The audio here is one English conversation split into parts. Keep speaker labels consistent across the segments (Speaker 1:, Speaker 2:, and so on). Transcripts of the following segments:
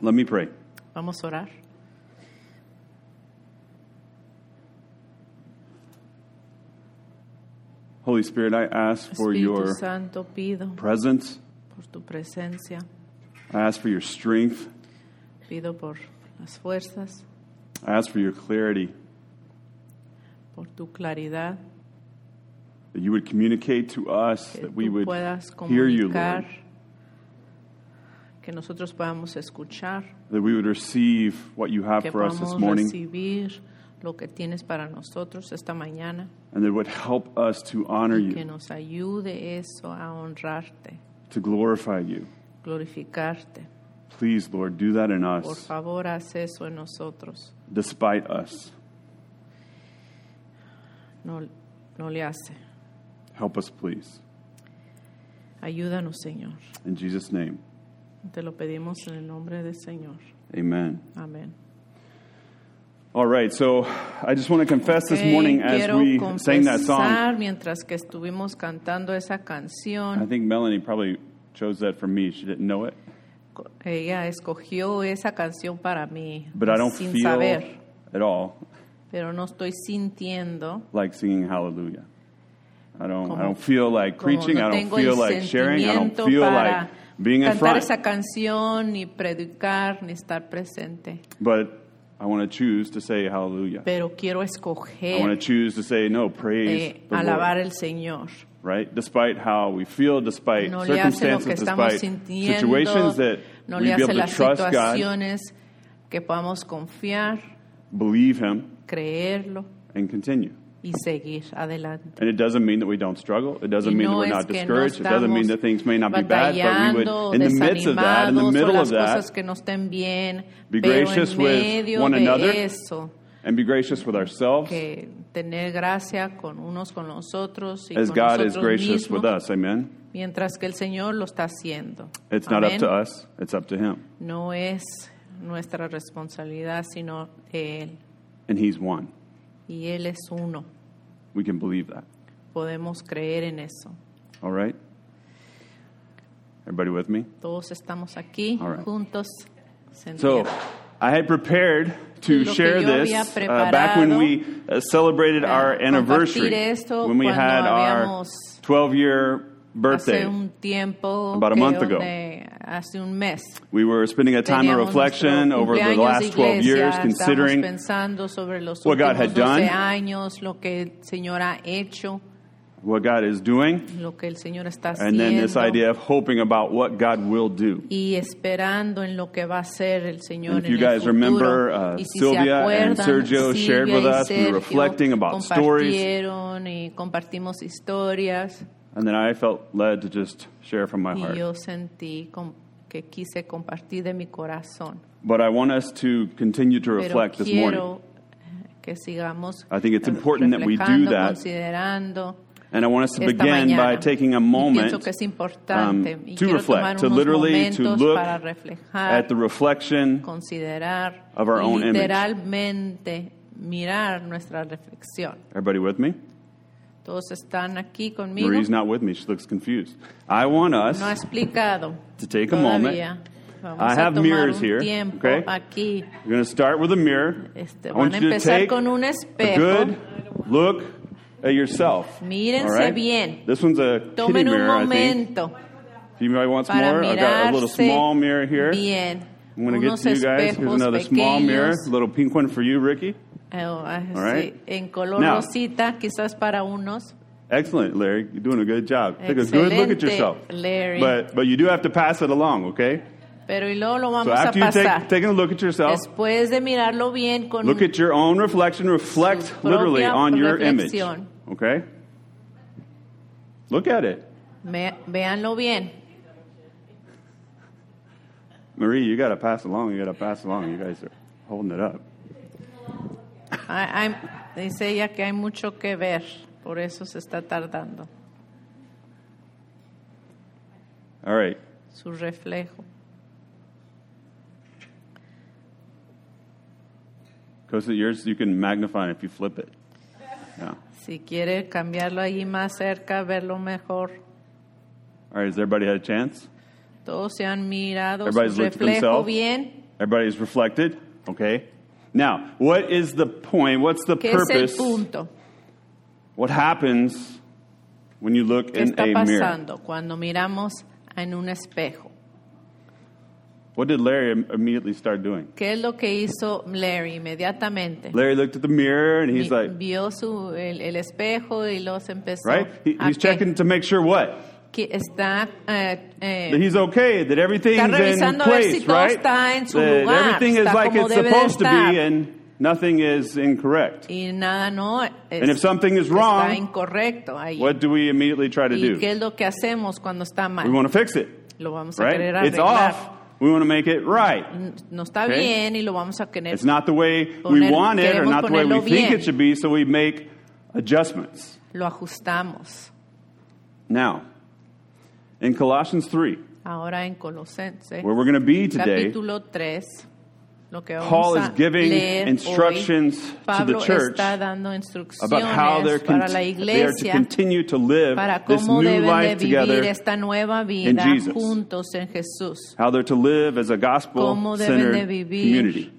Speaker 1: Let me pray.
Speaker 2: Vamos a orar.
Speaker 1: Holy Spirit, I ask for
Speaker 2: Espíritu
Speaker 1: your
Speaker 2: Santo, pido
Speaker 1: presence.
Speaker 2: por tu presencia,
Speaker 1: I ask for your strength.
Speaker 2: pido por las fuerzas,
Speaker 1: I ask for your clarity,
Speaker 2: por tu claridad,
Speaker 1: that you would communicate to us,
Speaker 2: que
Speaker 1: that we
Speaker 2: tú
Speaker 1: would
Speaker 2: puedas
Speaker 1: hear you,
Speaker 2: comunicar,
Speaker 1: Lord,
Speaker 2: que nosotros podamos escuchar,
Speaker 1: that we would receive what you have
Speaker 2: que
Speaker 1: for us this
Speaker 2: podamos
Speaker 1: morning,
Speaker 2: recibir lo que tienes para nosotros esta mañana,
Speaker 1: and that it would help us to honor
Speaker 2: que
Speaker 1: you,
Speaker 2: nos ayude eso a honrarte,
Speaker 1: to glorify you.
Speaker 2: glorificarte.
Speaker 1: Please, Lord, do that in
Speaker 2: Por
Speaker 1: us,
Speaker 2: favor, haz eso en nosotros.
Speaker 1: despite us.
Speaker 2: No, no le hace.
Speaker 1: Help us, please.
Speaker 2: Ayúdanos, Señor.
Speaker 1: In Jesus' name,
Speaker 2: Te lo pedimos en el nombre del Señor.
Speaker 1: amen.
Speaker 2: Amén.
Speaker 1: All right, so I just want to confess this
Speaker 2: Ok,
Speaker 1: morning as
Speaker 2: quiero
Speaker 1: we sang that song.
Speaker 2: confesar mientras que estuvimos cantando esa
Speaker 1: I
Speaker 2: canción,
Speaker 1: think Melanie probably chose that for me. She didn't know it,
Speaker 2: co- ella escogió esa canción para mí
Speaker 1: but I don't
Speaker 2: sin
Speaker 1: feel
Speaker 2: saber,
Speaker 1: at all
Speaker 2: pero no estoy sintiendo
Speaker 1: like singing hallelujah. I don't I
Speaker 2: Como-
Speaker 1: don't feel like
Speaker 2: como
Speaker 1: preaching, I
Speaker 2: no
Speaker 1: don't
Speaker 2: tengo el
Speaker 1: feel like sharing, I don't
Speaker 2: sentimiento
Speaker 1: feel
Speaker 2: para
Speaker 1: like being in
Speaker 2: cantar
Speaker 1: front.
Speaker 2: esa canción ni predicar ni estar presente,
Speaker 1: But I want to choose to say hallelujah.
Speaker 2: pero quiero
Speaker 1: I want
Speaker 2: escoger
Speaker 1: to choose to say no, praise
Speaker 2: eh,
Speaker 1: the
Speaker 2: alabar
Speaker 1: Lord,
Speaker 2: al Señor.
Speaker 1: right? Despite how we feel, despite
Speaker 2: no le hace lo que
Speaker 1: circumstances,
Speaker 2: estamos
Speaker 1: despite
Speaker 2: sintiendo,
Speaker 1: situations that
Speaker 2: no
Speaker 1: we'd
Speaker 2: le
Speaker 1: be
Speaker 2: hace
Speaker 1: able to
Speaker 2: las
Speaker 1: trust God,
Speaker 2: situaciones que podamos confiar,
Speaker 1: believe Him,
Speaker 2: creerlo
Speaker 1: and continue.
Speaker 2: y seguir adelante.
Speaker 1: And it doesn't mean that we don't struggle. It doesn't
Speaker 2: Y
Speaker 1: mean that
Speaker 2: no
Speaker 1: we're
Speaker 2: es
Speaker 1: not
Speaker 2: que no
Speaker 1: discouraged. It doesn't mean that things may not be bad, but we
Speaker 2: batallando,
Speaker 1: would, in the midst of that, in the
Speaker 2: desanimados, o
Speaker 1: middle of
Speaker 2: las cosas
Speaker 1: that,
Speaker 2: que no estén bien,
Speaker 1: be
Speaker 2: pero
Speaker 1: gracious
Speaker 2: en
Speaker 1: with
Speaker 2: medio
Speaker 1: one
Speaker 2: de
Speaker 1: another.
Speaker 2: eso,
Speaker 1: and be gracious with ourselves
Speaker 2: que tener gracia con unos con los otros y
Speaker 1: as
Speaker 2: con
Speaker 1: God is
Speaker 2: nosotros
Speaker 1: gracious
Speaker 2: mismos,
Speaker 1: with us. Amen.
Speaker 2: mientras que el Señor lo está haciendo.
Speaker 1: It's not up
Speaker 2: Amén.
Speaker 1: to us, it's up to Him.
Speaker 2: No es nuestra responsabilidad, sino de Él.
Speaker 1: And He's one.
Speaker 2: y Él es uno.
Speaker 1: We can believe that.
Speaker 2: Podemos creer en eso.
Speaker 1: All right? Everybody with me?
Speaker 2: Todos estamos aquí
Speaker 1: All right.
Speaker 2: juntos.
Speaker 1: So
Speaker 2: sentados.
Speaker 1: I had prepared to
Speaker 2: Lo que
Speaker 1: share
Speaker 2: yo
Speaker 1: this
Speaker 2: había
Speaker 1: uh, back when
Speaker 2: preparado
Speaker 1: we uh, celebrated
Speaker 2: para
Speaker 1: our
Speaker 2: compartir
Speaker 1: anniversary,
Speaker 2: esto
Speaker 1: when we
Speaker 2: cuando
Speaker 1: had our
Speaker 2: habíamos-
Speaker 1: 12 year birthday.
Speaker 2: hace un tiempo,
Speaker 1: About a
Speaker 2: creo,
Speaker 1: month ago.
Speaker 2: de- hace un mes.
Speaker 1: We were spending a time of
Speaker 2: teníamos
Speaker 1: reflection
Speaker 2: nuestro
Speaker 1: over the
Speaker 2: cumpleaños de
Speaker 1: last 12
Speaker 2: iglesia,
Speaker 1: years,
Speaker 2: estábamos
Speaker 1: considering
Speaker 2: pensando sobre los
Speaker 1: what God
Speaker 2: últimos
Speaker 1: had done.
Speaker 2: 12 años, lo que el Señor ha hecho,
Speaker 1: what God is doing,
Speaker 2: lo que el Señor está
Speaker 1: and
Speaker 2: haciendo.
Speaker 1: then this idea of hoping about what God will do.
Speaker 2: y esperando en lo que va a ser el Señor
Speaker 1: And if
Speaker 2: en
Speaker 1: you
Speaker 2: el
Speaker 1: guys
Speaker 2: futuro.
Speaker 1: remember, uh,
Speaker 2: y si se
Speaker 1: Sylvia and
Speaker 2: acuerdan,
Speaker 1: Sergio
Speaker 2: Silvia
Speaker 1: shared with
Speaker 2: y
Speaker 1: us, we were
Speaker 2: Sergio
Speaker 1: reflecting about stories.
Speaker 2: compartieron y compartimos historias
Speaker 1: And then I felt led to just share from my
Speaker 2: y
Speaker 1: heart.
Speaker 2: yo sentí com- que quise compartir de mi corazón.
Speaker 1: But I want us to continue to
Speaker 2: Pero
Speaker 1: reflect this morning.
Speaker 2: quiero que sigamos
Speaker 1: I think it's important that we do
Speaker 2: reflejando,
Speaker 1: that.
Speaker 2: considerando
Speaker 1: And I want us to
Speaker 2: esta
Speaker 1: begin by
Speaker 2: mañana.
Speaker 1: taking a
Speaker 2: Y
Speaker 1: moment
Speaker 2: pienso que es importante
Speaker 1: um,
Speaker 2: y
Speaker 1: to
Speaker 2: quiero
Speaker 1: reflect,
Speaker 2: tomar
Speaker 1: to
Speaker 2: unos
Speaker 1: literally to
Speaker 2: momentos
Speaker 1: look
Speaker 2: para reflejar
Speaker 1: at the reflection
Speaker 2: considerar
Speaker 1: Of our
Speaker 2: y
Speaker 1: own image.
Speaker 2: literalmente mirar nuestra reflexión.
Speaker 1: Everybody with me?
Speaker 2: Todos están aquí conmigo.
Speaker 1: Marie's not with me. She looks confused. I want us
Speaker 2: no ha explicado
Speaker 1: to take a moment.
Speaker 2: todavía. Vamos
Speaker 1: I
Speaker 2: a
Speaker 1: have
Speaker 2: tomar
Speaker 1: mirrors
Speaker 2: un
Speaker 1: here,
Speaker 2: tiempo
Speaker 1: okay?
Speaker 2: aquí.
Speaker 1: We're going to start with a mirror.
Speaker 2: Este,
Speaker 1: I
Speaker 2: van
Speaker 1: want
Speaker 2: a
Speaker 1: you to
Speaker 2: empezar
Speaker 1: take
Speaker 2: con un
Speaker 1: a
Speaker 2: espejo.
Speaker 1: good look at yourself.
Speaker 2: Mírense
Speaker 1: all right?
Speaker 2: bien.
Speaker 1: This one's a kitty
Speaker 2: Tomen un
Speaker 1: mirror, I think.
Speaker 2: momento
Speaker 1: Do you want some
Speaker 2: para
Speaker 1: more? I got a little
Speaker 2: mirarse
Speaker 1: small mirror here.
Speaker 2: bien.
Speaker 1: I'm going to get
Speaker 2: Unos
Speaker 1: to you guys. Here's
Speaker 2: espejos
Speaker 1: another small mirror,
Speaker 2: pequeños.
Speaker 1: little pink one for you, Ricky.
Speaker 2: Eh, oh, ah,
Speaker 1: All right.
Speaker 2: sí, En color
Speaker 1: Now.
Speaker 2: rosita, quizás para unos.
Speaker 1: Excellent, Larry. You're doing a good job. Take a good look at
Speaker 2: Excelente,
Speaker 1: yourself.
Speaker 2: Larry.
Speaker 1: But but you do have to pass it along, okay?
Speaker 2: Pero y luego lo
Speaker 1: So
Speaker 2: vamos a
Speaker 1: after you
Speaker 2: pasar.
Speaker 1: take taking a look at yourself,
Speaker 2: Después de mirarlo bien con
Speaker 1: look at your own reflection. Reflect
Speaker 2: Su
Speaker 1: literally
Speaker 2: propia
Speaker 1: on your image.
Speaker 2: reflexión.
Speaker 1: Okay? Look at it.
Speaker 2: me- véanlo bien.
Speaker 1: Marie, you gotta pass along, you gotta pass along. You guys are holding it up.
Speaker 2: I- I'm- dice ella que hay mucho que ver, por eso se está tardando
Speaker 1: All right.
Speaker 2: su reflejo.
Speaker 1: Costa, yours you can magnify if you flip it. Yeah.
Speaker 2: Si quiere cambiarlo allí más cerca, verlo mejor.
Speaker 1: All right, has everybody had a chance?
Speaker 2: Todos se han mirado
Speaker 1: Everybody's
Speaker 2: su
Speaker 1: looked at
Speaker 2: reflejo
Speaker 1: themselves.
Speaker 2: bien.
Speaker 1: Everybody's reflected? Okay. Now, what is the point? What's the
Speaker 2: ¿Qué es el
Speaker 1: purpose?
Speaker 2: punto?
Speaker 1: What happens when you look
Speaker 2: ¿Qué
Speaker 1: in
Speaker 2: está
Speaker 1: a mirror?
Speaker 2: pasando cuando miramos en un espejo?
Speaker 1: What did Larry im- immediately start doing?
Speaker 2: ¿Qué es lo que hizo Larry inmediatamente?
Speaker 1: Larry looked at the mirror and he's
Speaker 2: Vi-
Speaker 1: like,
Speaker 2: vio su, el, el espejo y los empezó
Speaker 1: right? He-
Speaker 2: a
Speaker 1: he's
Speaker 2: que-
Speaker 1: checking to make sure what?
Speaker 2: que está eh, eh,
Speaker 1: That he's okay, that everything's
Speaker 2: Está
Speaker 1: in
Speaker 2: revisando a ver
Speaker 1: place,
Speaker 2: si todo
Speaker 1: right?
Speaker 2: está en su
Speaker 1: that
Speaker 2: lugar,
Speaker 1: everything is
Speaker 2: está
Speaker 1: like
Speaker 2: como
Speaker 1: it's
Speaker 2: debe de
Speaker 1: supposed to be
Speaker 2: estar.
Speaker 1: and nothing is incorrect.
Speaker 2: y nada no es-
Speaker 1: And if something is wrong,
Speaker 2: está incorrecto ahí.
Speaker 1: What do we immediately try to
Speaker 2: ¿Y
Speaker 1: do?
Speaker 2: qué es lo que hacemos cuando está mal?
Speaker 1: We want to fix it,
Speaker 2: lo vamos a
Speaker 1: right?
Speaker 2: querer
Speaker 1: It's
Speaker 2: arreglar.
Speaker 1: off. We want to make it right.
Speaker 2: N- No está
Speaker 1: Okay.
Speaker 2: bien y lo vamos a querer.
Speaker 1: It's not the way we
Speaker 2: Poner-
Speaker 1: want it or
Speaker 2: queremos
Speaker 1: not the way we
Speaker 2: ponerlo
Speaker 1: think
Speaker 2: bien.
Speaker 1: it should be, so we make adjustments.
Speaker 2: Lo ajustamos.
Speaker 1: Now, in Colossians 3,
Speaker 2: Ahora en Colosenses,
Speaker 1: where we're going to be today,
Speaker 2: capítulo 3, lo que vamos
Speaker 1: Paul is
Speaker 2: a
Speaker 1: giving
Speaker 2: leer hoy,
Speaker 1: instructions to the
Speaker 2: Pablo
Speaker 1: church
Speaker 2: está dando instrucciones
Speaker 1: about how they're con-
Speaker 2: para la
Speaker 1: they are to
Speaker 2: iglesia
Speaker 1: continue to live
Speaker 2: para
Speaker 1: this
Speaker 2: cómo
Speaker 1: new
Speaker 2: deben de
Speaker 1: life
Speaker 2: vivir
Speaker 1: together,
Speaker 2: esta nueva vida
Speaker 1: Jesus.
Speaker 2: juntos en Jesús,
Speaker 1: how they're to live as a
Speaker 2: cómo
Speaker 1: gospel-centered
Speaker 2: deben de vivir
Speaker 1: community.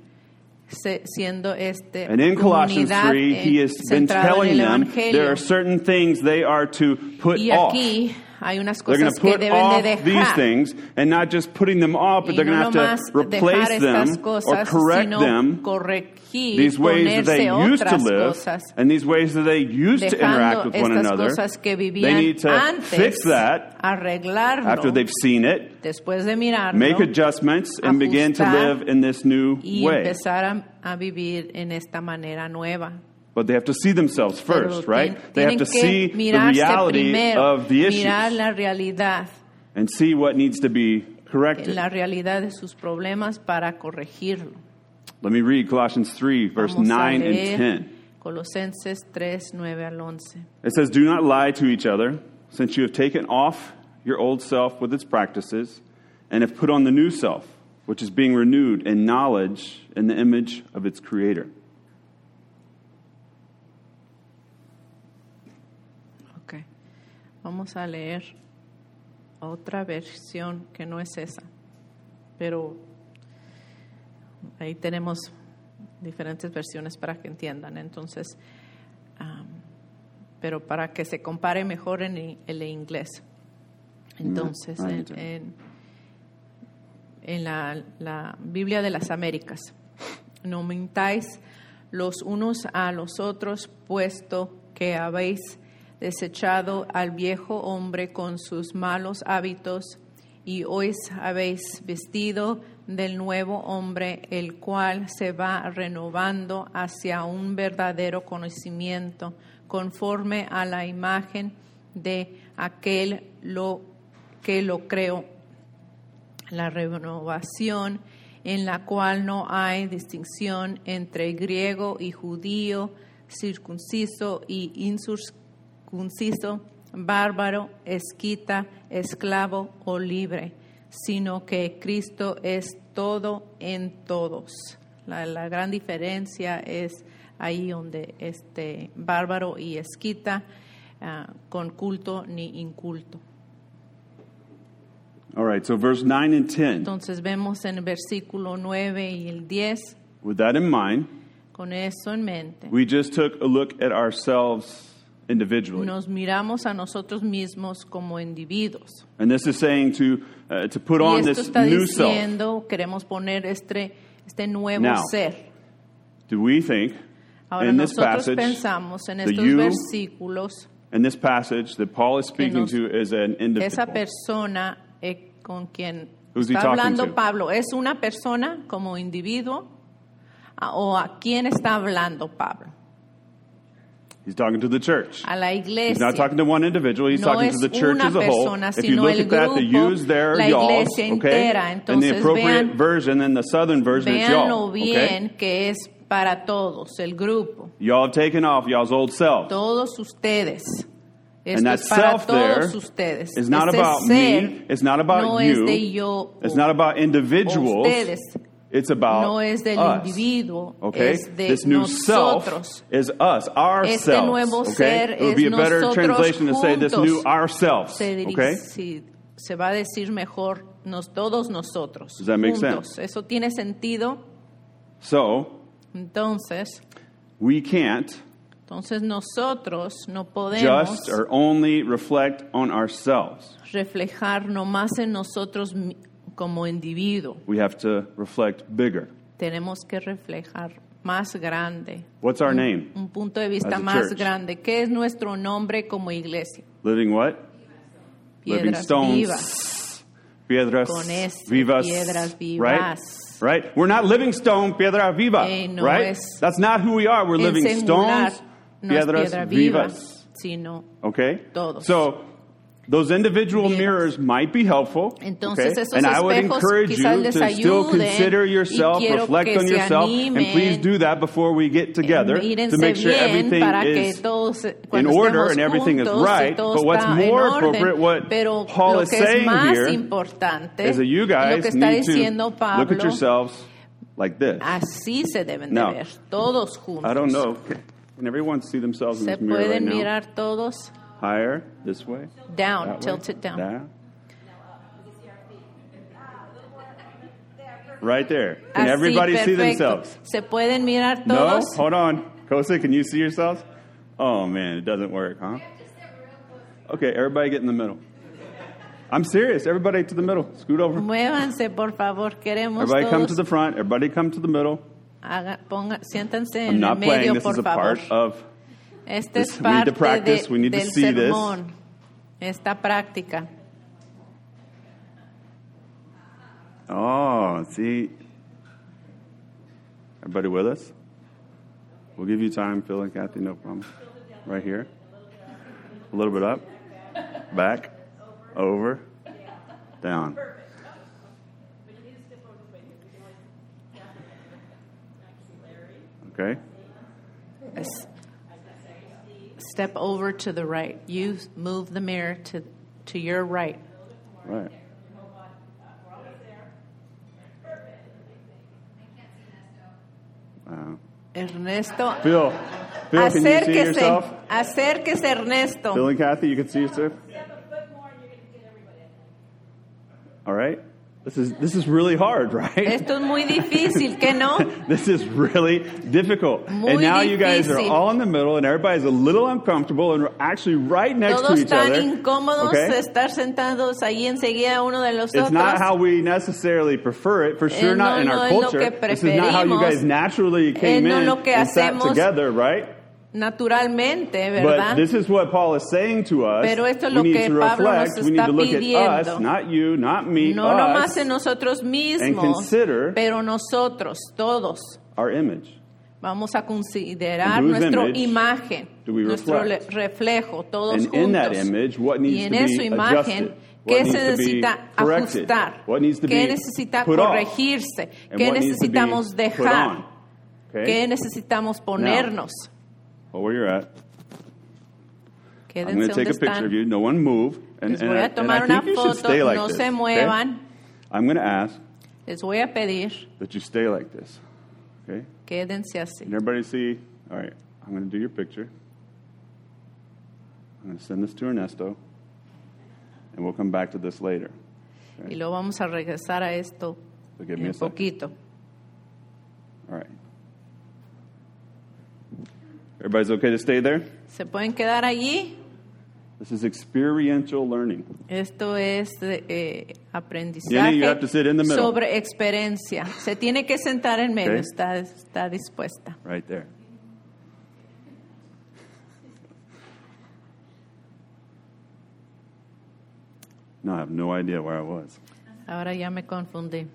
Speaker 2: se- siendo este
Speaker 1: And in Colossians
Speaker 2: comunidad
Speaker 1: 3,
Speaker 2: eh,
Speaker 1: he has been
Speaker 2: centrada en
Speaker 1: telling
Speaker 2: el
Speaker 1: them
Speaker 2: Evangelio.
Speaker 1: there are certain things they are to put
Speaker 2: y
Speaker 1: off.
Speaker 2: aquí hay unas
Speaker 1: They're going
Speaker 2: cosas
Speaker 1: to
Speaker 2: que
Speaker 1: put
Speaker 2: deben
Speaker 1: off
Speaker 2: de
Speaker 1: these
Speaker 2: dejar.
Speaker 1: things and not just putting them off, but
Speaker 2: y
Speaker 1: they're going
Speaker 2: no
Speaker 1: to have
Speaker 2: nomás
Speaker 1: to
Speaker 2: dejar
Speaker 1: replace
Speaker 2: estas
Speaker 1: them or
Speaker 2: cosas,
Speaker 1: correct
Speaker 2: sino
Speaker 1: them.
Speaker 2: corregir,
Speaker 1: These ways that they
Speaker 2: ponerse
Speaker 1: used to
Speaker 2: otras
Speaker 1: live
Speaker 2: cosas,
Speaker 1: and these ways that they used to interact
Speaker 2: dejando
Speaker 1: with one
Speaker 2: estas
Speaker 1: another.
Speaker 2: cosas que
Speaker 1: They
Speaker 2: vivían
Speaker 1: need to
Speaker 2: antes,
Speaker 1: fix that
Speaker 2: arreglarlo,
Speaker 1: after they've seen it,
Speaker 2: después de mirarlo,
Speaker 1: make adjustments, and begin to
Speaker 2: ajustar
Speaker 1: live in this new
Speaker 2: y
Speaker 1: way.
Speaker 2: empezar a- a vivir en esta manera nueva.
Speaker 1: But they have to see themselves
Speaker 2: Pero
Speaker 1: first,
Speaker 2: tien-
Speaker 1: right? They have
Speaker 2: tienen
Speaker 1: to
Speaker 2: que
Speaker 1: see the
Speaker 2: mirarse
Speaker 1: reality
Speaker 2: primero,
Speaker 1: of the
Speaker 2: mirar
Speaker 1: issues
Speaker 2: la realidad,
Speaker 1: and see what needs to be corrected.
Speaker 2: la realidad de sus problemas para corregirlo.
Speaker 1: Let me read Colossians 3, verse
Speaker 2: Vamos a
Speaker 1: 9 and
Speaker 2: leer
Speaker 1: 10.
Speaker 2: Colosenses 3, 9 al 11.
Speaker 1: It says, Do not lie to each other, since you have taken off your old self with its practices, and have put on the new self, which is being renewed in knowledge in the image of its creator.
Speaker 2: Ok. Vamos a leer otra versión que no es esa, pero ahí tenemos diferentes versiones para que entiendan. Entonces, am, pero para que se compare mejor en i- el inglés. Entonces,
Speaker 1: Ah,
Speaker 2: en,
Speaker 1: ya.
Speaker 2: en- en la, la Biblia de las Américas, no mintáis los unos a los otros, puesto que habéis desechado al viejo hombre con sus malos hábitos y hoy habéis vestido del nuevo hombre, el cual se va renovando hacia un verdadero conocimiento, conforme a la imagen de aquel lo que lo creó la renovación en la cual no hay distinción entre griego y judío, circunciso y incircunciso, bárbaro, esquita, esclavo o libre, sino que Cristo es todo en todos. La, la gran diferencia es ahí donde este bárbaro y esquita, ah, con culto ni inculto.
Speaker 1: All right, so verse 9 and 10.
Speaker 2: Entonces vemos en el versículo 9 y el 10,
Speaker 1: With that in mind,
Speaker 2: con eso en mente,
Speaker 1: we just took a look at ourselves individually.
Speaker 2: nos miramos a nosotros mismos como individuos.
Speaker 1: And this is saying to, uh, to put
Speaker 2: Y
Speaker 1: on
Speaker 2: esto
Speaker 1: this
Speaker 2: está
Speaker 1: new self.
Speaker 2: diciendo, queremos poner este, este nuevo
Speaker 1: Now,
Speaker 2: ser.
Speaker 1: Do we think
Speaker 2: Ahora
Speaker 1: in this
Speaker 2: nosotros
Speaker 1: passage,
Speaker 2: pensamos en
Speaker 1: the
Speaker 2: estos
Speaker 1: you
Speaker 2: versículos,
Speaker 1: in this passage that Paul is speaking
Speaker 2: nos-
Speaker 1: to is an
Speaker 2: esa
Speaker 1: individual?
Speaker 2: persona eh, con quien
Speaker 1: Who's he
Speaker 2: está
Speaker 1: talking
Speaker 2: hablando
Speaker 1: to?
Speaker 2: Pablo, ¿es una persona como individuo Ah, o a quién está hablando Pablo?
Speaker 1: He's talking to the church.
Speaker 2: A la
Speaker 1: He's
Speaker 2: iglesia.
Speaker 1: not talking to one individual. He's
Speaker 2: no
Speaker 1: talking
Speaker 2: es
Speaker 1: to the church
Speaker 2: una
Speaker 1: as a whole.
Speaker 2: persona,
Speaker 1: If you
Speaker 2: sino
Speaker 1: look
Speaker 2: el
Speaker 1: at that, they
Speaker 2: grupo,
Speaker 1: use their
Speaker 2: la
Speaker 1: y'alls,
Speaker 2: iglesia
Speaker 1: okay?
Speaker 2: entera.
Speaker 1: and the
Speaker 2: Entonces,
Speaker 1: appropriate
Speaker 2: vean-
Speaker 1: version and the southern version is y'all,
Speaker 2: Véanlo
Speaker 1: okay?
Speaker 2: bien que es para todos, el grupo,
Speaker 1: Y'all have taken off y'all's old self.
Speaker 2: todos ustedes.
Speaker 1: and
Speaker 2: Esto
Speaker 1: that
Speaker 2: es para
Speaker 1: self there
Speaker 2: todos ustedes.
Speaker 1: is not
Speaker 2: Ese
Speaker 1: about
Speaker 2: ser
Speaker 1: me. It's not about
Speaker 2: no
Speaker 1: you.
Speaker 2: es de yo
Speaker 1: it's
Speaker 2: o-
Speaker 1: not about individuals.
Speaker 2: ustedes.
Speaker 1: It's about
Speaker 2: no es del
Speaker 1: us.
Speaker 2: individuo,
Speaker 1: Okay?
Speaker 2: es de
Speaker 1: this new
Speaker 2: nosotros.
Speaker 1: self is us, ourselves.
Speaker 2: Este nuevo
Speaker 1: okay?
Speaker 2: ser
Speaker 1: it would
Speaker 2: es
Speaker 1: be a better
Speaker 2: nosotros
Speaker 1: translation to say this new
Speaker 2: juntos.
Speaker 1: ourselves.
Speaker 2: Se, diri-
Speaker 1: Okay?
Speaker 2: si- se va a decir mejor nos, todos nosotros.
Speaker 1: Does that make
Speaker 2: juntos.
Speaker 1: sense?
Speaker 2: Eso tiene sentido.
Speaker 1: So
Speaker 2: Entonces,
Speaker 1: we can't
Speaker 2: entonces nosotros no podemos
Speaker 1: just or only reflect on ourselves.
Speaker 2: reflejar nomás en nosotros mi- como individuo.
Speaker 1: We have to reflect bigger.
Speaker 2: Tenemos que reflejar más grande,
Speaker 1: What's our name?
Speaker 2: un punto de
Speaker 1: As
Speaker 2: vista
Speaker 1: a
Speaker 2: más
Speaker 1: church.
Speaker 2: grande. ¿Qué es nuestro nombre como iglesia?
Speaker 1: Living what? Living
Speaker 2: Piedras
Speaker 1: stones.
Speaker 2: vivas.
Speaker 1: Piedras
Speaker 2: Con ese,
Speaker 1: vivas.
Speaker 2: piedras vivas.
Speaker 1: Right? Right? We're not living stone, piedra viva.
Speaker 2: Eh, no
Speaker 1: right?
Speaker 2: es-
Speaker 1: That's not who we are. We're
Speaker 2: En
Speaker 1: living
Speaker 2: singular,
Speaker 1: stones,
Speaker 2: no es
Speaker 1: piedras
Speaker 2: piedra viva,
Speaker 1: vivas.
Speaker 2: sino
Speaker 1: Okay?
Speaker 2: Todos.
Speaker 1: So those individual
Speaker 2: Vivas.
Speaker 1: mirrors might be helpful.
Speaker 2: Entonces
Speaker 1: okay?
Speaker 2: esos
Speaker 1: And I would
Speaker 2: espejos
Speaker 1: encourage you
Speaker 2: quizás les
Speaker 1: to still
Speaker 2: ayuden,
Speaker 1: consider
Speaker 2: y
Speaker 1: yourself,
Speaker 2: quiero
Speaker 1: reflect
Speaker 2: que
Speaker 1: on
Speaker 2: se
Speaker 1: yourself, and
Speaker 2: animen,
Speaker 1: please do that before we get together
Speaker 2: Mírense
Speaker 1: to make sure
Speaker 2: bien
Speaker 1: everything
Speaker 2: para que
Speaker 1: is
Speaker 2: todos, cuando
Speaker 1: order
Speaker 2: estemos
Speaker 1: and everything is
Speaker 2: juntos,
Speaker 1: right,
Speaker 2: y todo
Speaker 1: but what's
Speaker 2: está
Speaker 1: more
Speaker 2: en
Speaker 1: appropriate,
Speaker 2: orden.
Speaker 1: what
Speaker 2: Pero
Speaker 1: Paul
Speaker 2: lo
Speaker 1: is
Speaker 2: que es
Speaker 1: saying
Speaker 2: más
Speaker 1: here
Speaker 2: importante,
Speaker 1: is that you
Speaker 2: ¿eh? lo
Speaker 1: guys
Speaker 2: que está
Speaker 1: need to
Speaker 2: diciendo Pablo, Ah,
Speaker 1: look at yourselves like this.
Speaker 2: así se deben
Speaker 1: Now,
Speaker 2: de ver, todos juntos.
Speaker 1: I don't know. Can everyone see themselves in
Speaker 2: Se
Speaker 1: this mirror right
Speaker 2: pueden
Speaker 1: now?
Speaker 2: mirar todos
Speaker 1: Higher, this way,
Speaker 2: down,
Speaker 1: that way,
Speaker 2: tilted down.
Speaker 1: that. Right there. Can
Speaker 2: Así,
Speaker 1: everybody see
Speaker 2: perfecto.
Speaker 1: themselves?
Speaker 2: Se pueden mirar
Speaker 1: No?
Speaker 2: todos.
Speaker 1: Hold on. Kosa, can you see yourselves? Oh, man, it doesn't work, huh? Okay, everybody get in the middle. I'm serious. Everybody to the middle. Scoot over.
Speaker 2: Muévanse, por favor, queremos
Speaker 1: Everybody come to
Speaker 2: todos.
Speaker 1: the front. Everybody come to the middle.
Speaker 2: haga- ponga- siéntanse
Speaker 1: I'm
Speaker 2: en el
Speaker 1: not playing.
Speaker 2: medio,
Speaker 1: This
Speaker 2: por
Speaker 1: is a
Speaker 2: favor.
Speaker 1: part of.
Speaker 2: Esta
Speaker 1: This-
Speaker 2: es
Speaker 1: we need to
Speaker 2: parte
Speaker 1: practice,
Speaker 2: de-
Speaker 1: we need to
Speaker 2: del
Speaker 1: see this.
Speaker 2: sermón, esta práctica.
Speaker 1: Oh, see. Everybody with us? We'll give you time, Phil and Kathy, no problem. Right here. A little bit up, back, over, down. Okay.
Speaker 2: Es- Step over to the right. You move the mirror to, to your right.
Speaker 1: Right. Wow.
Speaker 2: Ernesto,
Speaker 1: Phil, Phil, can you see
Speaker 2: acérquese.
Speaker 1: yourself?
Speaker 2: Acérquese, Ernesto.
Speaker 1: Phil and Kathy, you can see yourself. All right. This is this is really hard, right?
Speaker 2: Esto es muy difícil, ¿qué no?
Speaker 1: this is really difficult.
Speaker 2: Muy
Speaker 1: and now you guys are
Speaker 2: difícil.
Speaker 1: all in the middle, and everybody's a little uncomfortable, and we're actually right next
Speaker 2: Todos
Speaker 1: to each
Speaker 2: tan
Speaker 1: other.
Speaker 2: incómodos de
Speaker 1: okay?
Speaker 2: estar sentados ahí enseguida uno de los
Speaker 1: It's not how
Speaker 2: otros.
Speaker 1: we necessarily prefer it, for sure
Speaker 2: Eh,
Speaker 1: not
Speaker 2: no,
Speaker 1: in
Speaker 2: no
Speaker 1: our
Speaker 2: es lo
Speaker 1: culture.
Speaker 2: que
Speaker 1: This is not how you
Speaker 2: preferimos. Eh,
Speaker 1: guys naturally came
Speaker 2: no
Speaker 1: in
Speaker 2: lo que
Speaker 1: and sat
Speaker 2: hacemos,
Speaker 1: together, right?
Speaker 2: Naturalmente,
Speaker 1: But
Speaker 2: ¿verdad?
Speaker 1: this is what Paul is saying to us.
Speaker 2: Pero esto es
Speaker 1: we
Speaker 2: lo
Speaker 1: need
Speaker 2: que
Speaker 1: to
Speaker 2: Pablo nos
Speaker 1: reflect, we need
Speaker 2: está
Speaker 1: to look at us,
Speaker 2: pidiendo.
Speaker 1: not you, not me,
Speaker 2: No
Speaker 1: us,
Speaker 2: nomás en nosotros
Speaker 1: and
Speaker 2: mismos,
Speaker 1: consider-
Speaker 2: pero nosotros, todos,
Speaker 1: our image.
Speaker 2: vamos a considerar
Speaker 1: And whose
Speaker 2: nuestra
Speaker 1: image
Speaker 2: imagen,
Speaker 1: do we
Speaker 2: nuestro le-
Speaker 1: reflect?
Speaker 2: reflejo, todos
Speaker 1: And
Speaker 2: juntos.
Speaker 1: in that image, what
Speaker 2: y
Speaker 1: needs
Speaker 2: en
Speaker 1: to
Speaker 2: esa
Speaker 1: be
Speaker 2: imagen,
Speaker 1: adjusted?
Speaker 2: ¿qué
Speaker 1: What
Speaker 2: se
Speaker 1: needs to be
Speaker 2: necesita
Speaker 1: corrected?
Speaker 2: ajustar?
Speaker 1: What needs to
Speaker 2: ¿Qué
Speaker 1: be
Speaker 2: necesita
Speaker 1: put off?
Speaker 2: corregirse?
Speaker 1: And
Speaker 2: ¿Qué
Speaker 1: what needs to be
Speaker 2: necesitamos
Speaker 1: put
Speaker 2: dejar?
Speaker 1: on? Okay?
Speaker 2: ¿Qué necesitamos ponernos?
Speaker 1: Well, where you're at, I'm going
Speaker 2: Quédense
Speaker 1: to take
Speaker 2: donde
Speaker 1: a picture
Speaker 2: están.
Speaker 1: of you. No one move. And,
Speaker 2: Les
Speaker 1: and
Speaker 2: voy
Speaker 1: I-
Speaker 2: a
Speaker 1: and
Speaker 2: tomar
Speaker 1: I
Speaker 2: una
Speaker 1: think you should stay
Speaker 2: foto,
Speaker 1: like
Speaker 2: no
Speaker 1: this,
Speaker 2: se
Speaker 1: okay?
Speaker 2: muevan.
Speaker 1: I'm going to ask
Speaker 2: Les voy a pedir,
Speaker 1: that you stay like this. Okay?
Speaker 2: quédense así.
Speaker 1: Can everybody see? All right, I'm going to do your picture. I'm going to send this to Ernesto, and we'll come back to this later.
Speaker 2: Y luego vamos a regresar a esto
Speaker 1: So give me a
Speaker 2: un
Speaker 1: second.
Speaker 2: poquito.
Speaker 1: All right. Everybody's okay to stay there?
Speaker 2: ¿Se pueden quedar allí?
Speaker 1: This is experiential learning.
Speaker 2: Esto es de, eh,
Speaker 1: Jenny,
Speaker 2: aprendizaje
Speaker 1: you have to sit in the middle.
Speaker 2: sobre experiencia. Se tiene que sentar en medio.
Speaker 1: Okay.
Speaker 2: Está, está dispuesta.
Speaker 1: Right there. No, I have no idea where I was.
Speaker 2: Ahora ya me confundí.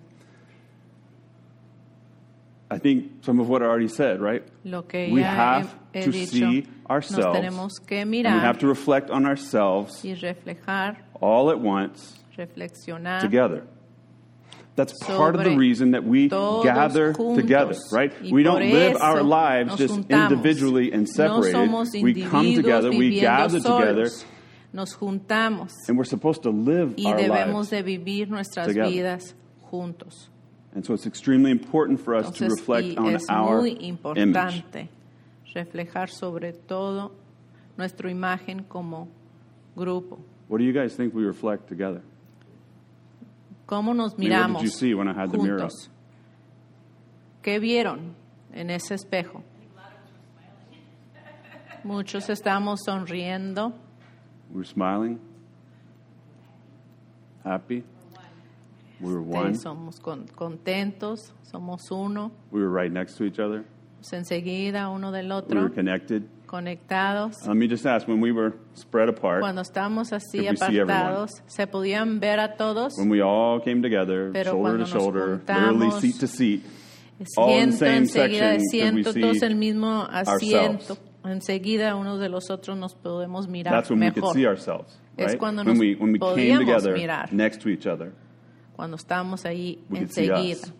Speaker 1: I think some of what I already said, right?
Speaker 2: Lo que
Speaker 1: We
Speaker 2: ya
Speaker 1: have
Speaker 2: he, he
Speaker 1: to
Speaker 2: dicho,
Speaker 1: see
Speaker 2: nos
Speaker 1: ourselves,
Speaker 2: tenemos que
Speaker 1: And we have
Speaker 2: mirar
Speaker 1: to reflect on ourselves
Speaker 2: y reflejar,
Speaker 1: all at once
Speaker 2: reflexionar.
Speaker 1: together. That's part of the
Speaker 2: Sobre
Speaker 1: reason that we
Speaker 2: todos
Speaker 1: gather
Speaker 2: juntos.
Speaker 1: together, right?
Speaker 2: Y
Speaker 1: We
Speaker 2: por
Speaker 1: don't live our
Speaker 2: eso
Speaker 1: lives
Speaker 2: nos
Speaker 1: just
Speaker 2: juntamos.
Speaker 1: individually and separated.
Speaker 2: No somos
Speaker 1: we come together,
Speaker 2: individuos
Speaker 1: we
Speaker 2: viviendo
Speaker 1: gather together,
Speaker 2: solos. Nos juntamos
Speaker 1: and we're supposed to live
Speaker 2: y
Speaker 1: our lives.
Speaker 2: debemos de vivir nuestras
Speaker 1: together.
Speaker 2: vidas juntos.
Speaker 1: And so it's extremely important for us to
Speaker 2: Entonces,
Speaker 1: reflect
Speaker 2: y
Speaker 1: on
Speaker 2: es
Speaker 1: our
Speaker 2: muy
Speaker 1: image.
Speaker 2: importante reflejar sobre todo nuestra imagen como grupo.
Speaker 1: What do you guys think we reflect together?
Speaker 2: ¿Cómo
Speaker 1: mean, what
Speaker 2: nos
Speaker 1: did you
Speaker 2: miramos
Speaker 1: see when I had the mirror up?
Speaker 2: juntos? ¿Qué vieron en ese espejo? Muchos estamos sonriendo,
Speaker 1: We were smiling, happy. We were
Speaker 2: eh,
Speaker 1: one.
Speaker 2: somos con- contentos, somos uno, pues,
Speaker 1: We were right next to each other.
Speaker 2: enseguida uno del
Speaker 1: We were
Speaker 2: otro,
Speaker 1: connected.
Speaker 2: conectados.
Speaker 1: Let me just ask when we were spread apart,
Speaker 2: Cuando estamos así
Speaker 1: Could we see
Speaker 2: apartados, se podían ver a todos,
Speaker 1: when we all came together,
Speaker 2: Pero
Speaker 1: shoulder
Speaker 2: cuando
Speaker 1: to
Speaker 2: nos
Speaker 1: shoulder,
Speaker 2: juntamos,
Speaker 1: literally seat to seat, all in the
Speaker 2: siento
Speaker 1: same
Speaker 2: enseguida de
Speaker 1: section, could we
Speaker 2: ciento, todos el
Speaker 1: see,
Speaker 2: mismo asiento.
Speaker 1: ourselves?
Speaker 2: Enseguida unos de los otros nos podemos mirar
Speaker 1: that's when we could
Speaker 2: mejor.
Speaker 1: see ourselves.
Speaker 2: Es
Speaker 1: Right?
Speaker 2: cuando
Speaker 1: When
Speaker 2: nos
Speaker 1: we, when we came
Speaker 2: podíamos
Speaker 1: together
Speaker 2: mirar.
Speaker 1: next to each other.
Speaker 2: Cuando estamos ahí
Speaker 1: We could see
Speaker 2: enseguida,
Speaker 1: us.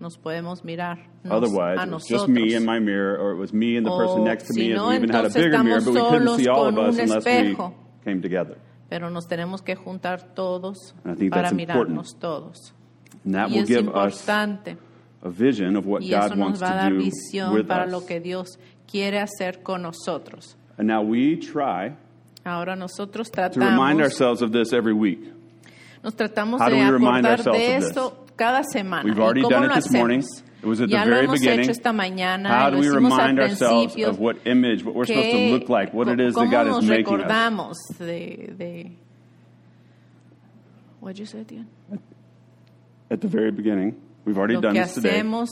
Speaker 2: nos podemos mirar nos-
Speaker 1: Otherwise,
Speaker 2: a
Speaker 1: it was
Speaker 2: nosotros.
Speaker 1: just me and my mirror, or it was me and the person
Speaker 2: O
Speaker 1: next to
Speaker 2: si
Speaker 1: me, and
Speaker 2: no,
Speaker 1: we even had a
Speaker 2: entonces
Speaker 1: bigger mirror, but we
Speaker 2: estamos
Speaker 1: couldn't see
Speaker 2: solos
Speaker 1: all of
Speaker 2: con
Speaker 1: us
Speaker 2: un
Speaker 1: unless
Speaker 2: espejo.
Speaker 1: we came together.
Speaker 2: Pero nos tenemos que juntar todos
Speaker 1: And I think
Speaker 2: para
Speaker 1: that's
Speaker 2: mirarnos todos.
Speaker 1: And that
Speaker 2: Y
Speaker 1: will
Speaker 2: es
Speaker 1: give us
Speaker 2: importante.
Speaker 1: a vision of what
Speaker 2: Y eso
Speaker 1: God
Speaker 2: nos
Speaker 1: wants
Speaker 2: va a
Speaker 1: to
Speaker 2: dar
Speaker 1: do
Speaker 2: visión
Speaker 1: with
Speaker 2: para
Speaker 1: us.
Speaker 2: lo que Dios quiere hacer con nosotros.
Speaker 1: And now we try
Speaker 2: Ahora nosotros
Speaker 1: to remind
Speaker 2: tratamos,
Speaker 1: ourselves of this every week.
Speaker 2: nos tratamos
Speaker 1: How do
Speaker 2: de
Speaker 1: we remind
Speaker 2: acordar de
Speaker 1: ourselves of
Speaker 2: esto cada semana.
Speaker 1: We've
Speaker 2: ¿Y
Speaker 1: already
Speaker 2: cómo
Speaker 1: done
Speaker 2: lo
Speaker 1: it this morning.
Speaker 2: hacemos?
Speaker 1: It was at the
Speaker 2: Ya lo
Speaker 1: very
Speaker 2: hemos
Speaker 1: beginning.
Speaker 2: hecho esta mañana,
Speaker 1: How
Speaker 2: lo
Speaker 1: do we
Speaker 2: hicimos al
Speaker 1: remind ourselves
Speaker 2: principio.
Speaker 1: of what image, what we're supposed to
Speaker 2: ¿Qué-
Speaker 1: look like, what it is that
Speaker 2: cómo
Speaker 1: God
Speaker 2: nos
Speaker 1: is making us?
Speaker 2: recordamos de, de- What'd you say, Dion?
Speaker 1: At the very beginning, we've already
Speaker 2: lo
Speaker 1: done
Speaker 2: que
Speaker 1: this today.
Speaker 2: hacemos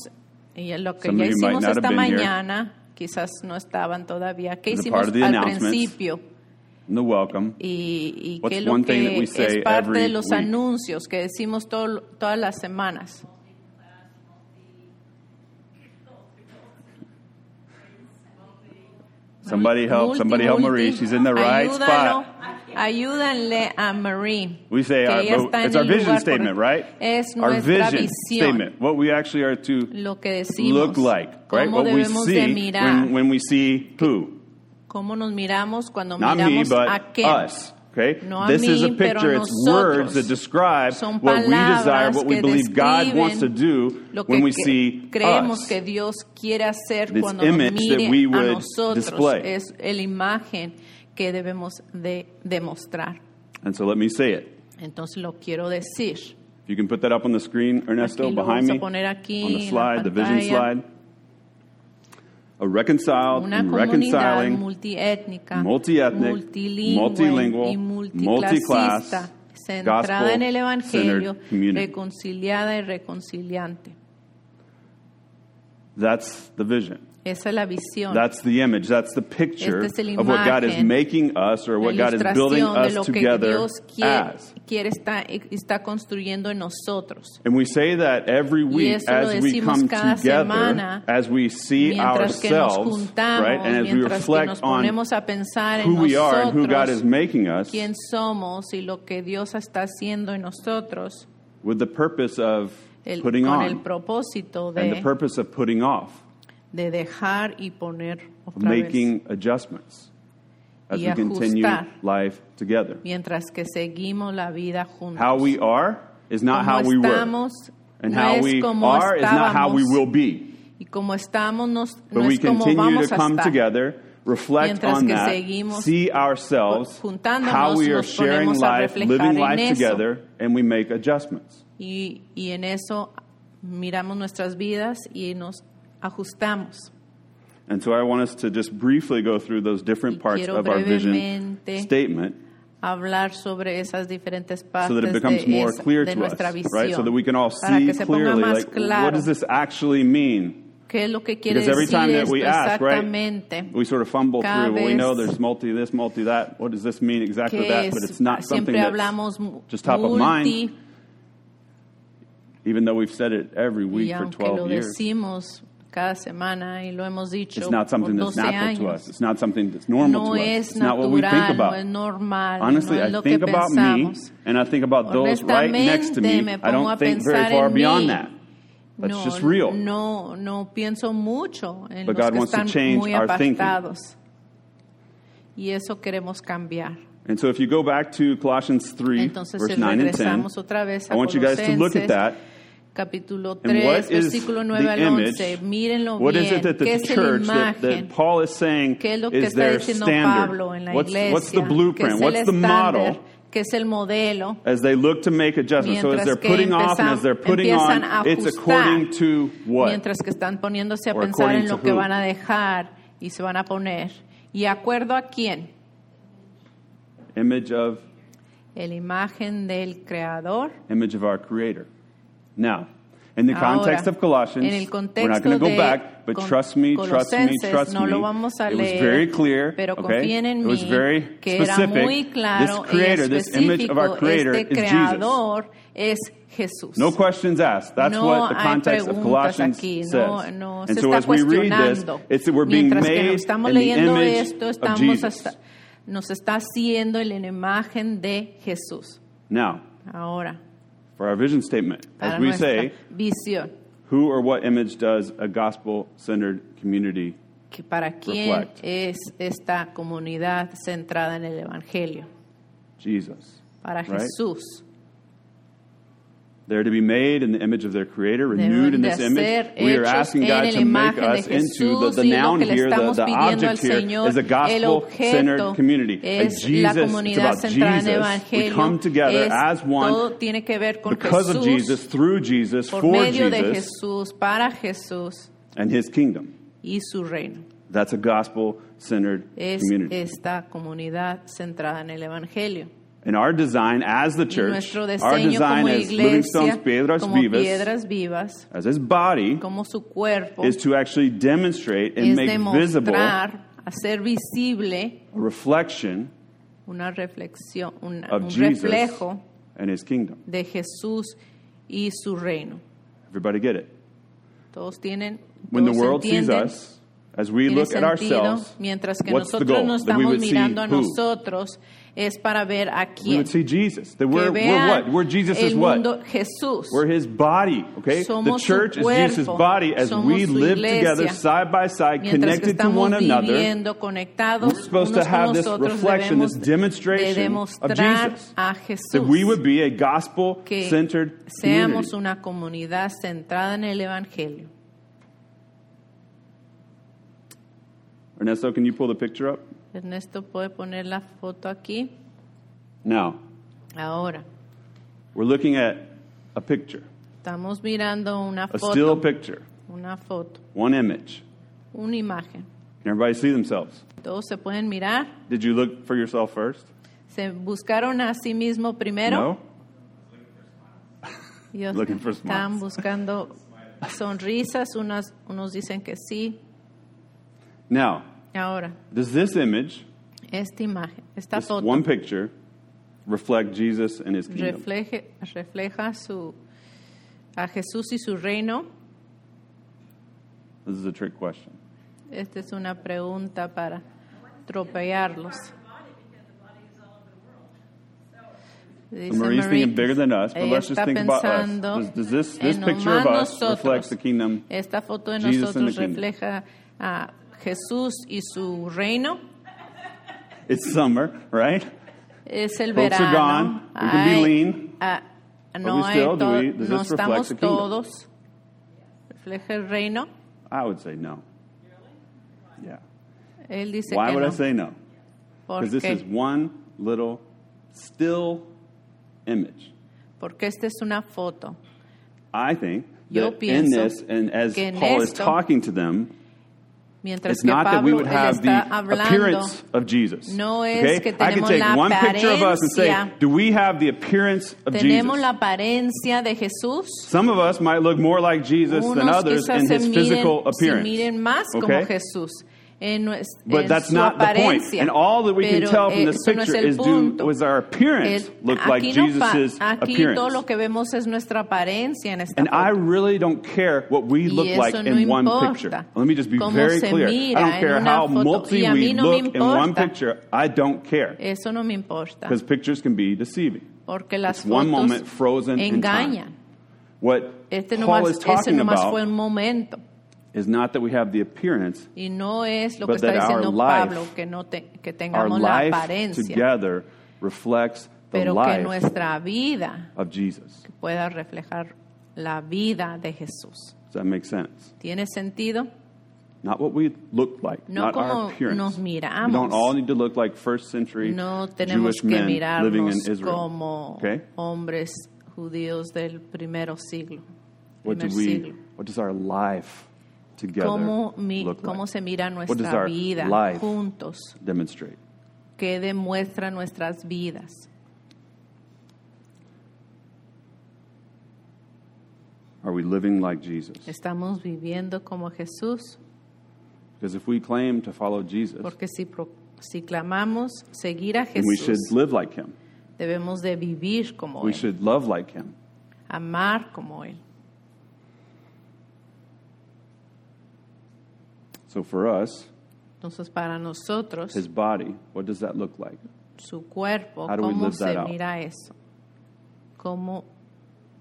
Speaker 2: y lo que
Speaker 1: Some
Speaker 2: ya
Speaker 1: of you might
Speaker 2: hicimos
Speaker 1: not have
Speaker 2: esta
Speaker 1: been here.
Speaker 2: mañana, quizás no estaban todavía. ¿Qué
Speaker 1: As a
Speaker 2: hicimos
Speaker 1: part of the
Speaker 2: al
Speaker 1: announcements.
Speaker 2: principio?
Speaker 1: And the welcome.
Speaker 2: Y, y
Speaker 1: What's
Speaker 2: qué es lo
Speaker 1: one thing that
Speaker 2: que
Speaker 1: we
Speaker 2: es
Speaker 1: say
Speaker 2: parte de
Speaker 1: every
Speaker 2: los
Speaker 1: week?
Speaker 2: anuncios que decimos todo- todas las semanas.
Speaker 1: Somebody help.
Speaker 2: Multi,
Speaker 1: Somebody help
Speaker 2: multi.
Speaker 1: Marie. She's in the right
Speaker 2: Ayúdalo,
Speaker 1: spot.
Speaker 2: Ayúdenle a Marie.
Speaker 1: We say
Speaker 2: que
Speaker 1: our,
Speaker 2: ella
Speaker 1: but
Speaker 2: está en
Speaker 1: it's our
Speaker 2: el
Speaker 1: vision
Speaker 2: lugar
Speaker 1: statement,
Speaker 2: correcto.
Speaker 1: right?
Speaker 2: Es
Speaker 1: our
Speaker 2: nuestra
Speaker 1: vision
Speaker 2: visión.
Speaker 1: statement. What we actually are to
Speaker 2: Lo que decimos.
Speaker 1: look like, right?
Speaker 2: Cómo
Speaker 1: What we
Speaker 2: debemos de
Speaker 1: see
Speaker 2: mirar.
Speaker 1: when, when we see who?
Speaker 2: Cómo nos miramos cuando
Speaker 1: Not me,
Speaker 2: miramos a
Speaker 1: but
Speaker 2: qué.
Speaker 1: us. Okay?
Speaker 2: No a
Speaker 1: this is a
Speaker 2: mí, pero
Speaker 1: picture. It's
Speaker 2: nosotros.
Speaker 1: words that describe
Speaker 2: Son
Speaker 1: what we desire,
Speaker 2: palabras
Speaker 1: what we
Speaker 2: que
Speaker 1: believe God wants to
Speaker 2: describen
Speaker 1: do
Speaker 2: Lo que
Speaker 1: when we
Speaker 2: cre-
Speaker 1: see
Speaker 2: creemos
Speaker 1: us.
Speaker 2: que Dios quiere hacer
Speaker 1: This
Speaker 2: cuando nos
Speaker 1: image that
Speaker 2: mire
Speaker 1: we
Speaker 2: a
Speaker 1: would
Speaker 2: nosotros
Speaker 1: display.
Speaker 2: es la imagen que debemos de demostrar.
Speaker 1: And so let me say it.
Speaker 2: Entonces lo quiero decir.
Speaker 1: If you can put that up on the screen, Ernesto,
Speaker 2: Aquí lo
Speaker 1: behind
Speaker 2: vamos a
Speaker 1: me,
Speaker 2: poner aquí
Speaker 1: on the
Speaker 2: en la
Speaker 1: slide, the vision
Speaker 2: pantalla.
Speaker 1: slide. A reconciled
Speaker 2: Una
Speaker 1: and
Speaker 2: comunidad
Speaker 1: reconciling
Speaker 2: multietnica,
Speaker 1: multi-ethnic,
Speaker 2: multilingüe y
Speaker 1: multilingual,
Speaker 2: multiclasista,
Speaker 1: multiclass,
Speaker 2: centrada en el Evangelio,
Speaker 1: gospel-centered community.
Speaker 2: reconciliada y reconciliante.
Speaker 1: That's the vision.
Speaker 2: Esa es la visión.
Speaker 1: That's the image. That's the picture
Speaker 2: Esta es la
Speaker 1: of what God is
Speaker 2: imagen,
Speaker 1: making us or what
Speaker 2: la
Speaker 1: God is building
Speaker 2: ilustración de
Speaker 1: us
Speaker 2: lo que
Speaker 1: together
Speaker 2: Dios quiere,
Speaker 1: as.
Speaker 2: quiere está, está construyendo en nosotros.
Speaker 1: And we say that every week
Speaker 2: eso lo
Speaker 1: as we
Speaker 2: decimos
Speaker 1: come
Speaker 2: cada
Speaker 1: together,
Speaker 2: semana,
Speaker 1: as we see
Speaker 2: Mientras que nos
Speaker 1: ourselves,
Speaker 2: juntamos,
Speaker 1: right, and as we
Speaker 2: mientras que
Speaker 1: reflect
Speaker 2: nos
Speaker 1: on
Speaker 2: ponemos a pensar en
Speaker 1: who we are and who God
Speaker 2: nosotros,
Speaker 1: is making us,
Speaker 2: quién somos y lo que Dios está haciendo en nosotros,
Speaker 1: with the purpose of
Speaker 2: el-
Speaker 1: putting
Speaker 2: con el
Speaker 1: on
Speaker 2: propósito
Speaker 1: and the
Speaker 2: de,
Speaker 1: purpose of putting off,
Speaker 2: de dejar y poner
Speaker 1: of
Speaker 2: otra vez.
Speaker 1: making adjustments as
Speaker 2: Y
Speaker 1: we continue
Speaker 2: ajustar.
Speaker 1: life together.
Speaker 2: Mientras que seguimos la vida juntos.
Speaker 1: How we are is not
Speaker 2: Como
Speaker 1: how we were,
Speaker 2: estamos,
Speaker 1: and
Speaker 2: no
Speaker 1: how
Speaker 2: es
Speaker 1: we
Speaker 2: como
Speaker 1: are is not how we
Speaker 2: estábamos.
Speaker 1: will be.
Speaker 2: Y como estamos, nos,
Speaker 1: But
Speaker 2: no
Speaker 1: we
Speaker 2: es como
Speaker 1: continue
Speaker 2: vamos
Speaker 1: to come
Speaker 2: a estar.
Speaker 1: together, reflect
Speaker 2: Mientras
Speaker 1: on
Speaker 2: que
Speaker 1: that,
Speaker 2: seguimos
Speaker 1: see ourselves,
Speaker 2: juntándonos,
Speaker 1: how we are
Speaker 2: nos
Speaker 1: sharing
Speaker 2: ponemos a
Speaker 1: life,
Speaker 2: reflejar
Speaker 1: living
Speaker 2: en
Speaker 1: life
Speaker 2: eso.
Speaker 1: together, and we make adjustments.
Speaker 2: Y, y en eso miramos nuestras vidas y nos ajustamos.
Speaker 1: And so I want us to just briefly go through those different
Speaker 2: Y
Speaker 1: parts
Speaker 2: quiero
Speaker 1: of our vision
Speaker 2: brevemente
Speaker 1: statement
Speaker 2: Hablar sobre esas diferentes
Speaker 1: so
Speaker 2: partes
Speaker 1: that it becomes
Speaker 2: de,
Speaker 1: more
Speaker 2: esa-
Speaker 1: clear
Speaker 2: de
Speaker 1: to us,
Speaker 2: nuestra visión.
Speaker 1: right? So that we can all
Speaker 2: para
Speaker 1: see
Speaker 2: que se ponga
Speaker 1: clearly,
Speaker 2: más
Speaker 1: like, what
Speaker 2: claro
Speaker 1: does this actually mean?
Speaker 2: qué es lo que quiere
Speaker 1: Because every
Speaker 2: decir
Speaker 1: time that
Speaker 2: esto
Speaker 1: we ask, right,
Speaker 2: exactamente.
Speaker 1: we sort of fumble
Speaker 2: Cada
Speaker 1: through. Well, we
Speaker 2: vez-
Speaker 1: know there's multi this, multi that. What does this mean exactly
Speaker 2: que
Speaker 1: that?
Speaker 2: es,
Speaker 1: But it's not something
Speaker 2: siempre
Speaker 1: that,
Speaker 2: hablamos mu-
Speaker 1: just top of mind
Speaker 2: multi,
Speaker 1: even though we've said it every
Speaker 2: y
Speaker 1: week for
Speaker 2: aunque lo
Speaker 1: 12 years,
Speaker 2: decimos cada semana y lo hemos dicho
Speaker 1: it's not
Speaker 2: por
Speaker 1: something that's
Speaker 2: 12
Speaker 1: natural to us.
Speaker 2: años,
Speaker 1: It's not something that's normal
Speaker 2: no
Speaker 1: to us.
Speaker 2: es
Speaker 1: It's not what we think
Speaker 2: natural, no
Speaker 1: about.
Speaker 2: es normal,
Speaker 1: Honestly,
Speaker 2: no es
Speaker 1: I
Speaker 2: lo
Speaker 1: think
Speaker 2: que
Speaker 1: about me
Speaker 2: pensamos.
Speaker 1: and I think about those right next to me.
Speaker 2: Honestamente, me
Speaker 1: I
Speaker 2: pongo a
Speaker 1: don't think very
Speaker 2: pensar
Speaker 1: far
Speaker 2: en
Speaker 1: beyond
Speaker 2: mí.
Speaker 1: that. That's
Speaker 2: no,
Speaker 1: just real.
Speaker 2: No, no pienso mucho en
Speaker 1: But
Speaker 2: los
Speaker 1: God
Speaker 2: que
Speaker 1: wants to
Speaker 2: están
Speaker 1: change
Speaker 2: muy
Speaker 1: our thinking.
Speaker 2: apartados. Y eso queremos cambiar.
Speaker 1: And so if you go back to Colossians 3,
Speaker 2: Entonces,
Speaker 1: verse
Speaker 2: si
Speaker 1: 9 and 10,
Speaker 2: regresamos otra vez
Speaker 1: I
Speaker 2: a
Speaker 1: want you guys to look at
Speaker 2: Colosenses,
Speaker 1: that.
Speaker 2: capítulo
Speaker 1: And
Speaker 2: 3,
Speaker 1: what is
Speaker 2: versículo 9
Speaker 1: the
Speaker 2: al
Speaker 1: image?
Speaker 2: 11. Mírenlo
Speaker 1: What
Speaker 2: bien.
Speaker 1: is it that
Speaker 2: ¿Qué
Speaker 1: the
Speaker 2: es la
Speaker 1: church, that,
Speaker 2: imagen?
Speaker 1: that Paul is saying
Speaker 2: ¿Qué es lo que
Speaker 1: is
Speaker 2: está
Speaker 1: their
Speaker 2: diciendo
Speaker 1: standard?
Speaker 2: Pablo en la
Speaker 1: What's,
Speaker 2: iglesia?
Speaker 1: what's the
Speaker 2: ¿Qué
Speaker 1: blueprint?
Speaker 2: es el
Speaker 1: What's the
Speaker 2: estándar?
Speaker 1: model
Speaker 2: que es el modelo,
Speaker 1: as they look to make adjustments. So as
Speaker 2: Mientras
Speaker 1: they're
Speaker 2: que
Speaker 1: putting off and
Speaker 2: empezam-
Speaker 1: as they're putting on,
Speaker 2: empiezan a
Speaker 1: it's
Speaker 2: ajustar.
Speaker 1: according to what?
Speaker 2: mientras que están poniéndose a
Speaker 1: Or
Speaker 2: pensar
Speaker 1: according
Speaker 2: en
Speaker 1: to
Speaker 2: lo que
Speaker 1: who?
Speaker 2: van a dejar y se van a poner. ¿Y acuerdo a quién?
Speaker 1: Image of
Speaker 2: El imagen del Creador.
Speaker 1: image of our Creator. Now, in the context
Speaker 2: Ahora,
Speaker 1: of Colossians,
Speaker 2: en el
Speaker 1: we're not going
Speaker 2: contexto
Speaker 1: to go
Speaker 2: de
Speaker 1: back, but
Speaker 2: Col-
Speaker 1: trust me, trust me,
Speaker 2: Colosenses,
Speaker 1: trust
Speaker 2: no
Speaker 1: me.
Speaker 2: lo vamos a
Speaker 1: it was
Speaker 2: leer,
Speaker 1: very clear.
Speaker 2: pero
Speaker 1: okay?
Speaker 2: confíen en
Speaker 1: it was
Speaker 2: mí,
Speaker 1: very
Speaker 2: que era
Speaker 1: specific.
Speaker 2: muy
Speaker 1: this
Speaker 2: claro y
Speaker 1: Creator, this image of our
Speaker 2: específico,
Speaker 1: Creator
Speaker 2: este
Speaker 1: is Jesus.
Speaker 2: Creador es Jesús.
Speaker 1: No questions asked. That's
Speaker 2: No
Speaker 1: what the
Speaker 2: hay
Speaker 1: context of
Speaker 2: preguntas
Speaker 1: Colossians
Speaker 2: aquí,
Speaker 1: says.
Speaker 2: no- no
Speaker 1: and
Speaker 2: se
Speaker 1: so
Speaker 2: está
Speaker 1: as we read this,
Speaker 2: cuestionando.
Speaker 1: it's that we're being
Speaker 2: Mientras que
Speaker 1: made
Speaker 2: nos estamos
Speaker 1: in the
Speaker 2: leyendo
Speaker 1: image
Speaker 2: esto,
Speaker 1: of
Speaker 2: estamos
Speaker 1: Jesus.
Speaker 2: hasta- nos está haciendo en la imagen de Jesús.
Speaker 1: Now,
Speaker 2: Ahora,
Speaker 1: for our vision statement,
Speaker 2: para
Speaker 1: as we
Speaker 2: nuestra
Speaker 1: say,
Speaker 2: visión,
Speaker 1: who or what image does a gospel-centered community
Speaker 2: que para quién
Speaker 1: Reflect.
Speaker 2: es esta comunidad centrada en el Evangelio,
Speaker 1: Jesus?
Speaker 2: para
Speaker 1: Right.
Speaker 2: Jesús.
Speaker 1: They're to be made in the image of their Creator, renewed in
Speaker 2: Deben de
Speaker 1: this image.
Speaker 2: ser
Speaker 1: We are
Speaker 2: hechos
Speaker 1: asking
Speaker 2: en
Speaker 1: God
Speaker 2: la
Speaker 1: to make
Speaker 2: imagen de
Speaker 1: us into the,
Speaker 2: Jesús
Speaker 1: the
Speaker 2: y lo
Speaker 1: noun
Speaker 2: que le
Speaker 1: here, the,
Speaker 2: estamos
Speaker 1: the
Speaker 2: pidiendo al
Speaker 1: object here
Speaker 2: Señor,
Speaker 1: is a
Speaker 2: el
Speaker 1: gospel-centered
Speaker 2: objeto
Speaker 1: community. A
Speaker 2: es la
Speaker 1: Jesus, it's
Speaker 2: comunidad
Speaker 1: about
Speaker 2: centrada en el
Speaker 1: Jesus. We
Speaker 2: Evangelio,
Speaker 1: come together
Speaker 2: es-
Speaker 1: as
Speaker 2: todo
Speaker 1: one
Speaker 2: tiene que ver con
Speaker 1: because
Speaker 2: Jesús,
Speaker 1: of Jesus, through Jesus,
Speaker 2: por
Speaker 1: for
Speaker 2: medio de
Speaker 1: Jesus,
Speaker 2: Jesús, para Jesús
Speaker 1: and His kingdom.
Speaker 2: y su reino.
Speaker 1: That's a gospel-centered
Speaker 2: Es
Speaker 1: community.
Speaker 2: esta comunidad centrada en el Evangelio.
Speaker 1: And our design as the
Speaker 2: Y
Speaker 1: church,
Speaker 2: nuestro
Speaker 1: our
Speaker 2: diseño
Speaker 1: design
Speaker 2: como
Speaker 1: as living stones,
Speaker 2: iglesia,
Speaker 1: piedras
Speaker 2: como
Speaker 1: vivas,
Speaker 2: piedras vivas,
Speaker 1: as His body,
Speaker 2: como su cuerpo,
Speaker 1: is to actually demonstrate and
Speaker 2: es
Speaker 1: make visible a
Speaker 2: demostrar, hacer visible
Speaker 1: reflection
Speaker 2: una reflexión, una-
Speaker 1: of
Speaker 2: un
Speaker 1: Jesus
Speaker 2: reflejo
Speaker 1: and His kingdom.
Speaker 2: de Jesús y su reino.
Speaker 1: Everybody get it?
Speaker 2: Todos tienen,
Speaker 1: When the
Speaker 2: todos
Speaker 1: world sees
Speaker 2: entienden,
Speaker 1: us, as we
Speaker 2: tiene
Speaker 1: look at
Speaker 2: sentido,
Speaker 1: ourselves,
Speaker 2: mientras que
Speaker 1: what's the
Speaker 2: nosotros
Speaker 1: goal?
Speaker 2: nos
Speaker 1: That we
Speaker 2: estamos
Speaker 1: would see
Speaker 2: mirando a
Speaker 1: who?
Speaker 2: nosotros es para ver a
Speaker 1: We
Speaker 2: quién.
Speaker 1: would see Jesus. That
Speaker 2: Que
Speaker 1: we're, we're
Speaker 2: vean
Speaker 1: what? We're Jesus
Speaker 2: el
Speaker 1: is what?
Speaker 2: mundo Jesús.
Speaker 1: We're His body, okay? The
Speaker 2: Somos su
Speaker 1: church is Jesus'
Speaker 2: cuerpo.
Speaker 1: body as
Speaker 2: Somos
Speaker 1: we
Speaker 2: su
Speaker 1: live together
Speaker 2: iglesia.
Speaker 1: side by side,
Speaker 2: Mientras que
Speaker 1: connected to one
Speaker 2: estamos
Speaker 1: another.
Speaker 2: viviendo
Speaker 1: We're
Speaker 2: conectados
Speaker 1: supposed to
Speaker 2: unos
Speaker 1: have
Speaker 2: con
Speaker 1: this
Speaker 2: nosotros
Speaker 1: reflection, this
Speaker 2: debemos de
Speaker 1: demonstration of
Speaker 2: demostrar
Speaker 1: Jesus.
Speaker 2: a
Speaker 1: That we would
Speaker 2: Jesús
Speaker 1: be a
Speaker 2: que
Speaker 1: gospel-centered
Speaker 2: seamos
Speaker 1: community.
Speaker 2: una comunidad centrada en el Evangelio.
Speaker 1: Ernesto, can you pull the picture up?
Speaker 2: Ernesto puede poner la foto aquí.
Speaker 1: Now,
Speaker 2: Ahora,
Speaker 1: we're looking at a picture,
Speaker 2: estamos mirando una
Speaker 1: a still
Speaker 2: foto,
Speaker 1: picture,
Speaker 2: una foto,
Speaker 1: one image.
Speaker 2: una imagen.
Speaker 1: Can everybody see themselves?
Speaker 2: Todos se pueden mirar.
Speaker 1: Did you look for yourself first?
Speaker 2: Se buscaron a sí mismo primero.
Speaker 1: no?
Speaker 2: y otros
Speaker 1: Looking for
Speaker 2: Están
Speaker 1: smiles.
Speaker 2: buscando sonrisas, unas, unos dicen que sí.
Speaker 1: Now,
Speaker 2: Ahora,
Speaker 1: does this image,
Speaker 2: esta imagen, esta
Speaker 1: this
Speaker 2: foto,
Speaker 1: one picture, reflect Jesus and his kingdom?
Speaker 2: refleje, refleja su, a Jesús y su reino.
Speaker 1: This is a trick question.
Speaker 2: Esta es una pregunta para atropellarlos. Dice
Speaker 1: So Marie's thinking bigger than us, but
Speaker 2: ella
Speaker 1: let's just
Speaker 2: está
Speaker 1: think about us.
Speaker 2: pensando
Speaker 1: Does, does this, this
Speaker 2: en
Speaker 1: picture of
Speaker 2: nomás
Speaker 1: us reflect the kingdom?
Speaker 2: Esta foto de
Speaker 1: Jesus and
Speaker 2: nosotros
Speaker 1: the kingdom?
Speaker 2: refleja a Jesús y su reino.
Speaker 1: It's summer, right?
Speaker 2: Es el
Speaker 1: Folks are
Speaker 2: verano.
Speaker 1: gone. We can be
Speaker 2: Hay-
Speaker 1: lean.
Speaker 2: ah, no,
Speaker 1: we
Speaker 2: hay
Speaker 1: still do
Speaker 2: to-
Speaker 1: we- does
Speaker 2: no
Speaker 1: this reflect the
Speaker 2: estamos
Speaker 1: kingdom?
Speaker 2: todos. Refleja el reino.
Speaker 1: I would say no. Yeah.
Speaker 2: Él dice
Speaker 1: Why
Speaker 2: que
Speaker 1: would
Speaker 2: no.
Speaker 1: I say no? Because this is
Speaker 2: porque,
Speaker 1: one little still image.
Speaker 2: porque esta es una foto.
Speaker 1: I think
Speaker 2: Yo
Speaker 1: that in
Speaker 2: pienso
Speaker 1: this, and as
Speaker 2: que en
Speaker 1: Paul is
Speaker 2: esto-
Speaker 1: talking to them,
Speaker 2: Mientras
Speaker 1: It's
Speaker 2: que
Speaker 1: not that we
Speaker 2: Pablo
Speaker 1: would
Speaker 2: él
Speaker 1: have
Speaker 2: está
Speaker 1: the
Speaker 2: hablando,
Speaker 1: appearance of Jesus.
Speaker 2: No es
Speaker 1: okay?
Speaker 2: que
Speaker 1: I can
Speaker 2: tenemos
Speaker 1: take
Speaker 2: la
Speaker 1: one picture of us and say,
Speaker 2: apariencia.
Speaker 1: do we have the appearance of
Speaker 2: tenemos
Speaker 1: Jesus?
Speaker 2: la apariencia de Jesús.
Speaker 1: Some of us might look more like Jesus than
Speaker 2: Unos
Speaker 1: others
Speaker 2: quizás
Speaker 1: in
Speaker 2: se
Speaker 1: his physical
Speaker 2: miren, se
Speaker 1: appearance.
Speaker 2: miren más
Speaker 1: okay?
Speaker 2: como Jesús. En, nues-
Speaker 1: But
Speaker 2: en
Speaker 1: that's
Speaker 2: su
Speaker 1: not the point.
Speaker 2: apariencia.
Speaker 1: And all that we can
Speaker 2: Pero,
Speaker 1: tell from
Speaker 2: eh,
Speaker 1: this
Speaker 2: eso no es
Speaker 1: picture
Speaker 2: el
Speaker 1: is do
Speaker 2: punto.
Speaker 1: was our appearance
Speaker 2: El-
Speaker 1: look like
Speaker 2: aquí no pa-
Speaker 1: Jesus'
Speaker 2: aquí todo
Speaker 1: appearance.
Speaker 2: lo que vemos es nuestra apariencia en esta
Speaker 1: And I
Speaker 2: foto.
Speaker 1: really don't care what we
Speaker 2: Y
Speaker 1: look
Speaker 2: eso
Speaker 1: like
Speaker 2: no
Speaker 1: in one
Speaker 2: importa.
Speaker 1: picture. Let me just be
Speaker 2: Cómo
Speaker 1: very
Speaker 2: se
Speaker 1: clear. I
Speaker 2: mira
Speaker 1: don't
Speaker 2: en
Speaker 1: care
Speaker 2: una
Speaker 1: how
Speaker 2: foto. Y
Speaker 1: multi
Speaker 2: a
Speaker 1: we
Speaker 2: mí no me
Speaker 1: look in one
Speaker 2: importa.
Speaker 1: picture. I don't care.
Speaker 2: Eso no me importa,
Speaker 1: Because pictures can be deceiving.
Speaker 2: porque las
Speaker 1: it's one moment
Speaker 2: fotos
Speaker 1: frozen in time.
Speaker 2: engañan.
Speaker 1: What
Speaker 2: Este
Speaker 1: Paul
Speaker 2: nomás,
Speaker 1: is
Speaker 2: ese
Speaker 1: talking
Speaker 2: nomás
Speaker 1: about
Speaker 2: fue un momento.
Speaker 1: is not that we have the appearance,
Speaker 2: Y no es lo que
Speaker 1: But
Speaker 2: está
Speaker 1: that our
Speaker 2: diciendo
Speaker 1: life-
Speaker 2: Pablo, que, no te- que
Speaker 1: our
Speaker 2: tengamos la
Speaker 1: life
Speaker 2: apariencia,
Speaker 1: together reflects the
Speaker 2: pero que
Speaker 1: life
Speaker 2: nuestra vida
Speaker 1: of Jesus.
Speaker 2: pueda reflejar la vida de Jesús.
Speaker 1: Does that make sense?
Speaker 2: ¿Tiene sentido?
Speaker 1: Not what we look like,
Speaker 2: No
Speaker 1: not
Speaker 2: como
Speaker 1: our appearance.
Speaker 2: nos miramos.
Speaker 1: We don't all need to look like first century
Speaker 2: No tenemos
Speaker 1: Jewish
Speaker 2: que
Speaker 1: men living in
Speaker 2: mirarnos
Speaker 1: Israel.
Speaker 2: como
Speaker 1: okay?
Speaker 2: hombres judíos del primero siglo.
Speaker 1: What do
Speaker 2: primer
Speaker 1: we
Speaker 2: siglo.
Speaker 1: what does our life together
Speaker 2: ¿Cómo, mi-
Speaker 1: look
Speaker 2: cómo
Speaker 1: like?
Speaker 2: se mira
Speaker 1: does
Speaker 2: nuestra
Speaker 1: our
Speaker 2: vida
Speaker 1: life-
Speaker 2: juntos?
Speaker 1: Demonstrate.
Speaker 2: ¿Qué demuestra nuestras vidas?
Speaker 1: Are we living like Jesus?
Speaker 2: ¿Estamos viviendo como Jesús?
Speaker 1: Because if we claim to follow Jesus,
Speaker 2: Porque si, pro- si clamamos seguir a
Speaker 1: then we should
Speaker 2: Jesús,
Speaker 1: live like him.
Speaker 2: debemos de vivir como
Speaker 1: We
Speaker 2: Él,
Speaker 1: should love like him.
Speaker 2: amar como Él.
Speaker 1: So for us,
Speaker 2: Entonces, para nosotros,
Speaker 1: his body, what does that look like?
Speaker 2: su cuerpo,
Speaker 1: How do we
Speaker 2: ¿cómo
Speaker 1: live that
Speaker 2: se
Speaker 1: out?
Speaker 2: mira eso? ¿Cómo,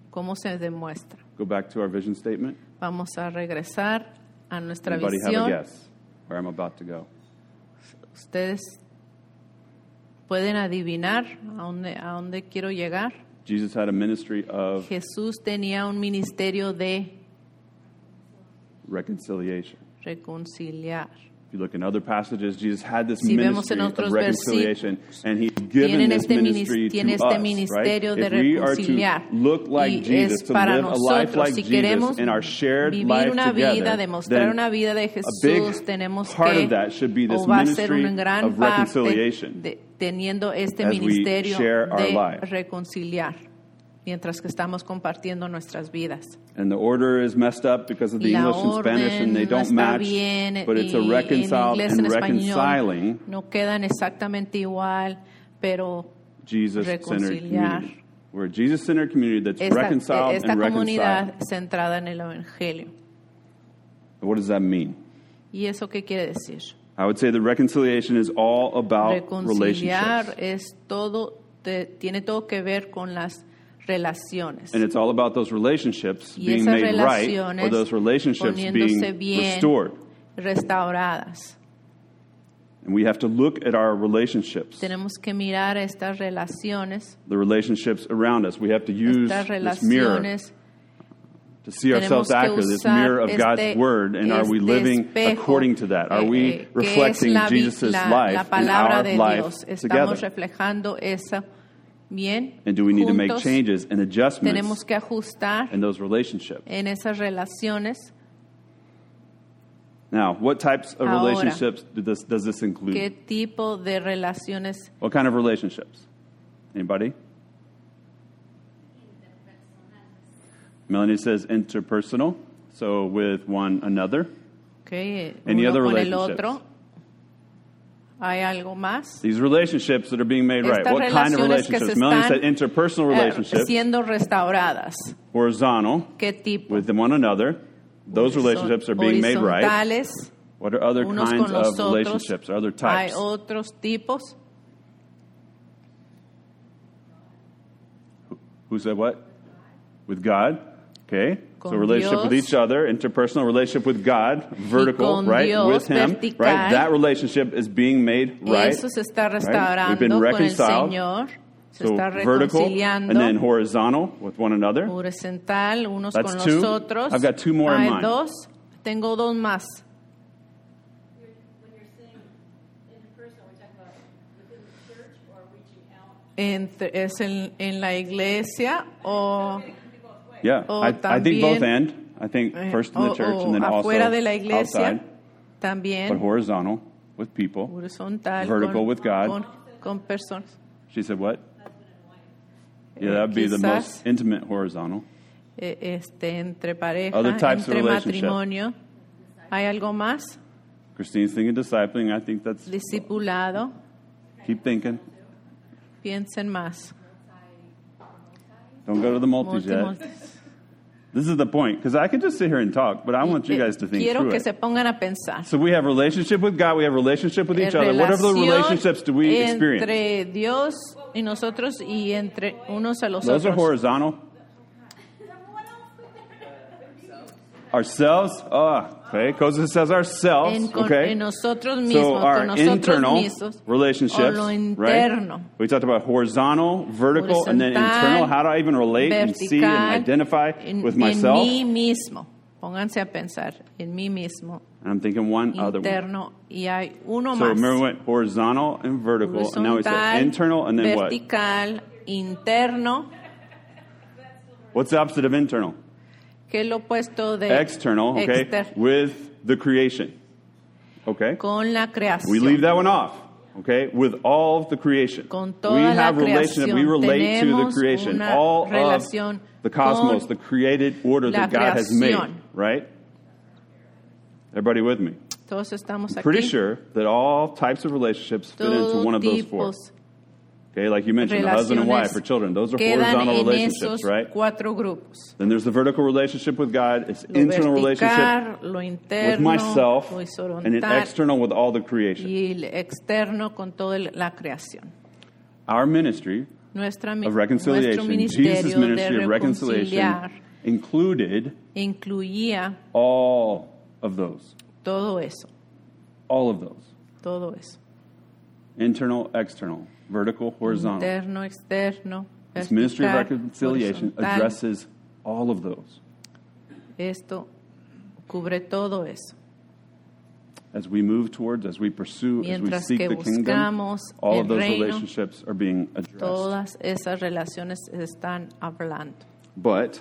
Speaker 2: ¿Cómo se demuestra?
Speaker 1: Go back to our vision statement.
Speaker 2: Vamos a regresar a nuestra
Speaker 1: Anybody have a
Speaker 2: visión.
Speaker 1: guess where I'm about to go?
Speaker 2: Ustedes pueden adivinar a dónde, a dónde quiero llegar.
Speaker 1: Jesus had a ministry of
Speaker 2: Jesús tenía un ministerio de
Speaker 1: reconciliation.
Speaker 2: reconciliar.
Speaker 1: If you look in other passages, Jesus had this
Speaker 2: Si vemos
Speaker 1: ministry
Speaker 2: en otros
Speaker 1: of reconciliation, and he's given
Speaker 2: Tienen
Speaker 1: this
Speaker 2: este minis-
Speaker 1: ministry
Speaker 2: tiene
Speaker 1: to
Speaker 2: este
Speaker 1: us,
Speaker 2: ministerio
Speaker 1: right?
Speaker 2: de
Speaker 1: If we are
Speaker 2: reconciliar.
Speaker 1: to look like
Speaker 2: y
Speaker 1: Jesus,
Speaker 2: es
Speaker 1: to
Speaker 2: para
Speaker 1: live a life
Speaker 2: nosotros,
Speaker 1: like
Speaker 2: si
Speaker 1: Jesus
Speaker 2: queremos
Speaker 1: in our shared
Speaker 2: vivir
Speaker 1: life
Speaker 2: una
Speaker 1: together,
Speaker 2: vida, demostrar
Speaker 1: then
Speaker 2: una vida de
Speaker 1: a big
Speaker 2: Jesús, tenemos
Speaker 1: part
Speaker 2: que,
Speaker 1: of that should be this
Speaker 2: o va a ser una
Speaker 1: ministry
Speaker 2: gran
Speaker 1: of
Speaker 2: parte
Speaker 1: reconciliation
Speaker 2: de- teniendo este
Speaker 1: as we
Speaker 2: ministerio
Speaker 1: share our
Speaker 2: de
Speaker 1: life.
Speaker 2: reconciliar mientras que estamos compartiendo nuestras vidas.
Speaker 1: And the order is messed up because of the
Speaker 2: Y la
Speaker 1: English and Spanish,
Speaker 2: orden
Speaker 1: and they
Speaker 2: no
Speaker 1: don't
Speaker 2: está
Speaker 1: match.
Speaker 2: bien,
Speaker 1: But it's a
Speaker 2: y
Speaker 1: reconciled
Speaker 2: en inglés,
Speaker 1: and
Speaker 2: en español,
Speaker 1: reconciling
Speaker 2: no quedan exactamente igual, pero
Speaker 1: Jesus-centered
Speaker 2: reconciliar.
Speaker 1: community. We're a Jesus-centered community that's
Speaker 2: esta,
Speaker 1: reconciled
Speaker 2: esta
Speaker 1: and reconciled.
Speaker 2: comunidad centrada en el Evangelio.
Speaker 1: What does that mean?
Speaker 2: ¿Y eso qué quiere decir?
Speaker 1: I would say the reconciliation is all about
Speaker 2: Reconciliar
Speaker 1: relationships.
Speaker 2: es todo, te- tiene todo que ver con las relaciones.
Speaker 1: And it's all about those relationships
Speaker 2: Y
Speaker 1: being
Speaker 2: esas
Speaker 1: made right
Speaker 2: relaciones
Speaker 1: or those relationships
Speaker 2: poniéndose
Speaker 1: being
Speaker 2: bien
Speaker 1: restored.
Speaker 2: restauradas.
Speaker 1: And we have to look at our relationships,
Speaker 2: Tenemos que mirar estas relaciones,
Speaker 1: the relationships around us. We have to use
Speaker 2: estas
Speaker 1: this mirror
Speaker 2: relaciones.
Speaker 1: to see ourselves
Speaker 2: tenemos que
Speaker 1: accurately, this
Speaker 2: usar
Speaker 1: mirror of God's
Speaker 2: este-
Speaker 1: Word, and are we
Speaker 2: este
Speaker 1: living
Speaker 2: espejo,
Speaker 1: according to that? Are
Speaker 2: eh,
Speaker 1: we
Speaker 2: eh, que es
Speaker 1: reflecting
Speaker 2: la vi-
Speaker 1: Jesus'
Speaker 2: la-
Speaker 1: life
Speaker 2: la
Speaker 1: in
Speaker 2: palabra
Speaker 1: our
Speaker 2: de
Speaker 1: life
Speaker 2: Dios. Estamos
Speaker 1: together?
Speaker 2: reflejando esa bien.
Speaker 1: And do we need to make
Speaker 2: juntos.
Speaker 1: changes and
Speaker 2: Tenemos
Speaker 1: adjustments
Speaker 2: que ajustar
Speaker 1: in those relationships?
Speaker 2: en esas relaciones.
Speaker 1: Now, what types of
Speaker 2: Ahora.
Speaker 1: relationships do this, does this include?
Speaker 2: ¿Qué tipo de relaciones?
Speaker 1: What kind of relationships? Anybody? Melanie says interpersonal, so with one another.
Speaker 2: ok, eh,
Speaker 1: Any
Speaker 2: uno
Speaker 1: other
Speaker 2: con el
Speaker 1: relationships?
Speaker 2: otro. ¿Hay algo más?
Speaker 1: These relationships that are being made right.
Speaker 2: Estas
Speaker 1: What kind of
Speaker 2: relaciones que
Speaker 1: relationships?
Speaker 2: se
Speaker 1: Melanie said
Speaker 2: están,
Speaker 1: interpersonal
Speaker 2: eh,
Speaker 1: relationships,
Speaker 2: siendo restauradas.
Speaker 1: horizontal
Speaker 2: ¿Qué tipo?
Speaker 1: with one another. Those relationships are being made right.
Speaker 2: Horizontales,
Speaker 1: What are other
Speaker 2: unos
Speaker 1: kinds
Speaker 2: con
Speaker 1: of
Speaker 2: los otros.
Speaker 1: relationships? Other
Speaker 2: Hay
Speaker 1: types?
Speaker 2: otros tipos.
Speaker 1: Who said what? With God. Okay. So
Speaker 2: Con
Speaker 1: relationship with
Speaker 2: Dios.
Speaker 1: each other, interpersonal relationship with God, vertical,
Speaker 2: con
Speaker 1: right?
Speaker 2: Dios,
Speaker 1: with Him,
Speaker 2: vertical.
Speaker 1: right? That relationship is being made right.
Speaker 2: Eso se está
Speaker 1: We've
Speaker 2: restaurando
Speaker 1: been
Speaker 2: con el
Speaker 1: reconciled.
Speaker 2: Señor. Se
Speaker 1: so
Speaker 2: está
Speaker 1: vertical and then
Speaker 2: reconciliando.
Speaker 1: horizontal with one another.
Speaker 2: Horizontal, unos
Speaker 1: That's
Speaker 2: con
Speaker 1: two.
Speaker 2: los otros.
Speaker 1: I've got two more in
Speaker 2: Hay
Speaker 1: mind.
Speaker 2: dos. Tengo dos más.
Speaker 3: when you're saying in person, we're talking about within the church or reaching out
Speaker 2: Entre- es en, en la iglesia o eh,
Speaker 1: Yeah.
Speaker 2: O
Speaker 1: I, I think both
Speaker 2: también-
Speaker 1: end. I think
Speaker 2: eh,
Speaker 1: first in the
Speaker 2: o-
Speaker 1: church
Speaker 2: o
Speaker 1: and then also
Speaker 2: afuera de la iglesia.
Speaker 1: outside, but
Speaker 2: También
Speaker 1: horizontal with people.
Speaker 2: horizontal
Speaker 1: vertical
Speaker 2: con,
Speaker 1: with God.
Speaker 2: con, con personas.
Speaker 1: She said what? Yeah,
Speaker 2: Eh,
Speaker 1: that would be the most
Speaker 2: quizás,
Speaker 1: intimate horizontal.
Speaker 2: eh, este, entre pareja,
Speaker 1: Other types of
Speaker 2: entre
Speaker 1: relationship.
Speaker 2: matrimonio. ¿Hay algo más?
Speaker 1: Christine's thinking discipling. I think that's
Speaker 2: Discipulado.
Speaker 1: keep thinking.
Speaker 2: Piensen más.
Speaker 1: Don't go to the multis
Speaker 2: Multi-
Speaker 1: yet.
Speaker 2: multi-
Speaker 1: This is the point because I can just sit here and talk, but I want you
Speaker 2: Eh,
Speaker 1: guys to think
Speaker 2: Quiero
Speaker 1: through
Speaker 2: que
Speaker 1: it.
Speaker 2: se pongan a pensar.
Speaker 1: So we have relationship with God, we have relationship with each
Speaker 2: Eh,
Speaker 1: other. What other
Speaker 2: relación
Speaker 1: relationships do we experience?
Speaker 2: Entre Dios y nosotros y entre unos a los
Speaker 1: Those are
Speaker 2: otros.
Speaker 1: horizontal. Ourselves, ah, okay. Koza says
Speaker 2: En,
Speaker 1: ourselves,
Speaker 2: con-
Speaker 1: okay.
Speaker 2: en nosotros mismos,
Speaker 1: So our
Speaker 2: con nosotros
Speaker 1: internal
Speaker 2: mismos.
Speaker 1: relationships,
Speaker 2: o lo
Speaker 1: right?
Speaker 2: interno.
Speaker 1: We talked about horizontal, vertical, and then
Speaker 2: Horizontal,
Speaker 1: internal. How do I even relate and see and
Speaker 2: vertical,
Speaker 1: identify
Speaker 2: en-
Speaker 1: with
Speaker 2: en
Speaker 1: myself?
Speaker 2: mí mismo. Pónganse a pensar en mí mismo,
Speaker 1: And I'm thinking one other one.
Speaker 2: interno, y hay uno
Speaker 1: Ah, So remember we
Speaker 2: más.
Speaker 1: went horizontal and vertical. And now we said
Speaker 2: Horizontal,
Speaker 1: internal and then what?
Speaker 2: vertical, interno,
Speaker 1: What's the opposite of internal?
Speaker 2: que es lo opuesto de
Speaker 1: External, okay?
Speaker 2: Eh, exter-
Speaker 1: With the creation. Okay?
Speaker 2: con la creación.
Speaker 1: We leave that one off. Okay? With all of the creation.
Speaker 2: con
Speaker 1: we
Speaker 2: toda la
Speaker 1: have relation.
Speaker 2: creación.
Speaker 1: We relate to the
Speaker 2: Tenemos
Speaker 1: creation.
Speaker 2: una
Speaker 1: All of
Speaker 2: relación
Speaker 1: the cosmos,
Speaker 2: con
Speaker 1: the created order
Speaker 2: la
Speaker 1: that God has made.
Speaker 2: creación.
Speaker 1: Right? Everybody with me?
Speaker 2: Todos estamos aquí.
Speaker 1: Pretty sure that all types of relationships fit into
Speaker 2: Todo
Speaker 1: one of those four.
Speaker 2: tipos
Speaker 1: Okay, like you mentioned, the husband and wife
Speaker 2: relaciones
Speaker 1: or children. Those are
Speaker 2: quedan
Speaker 1: horizontal
Speaker 2: en
Speaker 1: relationships,
Speaker 2: esos
Speaker 1: right?
Speaker 2: cuatro grupos.
Speaker 1: Then there's the vertical relationship with God, it's
Speaker 2: Lo
Speaker 1: internal relationship
Speaker 2: vertical, lo
Speaker 1: with
Speaker 2: interno,
Speaker 1: myself,
Speaker 2: lo
Speaker 1: and an
Speaker 2: horizontal
Speaker 1: external with all the creation.
Speaker 2: y el externo con toda el- la creación.
Speaker 1: Our ministry
Speaker 2: Nuestra, mi-
Speaker 1: of
Speaker 2: nuestro
Speaker 1: reconciliation, Jesus'
Speaker 2: ministerio de
Speaker 1: ministry of reconciliation,
Speaker 2: reconciliar
Speaker 1: included
Speaker 2: incluía
Speaker 1: all of those.
Speaker 2: todo eso,
Speaker 1: All of those.
Speaker 2: todo eso.
Speaker 1: Internal, external, vertical, horizontal.
Speaker 2: Interno, externo,
Speaker 1: This ministry of
Speaker 2: vertical,
Speaker 1: reconciliation
Speaker 2: horizontal.
Speaker 1: addresses all of those.
Speaker 2: Esto cubre todo eso.
Speaker 1: as we move towards, as we pursue, as we
Speaker 2: Mientras
Speaker 1: seek
Speaker 2: que
Speaker 1: the kingdom,
Speaker 2: buscamos
Speaker 1: all
Speaker 2: el
Speaker 1: of those
Speaker 2: reino,
Speaker 1: relationships are being addressed.
Speaker 2: Todas esas relaciones se están hablando,
Speaker 1: But,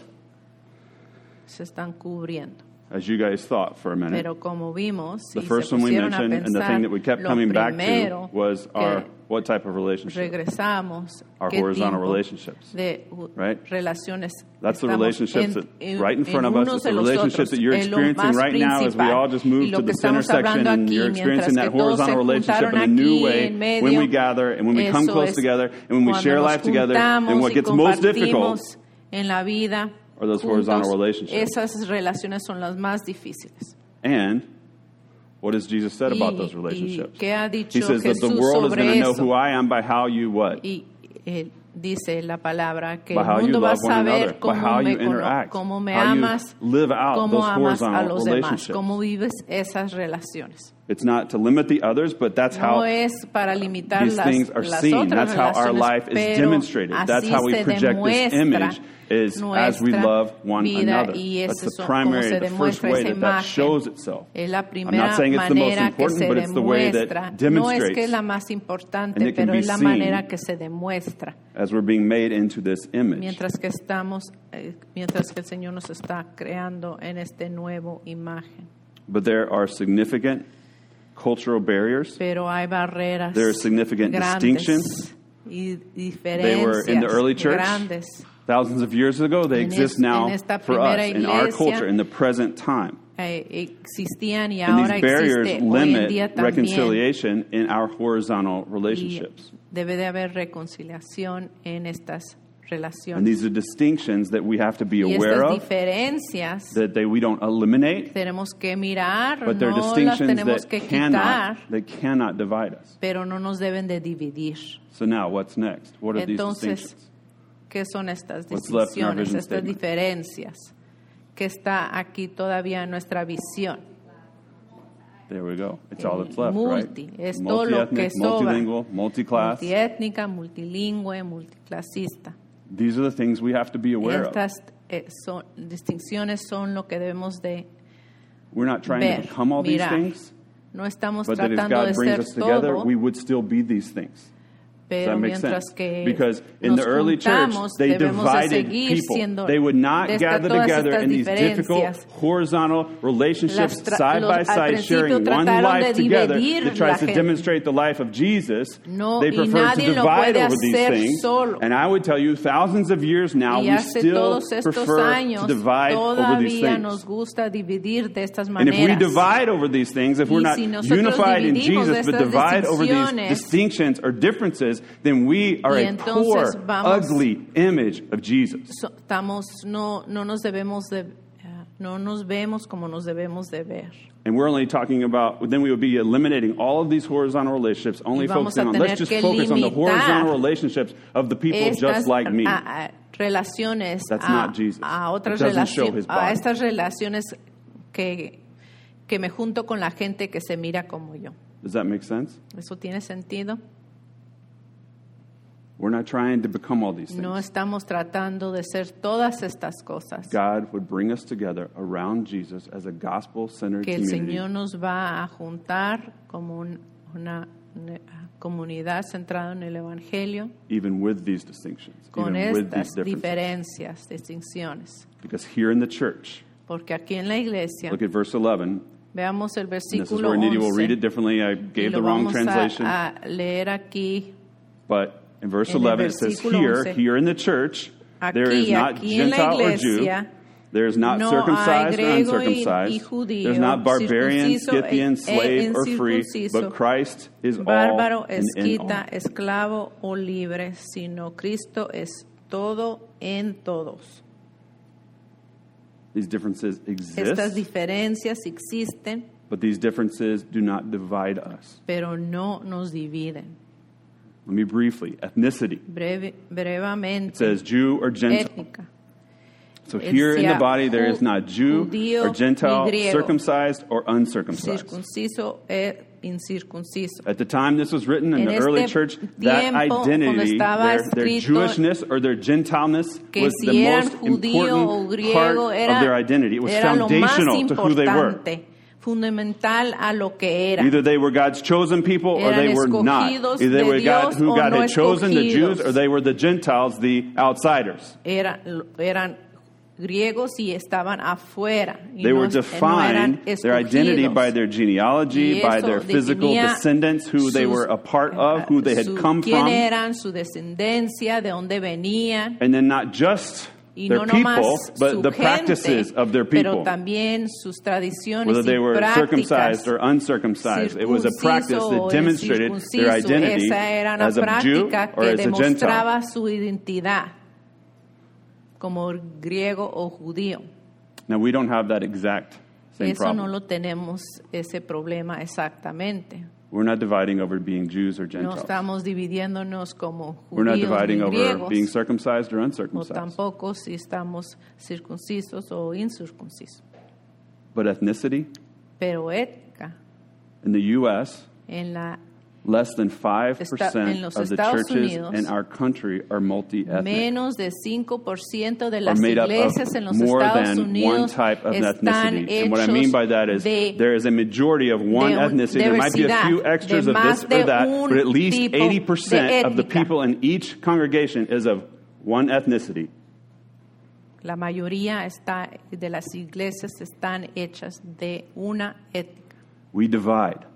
Speaker 2: se están cubriendo.
Speaker 1: as you guys thought for a minute,
Speaker 2: Pero como vimos, si
Speaker 1: the
Speaker 2: se
Speaker 1: first one we
Speaker 2: pusieron a
Speaker 1: mentioned and the
Speaker 2: pensar,
Speaker 1: thing that we kept
Speaker 2: lo
Speaker 1: coming back to
Speaker 2: primero
Speaker 1: was our
Speaker 2: que
Speaker 1: what type of relationship?
Speaker 2: regresamos
Speaker 1: Our
Speaker 2: qué
Speaker 1: horizontal
Speaker 2: tipo
Speaker 1: relationships.
Speaker 2: de u-
Speaker 1: Right?
Speaker 2: relaciones
Speaker 1: That's the
Speaker 2: estamos
Speaker 1: relationships
Speaker 2: en-
Speaker 1: that-
Speaker 2: en-
Speaker 1: right in front
Speaker 2: en
Speaker 1: of us,
Speaker 2: unos
Speaker 1: it's
Speaker 2: de
Speaker 1: the
Speaker 2: los
Speaker 1: relationships
Speaker 2: otros,
Speaker 1: that you're
Speaker 2: es lo más
Speaker 1: experiencing right now as we
Speaker 2: principal.
Speaker 1: all just moved
Speaker 2: Y lo
Speaker 1: to the
Speaker 2: que
Speaker 1: center
Speaker 2: estamos hablando
Speaker 1: section and
Speaker 2: aquí,
Speaker 1: you're experiencing
Speaker 2: mientras
Speaker 1: that
Speaker 2: que todos se
Speaker 1: horizontal relationship in a
Speaker 2: juntaron
Speaker 1: new
Speaker 2: aquí
Speaker 1: way
Speaker 2: en medio,
Speaker 1: when we gather and when we come
Speaker 2: eso
Speaker 1: close
Speaker 2: es
Speaker 1: together and when we
Speaker 2: cuando
Speaker 1: share
Speaker 2: nos
Speaker 1: life together and
Speaker 2: juntamos
Speaker 1: what
Speaker 2: y
Speaker 1: gets most difficult
Speaker 2: compartimos en la vida
Speaker 1: are those horizontal
Speaker 2: juntos,
Speaker 1: relationships.
Speaker 2: esas relaciones son las más difíciles.
Speaker 1: And what has Jesus said about
Speaker 2: Y-
Speaker 1: those relationships?
Speaker 2: y qué ha dicho
Speaker 1: he says that the
Speaker 2: Jesús
Speaker 1: world is
Speaker 2: sobre
Speaker 1: going to know
Speaker 2: eso?
Speaker 1: who I am by how you what?
Speaker 2: Y él dice la palabra que
Speaker 1: by
Speaker 2: el
Speaker 1: how you
Speaker 2: mundo va a
Speaker 1: love one another,
Speaker 2: saber
Speaker 1: by how
Speaker 2: cómo
Speaker 1: you
Speaker 2: me, cono-
Speaker 1: interact,
Speaker 2: cómo me
Speaker 1: how
Speaker 2: amas,
Speaker 1: you live out
Speaker 2: cómo
Speaker 1: those
Speaker 2: amas a
Speaker 1: horizontal
Speaker 2: los demás,
Speaker 1: relationships.
Speaker 2: cómo vives esas relaciones.
Speaker 1: It's not to limit the others, but that's
Speaker 2: No
Speaker 1: how
Speaker 2: es para limitar
Speaker 1: these
Speaker 2: las,
Speaker 1: things are
Speaker 2: las
Speaker 1: seen.
Speaker 2: otras
Speaker 1: That's how our
Speaker 2: relaciones,
Speaker 1: life is
Speaker 2: pero
Speaker 1: demonstrated. That's
Speaker 2: así
Speaker 1: how we
Speaker 2: se
Speaker 1: project this
Speaker 2: demuestra
Speaker 1: image, is as we
Speaker 2: nuestra
Speaker 1: love one
Speaker 2: vida
Speaker 1: another.
Speaker 2: y
Speaker 1: That's
Speaker 2: ese
Speaker 1: the
Speaker 2: son-
Speaker 1: primary,
Speaker 2: cómo se
Speaker 1: the first
Speaker 2: demuestra
Speaker 1: way
Speaker 2: esa
Speaker 1: that that
Speaker 2: imagen.
Speaker 1: shows itself.
Speaker 2: Es
Speaker 1: I'm
Speaker 2: la
Speaker 1: not
Speaker 2: primera
Speaker 1: saying it's the most
Speaker 2: manera que
Speaker 1: important,
Speaker 2: se
Speaker 1: but it's the way that
Speaker 2: demuestra. No es
Speaker 1: demonstrates.
Speaker 2: que es la más
Speaker 1: And
Speaker 2: importante,
Speaker 1: it can
Speaker 2: pero
Speaker 1: be
Speaker 2: es la
Speaker 1: seen.
Speaker 2: manera que se demuestra.
Speaker 1: as we're being made into this image.
Speaker 2: mientras que estamos, eh, mientras que el Señor nos está creando en este nuevo imagen.
Speaker 1: But there are significant cultural barriers.
Speaker 2: Pero hay barreras
Speaker 1: There are significant distinctions.
Speaker 2: grandes y
Speaker 1: They were in
Speaker 2: diferencias
Speaker 1: the early church.
Speaker 2: grandes.
Speaker 1: Thousands of years ago, they
Speaker 2: En
Speaker 1: exist
Speaker 2: es-
Speaker 1: now
Speaker 2: en esta
Speaker 1: for us
Speaker 2: primera
Speaker 1: in our
Speaker 2: iglesia.
Speaker 1: culture, in the present time.
Speaker 2: Eh, existían y
Speaker 1: And
Speaker 2: ahora
Speaker 1: these barriers
Speaker 2: existe hoy en día
Speaker 1: limit
Speaker 2: también.
Speaker 1: reconciliation in our horizontal
Speaker 2: Y
Speaker 1: relationships.
Speaker 2: debe de haber reconciliación en estas
Speaker 1: And
Speaker 2: relaciones.
Speaker 1: these are distinctions that we have to be
Speaker 2: Y
Speaker 1: aware
Speaker 2: estas
Speaker 1: of,
Speaker 2: diferencias
Speaker 1: that they, we don't eliminate,
Speaker 2: tenemos que mirar,
Speaker 1: but they're
Speaker 2: no las
Speaker 1: distinctions
Speaker 2: tenemos
Speaker 1: that
Speaker 2: que
Speaker 1: cannot,
Speaker 2: quitar,
Speaker 1: that cannot divide us.
Speaker 2: pero no nos deben de dividir.
Speaker 1: So now, what's next? What are these
Speaker 2: Entonces,
Speaker 1: distinctions?
Speaker 2: ¿qué son estas
Speaker 1: What's left in our
Speaker 2: distinciones,
Speaker 1: vision
Speaker 2: estas
Speaker 1: statement?
Speaker 2: diferencias? que está aquí todavía en nuestra visión.
Speaker 1: There we go. It's all that's left,
Speaker 2: eh, Multi.
Speaker 1: right?
Speaker 2: Es todo lo que
Speaker 1: Multi-ethnic,
Speaker 2: sobra.
Speaker 1: multilingual, multi-class.
Speaker 2: Multiétnica, multilingüe, multiclasista.
Speaker 1: These are the things we have to be aware of.
Speaker 2: Estas eh, son, distinciones son lo que debemos de
Speaker 1: We're not trying
Speaker 2: ver,
Speaker 1: to become all
Speaker 2: mirar.
Speaker 1: these things,
Speaker 2: No estamos
Speaker 1: but that if
Speaker 2: tratando de
Speaker 1: God brings
Speaker 2: ser
Speaker 1: us together,
Speaker 2: todo,
Speaker 1: we would still be these things.
Speaker 2: pero
Speaker 1: that make
Speaker 2: mientras
Speaker 1: sense?
Speaker 2: que
Speaker 1: Because in
Speaker 2: nos
Speaker 1: the early church,
Speaker 2: juntamos,
Speaker 1: they
Speaker 2: debemos de
Speaker 1: divided
Speaker 2: seguir
Speaker 1: people.
Speaker 2: siendo
Speaker 1: They would not
Speaker 2: de esta-
Speaker 1: gather
Speaker 2: todas
Speaker 1: together
Speaker 2: estas
Speaker 1: in these difficult
Speaker 2: diferencias.
Speaker 1: horizontal relationships
Speaker 2: Las tra-
Speaker 1: side
Speaker 2: los-
Speaker 1: by
Speaker 2: al
Speaker 1: side,
Speaker 2: principio
Speaker 1: sharing one
Speaker 2: trataron
Speaker 1: life
Speaker 2: de
Speaker 1: together
Speaker 2: dividir
Speaker 1: that tries
Speaker 2: la
Speaker 1: to
Speaker 2: gente.
Speaker 1: demonstrate the life of Jesus.
Speaker 2: No,
Speaker 1: they
Speaker 2: y
Speaker 1: prefer to
Speaker 2: nadie lo
Speaker 1: divide
Speaker 2: puede
Speaker 1: over these
Speaker 2: hacer
Speaker 1: things.
Speaker 2: solo.
Speaker 1: And I would tell you, thousands of years now,
Speaker 2: y
Speaker 1: we
Speaker 2: hace
Speaker 1: still
Speaker 2: todos estos
Speaker 1: prefer
Speaker 2: años
Speaker 1: to divide over these
Speaker 2: todavía
Speaker 1: things.
Speaker 2: nos gusta dividir de estas
Speaker 1: And if we
Speaker 2: maneras.
Speaker 1: divide over these things, if
Speaker 2: Y
Speaker 1: we're not
Speaker 2: si nosotros
Speaker 1: unified in
Speaker 2: dividimos
Speaker 1: Jesus, but
Speaker 2: estas
Speaker 1: divide over these
Speaker 2: decisiones,
Speaker 1: distinctions or differences, then we are
Speaker 2: y
Speaker 1: a poor,
Speaker 2: entonces vamos-
Speaker 1: ugly image of Jesus.
Speaker 2: So- estamos no no nos debemos de eh, no nos vemos como nos debemos de ver.
Speaker 1: And we're only talking about, then we would be eliminating all of these horizontal relationships, only
Speaker 2: Y vamos
Speaker 1: focusing
Speaker 2: a
Speaker 1: on,
Speaker 2: tener
Speaker 1: let's just
Speaker 2: que
Speaker 1: focus on the
Speaker 2: limitar
Speaker 1: horizontal relationships of the people
Speaker 2: Estas
Speaker 1: just like me.
Speaker 2: a- a- relaciones
Speaker 1: That's
Speaker 2: a,
Speaker 1: not Jesus.
Speaker 2: a otras
Speaker 1: It doesn't show
Speaker 2: relaciones
Speaker 1: his
Speaker 2: a
Speaker 1: body.
Speaker 2: estas relaciones que que me junto con la gente que se mira como yo.
Speaker 1: Does that make sense?
Speaker 2: ¿Eso tiene sentido?
Speaker 1: We're not trying to become all these things.
Speaker 2: No estamos tratando de ser todas estas cosas.
Speaker 1: God would bring us together around Jesus as a gospel centered
Speaker 2: que el
Speaker 1: community
Speaker 2: Señor nos va a juntar como un- una, una comunidad centrada en el Evangelio
Speaker 1: even with these distinctions,
Speaker 2: con
Speaker 1: even with these
Speaker 2: estas
Speaker 1: differences.
Speaker 2: diferencias, distinciones.
Speaker 1: Because here in the church,
Speaker 2: Porque aquí en la iglesia,
Speaker 1: look at verse 11.
Speaker 2: veamos el
Speaker 1: And this is
Speaker 2: versículo
Speaker 1: where Nidhi will read it
Speaker 2: 11,
Speaker 1: differently. I
Speaker 2: y
Speaker 1: gave
Speaker 2: lo
Speaker 1: the wrong
Speaker 2: vamos a-
Speaker 1: translation.
Speaker 2: a, leer aquí.
Speaker 1: but in verse
Speaker 2: en el
Speaker 1: 11, it says,
Speaker 2: versículo
Speaker 1: Here,
Speaker 2: 11,
Speaker 1: here in the church, there
Speaker 2: aquí,
Speaker 1: is not
Speaker 2: aquí en la
Speaker 1: Gentile or Jew.
Speaker 2: iglesia,
Speaker 1: There is not
Speaker 2: no hay
Speaker 1: circumcised or
Speaker 2: griego y, y
Speaker 1: uncircumcised.
Speaker 2: judío,
Speaker 1: There's not barbarian,
Speaker 2: circunciso e-
Speaker 1: Scythian,
Speaker 2: e
Speaker 1: slave, or free,
Speaker 2: incircunciso,
Speaker 1: but Christ is all
Speaker 2: bárbaro,
Speaker 1: and in all.
Speaker 2: esquita, esclavo o libre, sino Cristo es todo en todos.
Speaker 1: These differences exist,
Speaker 2: Estas diferencias existen,
Speaker 1: but these differences do not divide us.
Speaker 2: pero no nos dividen.
Speaker 1: Let me briefly ethnicity.
Speaker 2: Breve-
Speaker 1: It
Speaker 2: brevemente,
Speaker 1: says Jew or Gentile.
Speaker 2: étnica.
Speaker 1: So
Speaker 2: Él
Speaker 1: here in the
Speaker 2: sea
Speaker 1: body there is
Speaker 2: ju-
Speaker 1: not Jew
Speaker 2: judío
Speaker 1: or Gentile,
Speaker 2: ni griego.
Speaker 1: circumcised or uncircumcised.
Speaker 2: Circunciso e incircunciso.
Speaker 1: At the time this was written in
Speaker 2: En
Speaker 1: the early
Speaker 2: este
Speaker 1: church, that
Speaker 2: tiempo, cuando
Speaker 1: identity,
Speaker 2: estaba
Speaker 1: their, their
Speaker 2: escrito
Speaker 1: Jewishness or their Gentileness,
Speaker 2: que
Speaker 1: was
Speaker 2: si
Speaker 1: the
Speaker 2: eran
Speaker 1: most
Speaker 2: judío o
Speaker 1: important part
Speaker 2: griego
Speaker 1: of their
Speaker 2: era,
Speaker 1: identity. It was
Speaker 2: era lo más
Speaker 1: foundational to who they were.
Speaker 2: importante, fundamental a lo que era.
Speaker 1: Either they were God's chosen people or
Speaker 2: Eran
Speaker 1: they were not.
Speaker 2: escogidos
Speaker 1: Either they
Speaker 2: de
Speaker 1: were God,
Speaker 2: Dios
Speaker 1: who
Speaker 2: o
Speaker 1: God
Speaker 2: no
Speaker 1: had chosen, the Jews,
Speaker 2: escogidos.
Speaker 1: or they were the Gentiles, the outsiders.
Speaker 2: Era- eran griegos y estaban afuera. Y eh,
Speaker 1: They
Speaker 2: no,
Speaker 1: were
Speaker 2: no eran
Speaker 1: defined their identity
Speaker 2: escogidos.
Speaker 1: by their genealogy,
Speaker 2: Y
Speaker 1: by
Speaker 2: eso
Speaker 1: their physical
Speaker 2: definía
Speaker 1: descendants, who they
Speaker 2: sus- eh,
Speaker 1: were a part of, who they had
Speaker 2: su-
Speaker 1: come
Speaker 2: quién
Speaker 1: from,
Speaker 2: eran, su descendencia, de dónde venían.
Speaker 1: and then not just
Speaker 2: Y
Speaker 1: their
Speaker 2: no nomás
Speaker 1: people, but
Speaker 2: su
Speaker 1: the
Speaker 2: gente,
Speaker 1: practices of their people,
Speaker 2: pero también sus tradiciones
Speaker 1: whether
Speaker 2: y
Speaker 1: they were
Speaker 2: prácticas.
Speaker 1: circumcised or uncircumcised. It was a practice
Speaker 2: Circunciso
Speaker 1: that
Speaker 2: o
Speaker 1: demonstrated their
Speaker 2: incircunciso,
Speaker 1: identity
Speaker 2: Esa era una
Speaker 1: as a Jew
Speaker 2: práctica
Speaker 1: or
Speaker 2: que
Speaker 1: as a Gentile.
Speaker 2: demostraba su identidad como griego o judío.
Speaker 1: Now we don't have that exact same
Speaker 2: Eso no
Speaker 1: problem.
Speaker 2: lo tenemos, ese problema exactamente.
Speaker 1: We're not dividing over being Jews or
Speaker 2: No
Speaker 1: Gentiles.
Speaker 2: estamos dividiéndonos como
Speaker 1: We're not
Speaker 2: judíos ni
Speaker 1: dividing over
Speaker 2: griegos,
Speaker 1: being circumcised or
Speaker 2: o
Speaker 1: uncircumcised.
Speaker 2: tampoco si estamos circuncisos o incircuncisos.
Speaker 1: But ethnicity
Speaker 2: Pero ética,
Speaker 1: in the U.S.
Speaker 2: en la
Speaker 1: Less than
Speaker 2: en
Speaker 1: 5%
Speaker 2: los
Speaker 1: of the
Speaker 2: Estados
Speaker 1: churches
Speaker 2: Unidos,
Speaker 1: in our country are multi ethnic.
Speaker 2: menos de 5% de
Speaker 1: Are
Speaker 2: las
Speaker 1: made up
Speaker 2: iglesias en
Speaker 1: of
Speaker 2: los
Speaker 1: more
Speaker 2: Estados
Speaker 1: than one
Speaker 2: Unidos
Speaker 1: type of
Speaker 2: están
Speaker 1: ethnicity. And
Speaker 2: hechos
Speaker 1: what I mean by that is
Speaker 2: de
Speaker 1: there is a majority of one
Speaker 2: de un-
Speaker 1: ethnicity. There might be a
Speaker 2: diversidad,
Speaker 1: few
Speaker 2: de
Speaker 1: extras of this
Speaker 2: más
Speaker 1: or
Speaker 2: de
Speaker 1: that,
Speaker 2: un
Speaker 1: but at least
Speaker 2: tipo de
Speaker 1: 80% of the
Speaker 2: étnica.
Speaker 1: people in each congregation is of one ethnicity.
Speaker 2: la mayoría está, de las iglesias están hechas de una ética.
Speaker 1: We divide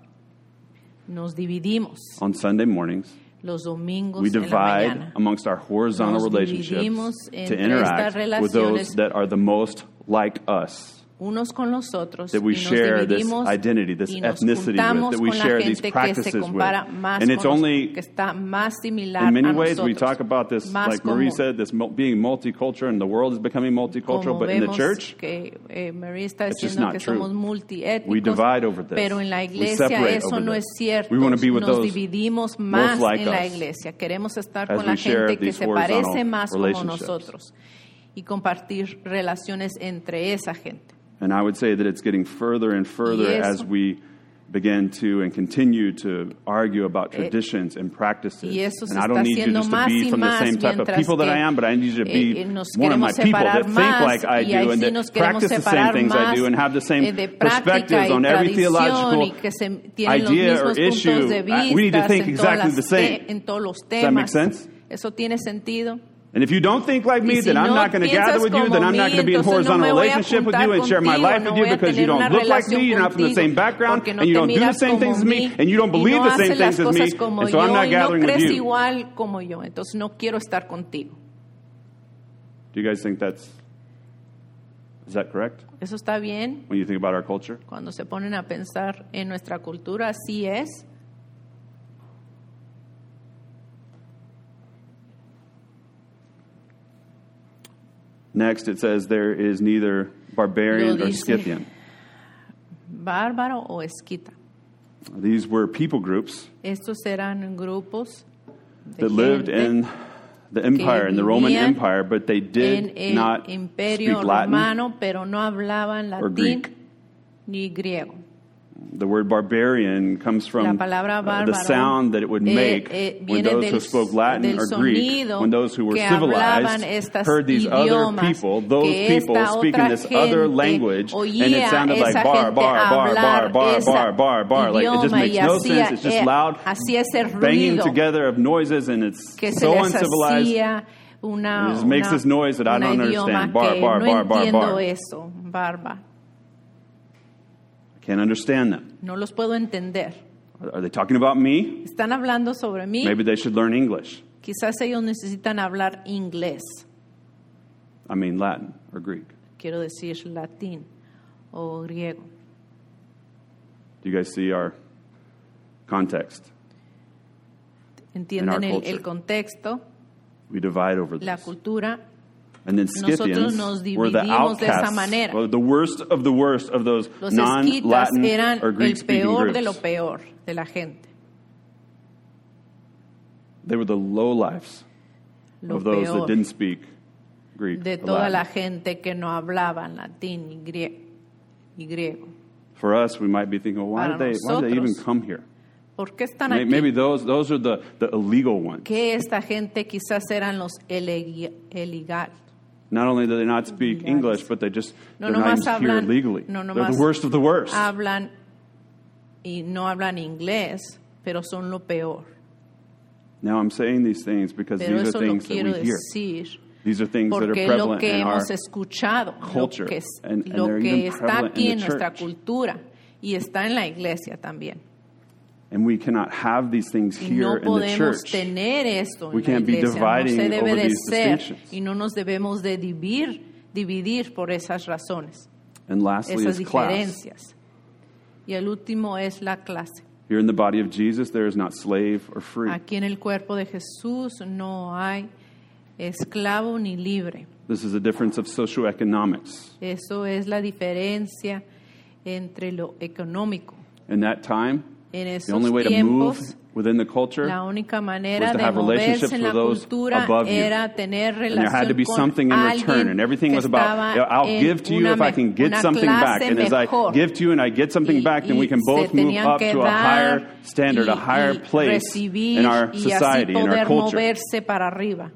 Speaker 2: Nos dividimos
Speaker 1: on Sunday mornings.
Speaker 2: los domingos
Speaker 1: We
Speaker 2: en la
Speaker 1: divide
Speaker 2: mañana.
Speaker 1: amongst our horizontal
Speaker 2: Nos
Speaker 1: relationships
Speaker 2: dividimos
Speaker 1: to
Speaker 2: entre
Speaker 1: interact
Speaker 2: estas
Speaker 1: with those
Speaker 2: relaciones.
Speaker 1: that are the most like us.
Speaker 2: unos con los otros
Speaker 1: that we
Speaker 2: y nos
Speaker 1: share this
Speaker 2: dividimos
Speaker 1: identity, this
Speaker 2: y nos
Speaker 1: ethnicity with,
Speaker 2: juntamos
Speaker 1: that we
Speaker 2: con
Speaker 1: share
Speaker 2: la
Speaker 1: these
Speaker 2: gente que
Speaker 1: practices
Speaker 2: se
Speaker 1: with.
Speaker 2: compara más
Speaker 1: And it's
Speaker 2: con los-
Speaker 1: only-
Speaker 2: que está más similar
Speaker 1: In many
Speaker 2: a
Speaker 1: ways, we
Speaker 2: nosotros.
Speaker 1: talk about this,
Speaker 2: Más
Speaker 1: like Marie
Speaker 2: común.
Speaker 1: said, this mul- being multicultural and the world is becoming multicultural,
Speaker 2: Como
Speaker 1: but in the
Speaker 2: vemos
Speaker 1: church,
Speaker 2: que eh, María está
Speaker 1: it's just
Speaker 2: diciendo
Speaker 1: not
Speaker 2: que
Speaker 1: true.
Speaker 2: somos multiétnicos,
Speaker 1: We divide over this.
Speaker 2: pero en la
Speaker 1: We
Speaker 2: iglesia
Speaker 1: separate
Speaker 2: eso
Speaker 1: over
Speaker 2: no
Speaker 1: this.
Speaker 2: es cierto.
Speaker 1: We wanna be with
Speaker 2: Nos
Speaker 1: those
Speaker 2: dividimos más
Speaker 1: most like
Speaker 2: en la
Speaker 1: us
Speaker 2: iglesia. Queremos estar
Speaker 1: as
Speaker 2: con
Speaker 1: we
Speaker 2: la
Speaker 1: share
Speaker 2: gente que
Speaker 1: these
Speaker 2: se
Speaker 1: horizontal
Speaker 2: parece más como
Speaker 1: relationships.
Speaker 2: nosotros y compartir relaciones entre esa gente.
Speaker 1: and I would say that it's getting further and further
Speaker 2: Y eso-
Speaker 1: as we begin to and continue to argue about traditions and practices.
Speaker 2: Eh, y eso se
Speaker 1: and I don't
Speaker 2: está
Speaker 1: need you
Speaker 2: haciendo
Speaker 1: just to
Speaker 2: más
Speaker 1: be
Speaker 2: y
Speaker 1: from the
Speaker 2: más
Speaker 1: same type of
Speaker 2: mientras
Speaker 1: people that I
Speaker 2: que,
Speaker 1: am, but I need you to be
Speaker 2: eh, eh, nos
Speaker 1: one of my
Speaker 2: queremos
Speaker 1: people that
Speaker 2: separar
Speaker 1: think
Speaker 2: más,
Speaker 1: like I
Speaker 2: y ahí
Speaker 1: do and
Speaker 2: sí
Speaker 1: that
Speaker 2: nos queremos
Speaker 1: practice the same
Speaker 2: separar
Speaker 1: things I
Speaker 2: más,
Speaker 1: do and have the
Speaker 2: eh,
Speaker 1: same
Speaker 2: de práctica
Speaker 1: perspectives
Speaker 2: y
Speaker 1: on every
Speaker 2: tradición
Speaker 1: theological
Speaker 2: y que se tienen los
Speaker 1: idea or
Speaker 2: mismos
Speaker 1: issue.
Speaker 2: puntos de
Speaker 1: I- we need to
Speaker 2: vista
Speaker 1: think
Speaker 2: en, todas
Speaker 1: exactly the
Speaker 2: las
Speaker 1: same.
Speaker 2: te- en todos los
Speaker 1: that make
Speaker 2: temas.
Speaker 1: sense?
Speaker 2: ¿Eso tiene sentido?
Speaker 1: And if you don't think like me,
Speaker 2: Y si
Speaker 1: then I'm
Speaker 2: no
Speaker 1: not going to gather
Speaker 2: piensas
Speaker 1: with you,
Speaker 2: como
Speaker 1: then I'm not
Speaker 2: mí,
Speaker 1: going to be in
Speaker 2: entonces no
Speaker 1: horizontal
Speaker 2: me voy a
Speaker 1: relationship with you and
Speaker 2: juntar
Speaker 1: share my
Speaker 2: contigo,
Speaker 1: life with
Speaker 2: no
Speaker 1: you
Speaker 2: voy a
Speaker 1: because you
Speaker 2: tener
Speaker 1: don't
Speaker 2: una
Speaker 1: look like me,
Speaker 2: relación
Speaker 1: you're not from the same
Speaker 2: contigo,
Speaker 1: background,
Speaker 2: porque no
Speaker 1: and you
Speaker 2: te
Speaker 1: don't do the
Speaker 2: miras
Speaker 1: same
Speaker 2: como
Speaker 1: things as me,
Speaker 2: mí,
Speaker 1: and you don't
Speaker 2: y
Speaker 1: believe
Speaker 2: no
Speaker 1: the same
Speaker 2: haces las
Speaker 1: things as me,
Speaker 2: cosas como
Speaker 1: and so I'm
Speaker 2: yo,
Speaker 1: not
Speaker 2: y no
Speaker 1: gathering with
Speaker 2: crees
Speaker 1: you.
Speaker 2: igual como yo, entonces no quiero estar contigo.
Speaker 1: Do you guys think that's is that correct
Speaker 2: ¿Eso está bien?
Speaker 1: when you think about our culture?
Speaker 2: Cuando se ponen a pensar en nuestra cultura, así es.
Speaker 1: Next, it says there is neither barbarian
Speaker 2: Lo
Speaker 1: or
Speaker 2: dice.
Speaker 1: Scythian.
Speaker 2: Bárbaro o esquita.
Speaker 1: These were people groups
Speaker 2: Estos eran grupos de
Speaker 1: that lived
Speaker 2: gente
Speaker 1: in the empire, in the Roman
Speaker 2: vivían
Speaker 1: Empire, but they
Speaker 2: en
Speaker 1: did
Speaker 2: el
Speaker 1: not
Speaker 2: imperio
Speaker 1: speak Latin.
Speaker 2: romano, pero no hablaban latín
Speaker 1: Greek.
Speaker 2: ni griego.
Speaker 1: The word barbarian comes
Speaker 2: La
Speaker 1: from
Speaker 2: palabra
Speaker 1: uh, the
Speaker 2: bárbaro,
Speaker 1: sound that it would make
Speaker 2: eh, eh,
Speaker 1: when
Speaker 2: viene
Speaker 1: those who
Speaker 2: del-
Speaker 1: spoke Latin
Speaker 2: del
Speaker 1: or Greek,
Speaker 2: sonido
Speaker 1: when those who were
Speaker 2: que hablaban
Speaker 1: civilized
Speaker 2: estas
Speaker 1: heard these other
Speaker 2: idiomas,
Speaker 1: people, those
Speaker 2: que
Speaker 1: people
Speaker 2: esta
Speaker 1: speaking
Speaker 2: otra
Speaker 1: this other
Speaker 2: gente
Speaker 1: language, and
Speaker 2: oía
Speaker 1: it sounded
Speaker 2: esa
Speaker 1: like bar, bar,
Speaker 2: gente
Speaker 1: bar, bar,
Speaker 2: hablar
Speaker 1: bar,
Speaker 2: esa
Speaker 1: bar, bar, bar. Like it just
Speaker 2: idioma
Speaker 1: makes
Speaker 2: y
Speaker 1: no
Speaker 2: hacía,
Speaker 1: sense. It's just
Speaker 2: eh,
Speaker 1: loud
Speaker 2: hacía ese
Speaker 1: banging
Speaker 2: ruido
Speaker 1: together of noises, and it's
Speaker 2: que se
Speaker 1: so
Speaker 2: les
Speaker 1: uncivilized.
Speaker 2: hacía una,
Speaker 1: It just makes
Speaker 2: una-
Speaker 1: this noise that I
Speaker 2: una
Speaker 1: don't
Speaker 2: idioma
Speaker 1: understand. Bar,
Speaker 2: que
Speaker 1: bar,
Speaker 2: no
Speaker 1: bar, bar,
Speaker 2: entiendo
Speaker 1: bar.
Speaker 2: eso, barba.
Speaker 1: I can't understand them.
Speaker 2: No los puedo entender.
Speaker 1: Are- Are they talking about me?
Speaker 2: Están hablando sobre mí.
Speaker 1: Maybe they should learn English.
Speaker 2: Quizás ellos necesitan hablar inglés,
Speaker 1: I mean, Latin or Greek.
Speaker 2: quiero decir latín o griego.
Speaker 1: Do you guys see our context?
Speaker 2: Entienden el,
Speaker 1: culture.
Speaker 2: el contexto,
Speaker 1: We divide over
Speaker 2: la
Speaker 1: this.
Speaker 2: cultura.
Speaker 1: And then
Speaker 2: Nosotros
Speaker 1: Scythians
Speaker 2: nos
Speaker 1: were the
Speaker 2: dividimos de esa
Speaker 1: outcasts,
Speaker 2: manera.
Speaker 1: or the worst of the worst of those
Speaker 2: Los esquitas
Speaker 1: non-Latin
Speaker 2: eran
Speaker 1: or
Speaker 2: el
Speaker 1: Greek-speaking
Speaker 2: peor
Speaker 1: groups.
Speaker 2: de lo peor de la gente.
Speaker 1: They were the lowlifes
Speaker 2: Lo
Speaker 1: of those that
Speaker 2: peor
Speaker 1: didn't speak Greek
Speaker 2: de
Speaker 1: or
Speaker 2: toda la
Speaker 1: Latin.
Speaker 2: gente que no hablaban latín y grie- y griego.
Speaker 1: For us, we might be thinking, why did
Speaker 2: Para
Speaker 1: they, why did they even
Speaker 2: nosotros.
Speaker 1: come here?
Speaker 2: ¿Por qué están
Speaker 1: May-
Speaker 2: aquí?
Speaker 1: Maybe those, those are the, the illegal ones.
Speaker 2: que esta gente quizás eran los elegui- eligal.
Speaker 1: Not only do they not speak English, but they just
Speaker 2: No
Speaker 1: they're not
Speaker 2: nomás
Speaker 1: even here
Speaker 2: hablan,
Speaker 1: legally.
Speaker 2: no
Speaker 1: they're
Speaker 2: nomás
Speaker 1: the worst of the worst.
Speaker 2: hablan y no hablan inglés, pero son lo peor.
Speaker 1: now I'm saying these things because
Speaker 2: Pero
Speaker 1: these are
Speaker 2: eso lo
Speaker 1: things that
Speaker 2: quiero
Speaker 1: we hear.
Speaker 2: decir
Speaker 1: These are things that are
Speaker 2: porque es lo
Speaker 1: prevalent
Speaker 2: que
Speaker 1: in our
Speaker 2: hemos escuchado, lo
Speaker 1: culture,
Speaker 2: que, es-
Speaker 1: and- and
Speaker 2: lo
Speaker 1: they're
Speaker 2: que
Speaker 1: even
Speaker 2: está
Speaker 1: prevalent in
Speaker 2: aquí
Speaker 1: the
Speaker 2: en nuestra
Speaker 1: church.
Speaker 2: cultura y está en la iglesia también.
Speaker 1: and we cannot have these things
Speaker 2: Y
Speaker 1: here
Speaker 2: no
Speaker 1: in the
Speaker 2: podemos
Speaker 1: church.
Speaker 2: tener esto en
Speaker 1: We
Speaker 2: la
Speaker 1: can't be
Speaker 2: iglesia, no se
Speaker 1: dividing
Speaker 2: debe
Speaker 1: over
Speaker 2: de
Speaker 1: these
Speaker 2: ser
Speaker 1: distinctions.
Speaker 2: y no nos debemos de dividir, dividir por esas razones.
Speaker 1: and lastly
Speaker 2: esas
Speaker 1: is class.
Speaker 2: diferencias. Y el último es la clase.
Speaker 1: Here in the body of Jesus, there is not slave or free.
Speaker 2: Aquí en el cuerpo de Jesús no hay esclavo ni libre.
Speaker 1: This is a difference of socioeconomics.
Speaker 2: Eso es la diferencia entre lo económico.
Speaker 1: In that time,
Speaker 2: En
Speaker 1: the
Speaker 2: esos
Speaker 1: only way to move
Speaker 2: tiempos,
Speaker 1: within the culture
Speaker 2: la única
Speaker 1: was
Speaker 2: manera
Speaker 1: to
Speaker 2: de
Speaker 1: have relationships
Speaker 2: moverse en la
Speaker 1: with those
Speaker 2: cultura
Speaker 1: above you.
Speaker 2: era tener
Speaker 1: And there had to be
Speaker 2: relación
Speaker 1: something
Speaker 2: con
Speaker 1: in return.
Speaker 2: alguien
Speaker 1: And everything
Speaker 2: que
Speaker 1: was about,
Speaker 2: estaba
Speaker 1: I'll
Speaker 2: en
Speaker 1: give to you
Speaker 2: una
Speaker 1: if I
Speaker 2: me-
Speaker 1: can get
Speaker 2: una
Speaker 1: something back.
Speaker 2: clase
Speaker 1: And as I
Speaker 2: mejor.
Speaker 1: give to you and I get something
Speaker 2: Y-
Speaker 1: back, then we
Speaker 2: y
Speaker 1: can both
Speaker 2: se
Speaker 1: move
Speaker 2: tenían
Speaker 1: up
Speaker 2: que
Speaker 1: to a
Speaker 2: dar
Speaker 1: higher standard,
Speaker 2: y-
Speaker 1: a higher
Speaker 2: y
Speaker 1: place
Speaker 2: recibir
Speaker 1: in our
Speaker 2: y
Speaker 1: society,
Speaker 2: así
Speaker 1: in
Speaker 2: poder
Speaker 1: our culture.
Speaker 2: moverse para arriba.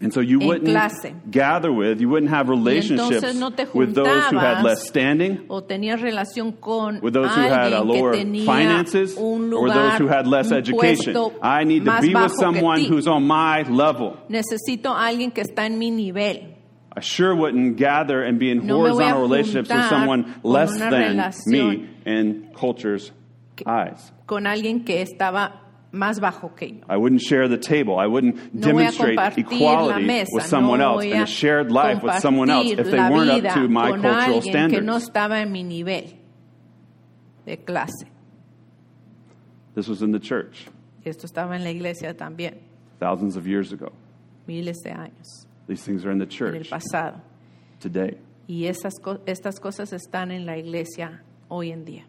Speaker 1: And so you
Speaker 2: en
Speaker 1: wouldn't
Speaker 2: clase.
Speaker 1: gather with, you wouldn't have relationships
Speaker 2: no te
Speaker 1: with those who had
Speaker 2: juntabas
Speaker 1: less standing,
Speaker 2: o tenías relación con
Speaker 1: with those who had a
Speaker 2: alguien
Speaker 1: lower
Speaker 2: que tenía
Speaker 1: finances,
Speaker 2: un
Speaker 1: or those
Speaker 2: lugar,
Speaker 1: who had less
Speaker 2: un
Speaker 1: education.
Speaker 2: puesto
Speaker 1: I need to
Speaker 2: más
Speaker 1: be with
Speaker 2: bajo que
Speaker 1: someone
Speaker 2: ti.
Speaker 1: who's on my level.
Speaker 2: Necesito a alguien que está en mi nivel.
Speaker 1: I sure wouldn't gather and be in
Speaker 2: No me voy a
Speaker 1: horizontal relationships with
Speaker 2: juntar
Speaker 1: someone
Speaker 2: con
Speaker 1: less
Speaker 2: una
Speaker 1: than
Speaker 2: relación
Speaker 1: me in culture's
Speaker 2: que-
Speaker 1: eyes.
Speaker 2: con alguien que estaba más bajo que yo.
Speaker 1: I wouldn't share the table. I wouldn't
Speaker 2: No voy a
Speaker 1: demonstrate
Speaker 2: compartir la
Speaker 1: equality
Speaker 2: mesa,
Speaker 1: with someone
Speaker 2: no
Speaker 1: else
Speaker 2: voy
Speaker 1: and
Speaker 2: a
Speaker 1: a shared life with someone else if
Speaker 2: compartir
Speaker 1: they
Speaker 2: la
Speaker 1: weren't up
Speaker 2: vida
Speaker 1: to my
Speaker 2: con
Speaker 1: cultural
Speaker 2: alguien que
Speaker 1: standards.
Speaker 2: no estaba en mi nivel de clase.
Speaker 1: This was in the church
Speaker 2: Esto estaba en la iglesia también,
Speaker 1: thousands of years ago.
Speaker 2: miles de años
Speaker 1: These things are in the
Speaker 2: en el
Speaker 1: church
Speaker 2: pasado.
Speaker 1: today.
Speaker 2: Y esas co- estas cosas están en la iglesia hoy en día.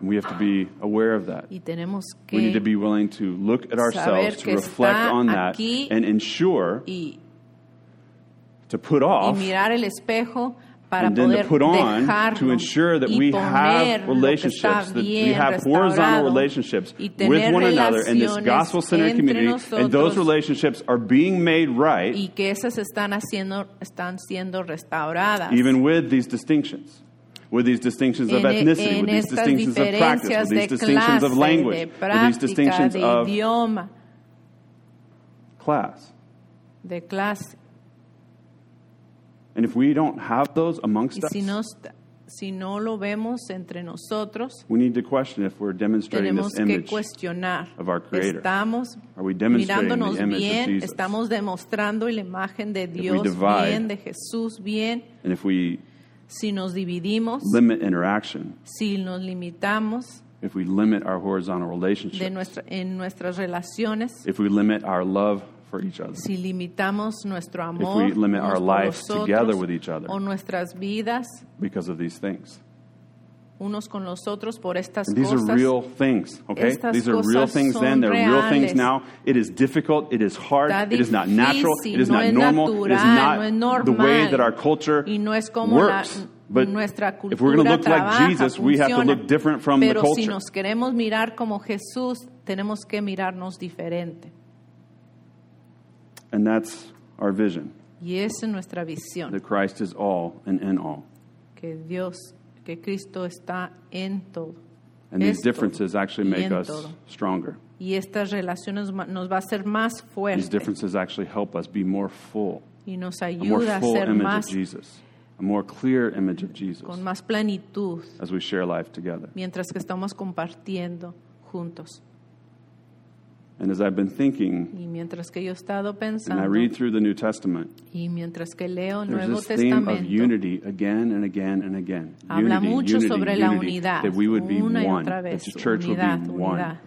Speaker 1: And we have to be aware of that.
Speaker 2: Y tenemos
Speaker 1: We need to
Speaker 2: que
Speaker 1: be willing to look at
Speaker 2: saber
Speaker 1: ourselves,
Speaker 2: que
Speaker 1: to reflect
Speaker 2: está
Speaker 1: on that,
Speaker 2: aquí
Speaker 1: and ensure
Speaker 2: y,
Speaker 1: to put
Speaker 2: y
Speaker 1: off
Speaker 2: mirar el espejo para
Speaker 1: and then to
Speaker 2: poder
Speaker 1: put on
Speaker 2: dejarlo
Speaker 1: to ensure that
Speaker 2: y
Speaker 1: we
Speaker 2: poner
Speaker 1: have
Speaker 2: lo que está
Speaker 1: relationships, that we
Speaker 2: bien
Speaker 1: have horizontal
Speaker 2: restaurado
Speaker 1: relationships
Speaker 2: y
Speaker 1: with
Speaker 2: tener
Speaker 1: one another in this
Speaker 2: relaciones
Speaker 1: gospel centered
Speaker 2: entre
Speaker 1: community, and those
Speaker 2: nosotros.
Speaker 1: relationships are being made right
Speaker 2: y que esas están haciendo están siendo restauradas
Speaker 1: even with these distinctions. With these distinctions of
Speaker 2: En e-
Speaker 1: ethnicity,
Speaker 2: en
Speaker 1: with these
Speaker 2: estas
Speaker 1: distinctions of practice, with these
Speaker 2: diferencias de
Speaker 1: distinctions
Speaker 2: clase,
Speaker 1: of language,
Speaker 2: de
Speaker 1: with these
Speaker 2: práctica,
Speaker 1: distinctions
Speaker 2: de
Speaker 1: of
Speaker 2: idioma,
Speaker 1: class.
Speaker 2: de clase.
Speaker 1: And if we don't have those amongst
Speaker 2: Y
Speaker 1: us,
Speaker 2: si no, está- si no lo vemos entre nosotros,
Speaker 1: we need to question if we're demonstrating
Speaker 2: tenemos
Speaker 1: this
Speaker 2: que
Speaker 1: image.
Speaker 2: cuestionar.
Speaker 1: of our Creator.
Speaker 2: Estamos
Speaker 1: Are we demonstrating the
Speaker 2: mirándonos
Speaker 1: image of
Speaker 2: bien,
Speaker 1: Jesus?
Speaker 2: estamos demostrando la imagen de Dios
Speaker 1: divide-
Speaker 2: bien, de Jesús bien,
Speaker 1: And if we
Speaker 2: si nos dividimos,
Speaker 1: limit interaction,
Speaker 2: si nos limitamos
Speaker 1: if we limit our horizontal
Speaker 2: de
Speaker 1: relationships,
Speaker 2: nuestra, en nuestras relaciones,
Speaker 1: if we limit our love for each other,
Speaker 2: si limitamos nuestro amor
Speaker 1: we limit our
Speaker 2: unos por
Speaker 1: lives
Speaker 2: los otros,
Speaker 1: together with each other.
Speaker 2: o nuestras vidas
Speaker 1: because of these things.
Speaker 2: unos con los otros por estas
Speaker 1: And these are
Speaker 2: cosas,
Speaker 1: real things, okay?
Speaker 2: Estas
Speaker 1: These are real
Speaker 2: cosas
Speaker 1: things then,
Speaker 2: son
Speaker 1: they're real things
Speaker 2: reales.
Speaker 1: now. It is difficult, it is hard,
Speaker 2: Está
Speaker 1: it is not natural,
Speaker 2: difícil,
Speaker 1: it is
Speaker 2: no
Speaker 1: not
Speaker 2: es
Speaker 1: normal, it is not
Speaker 2: natural, no es
Speaker 1: the way
Speaker 2: normal.
Speaker 1: that our culture
Speaker 2: Y no es como la-
Speaker 1: works. But
Speaker 2: Nuestra
Speaker 1: if we're going to
Speaker 2: cultura
Speaker 1: look like
Speaker 2: trabaja,
Speaker 1: Jesus, we have to
Speaker 2: funciona,
Speaker 1: look different from the
Speaker 2: pero si
Speaker 1: culture.
Speaker 2: nos queremos mirar como Jesús, tenemos que mirarnos diferente.
Speaker 1: And that's our vision
Speaker 2: Y esa es nuestra visión,
Speaker 1: that Christ is all and in all.
Speaker 2: que Dios, que Cristo está en todo.
Speaker 1: And these
Speaker 2: Es todo.
Speaker 1: differences actually
Speaker 2: Y
Speaker 1: make
Speaker 2: en
Speaker 1: us
Speaker 2: todo.
Speaker 1: stronger.
Speaker 2: Y estas relaciones ma- nos va a hacer más
Speaker 1: These
Speaker 2: fuertes
Speaker 1: differences actually help us be more full,
Speaker 2: y nos
Speaker 1: a more
Speaker 2: ayuda a
Speaker 1: full
Speaker 2: ser
Speaker 1: image of
Speaker 2: más
Speaker 1: Jesus, a more clear image of Jesus
Speaker 2: con más plenitud
Speaker 1: as we share life together.
Speaker 2: mientras que estamos compartiendo juntos.
Speaker 1: And as I've been thinking,
Speaker 2: Y mientras que yo he estado
Speaker 1: and I
Speaker 2: pensando
Speaker 1: read through the New Testament,
Speaker 2: y mientras que leo el
Speaker 1: There's
Speaker 2: Nuevo
Speaker 1: this theme of
Speaker 2: Testamento,
Speaker 1: unity again and again and again.
Speaker 2: habla
Speaker 1: Unity,
Speaker 2: mucho
Speaker 1: unity,
Speaker 2: sobre la
Speaker 1: unity,
Speaker 2: unidad,
Speaker 1: That we would be
Speaker 2: una y
Speaker 1: one.
Speaker 2: otra
Speaker 1: That
Speaker 2: vez,
Speaker 1: the church
Speaker 2: unidad,
Speaker 1: would be one.
Speaker 2: unidad.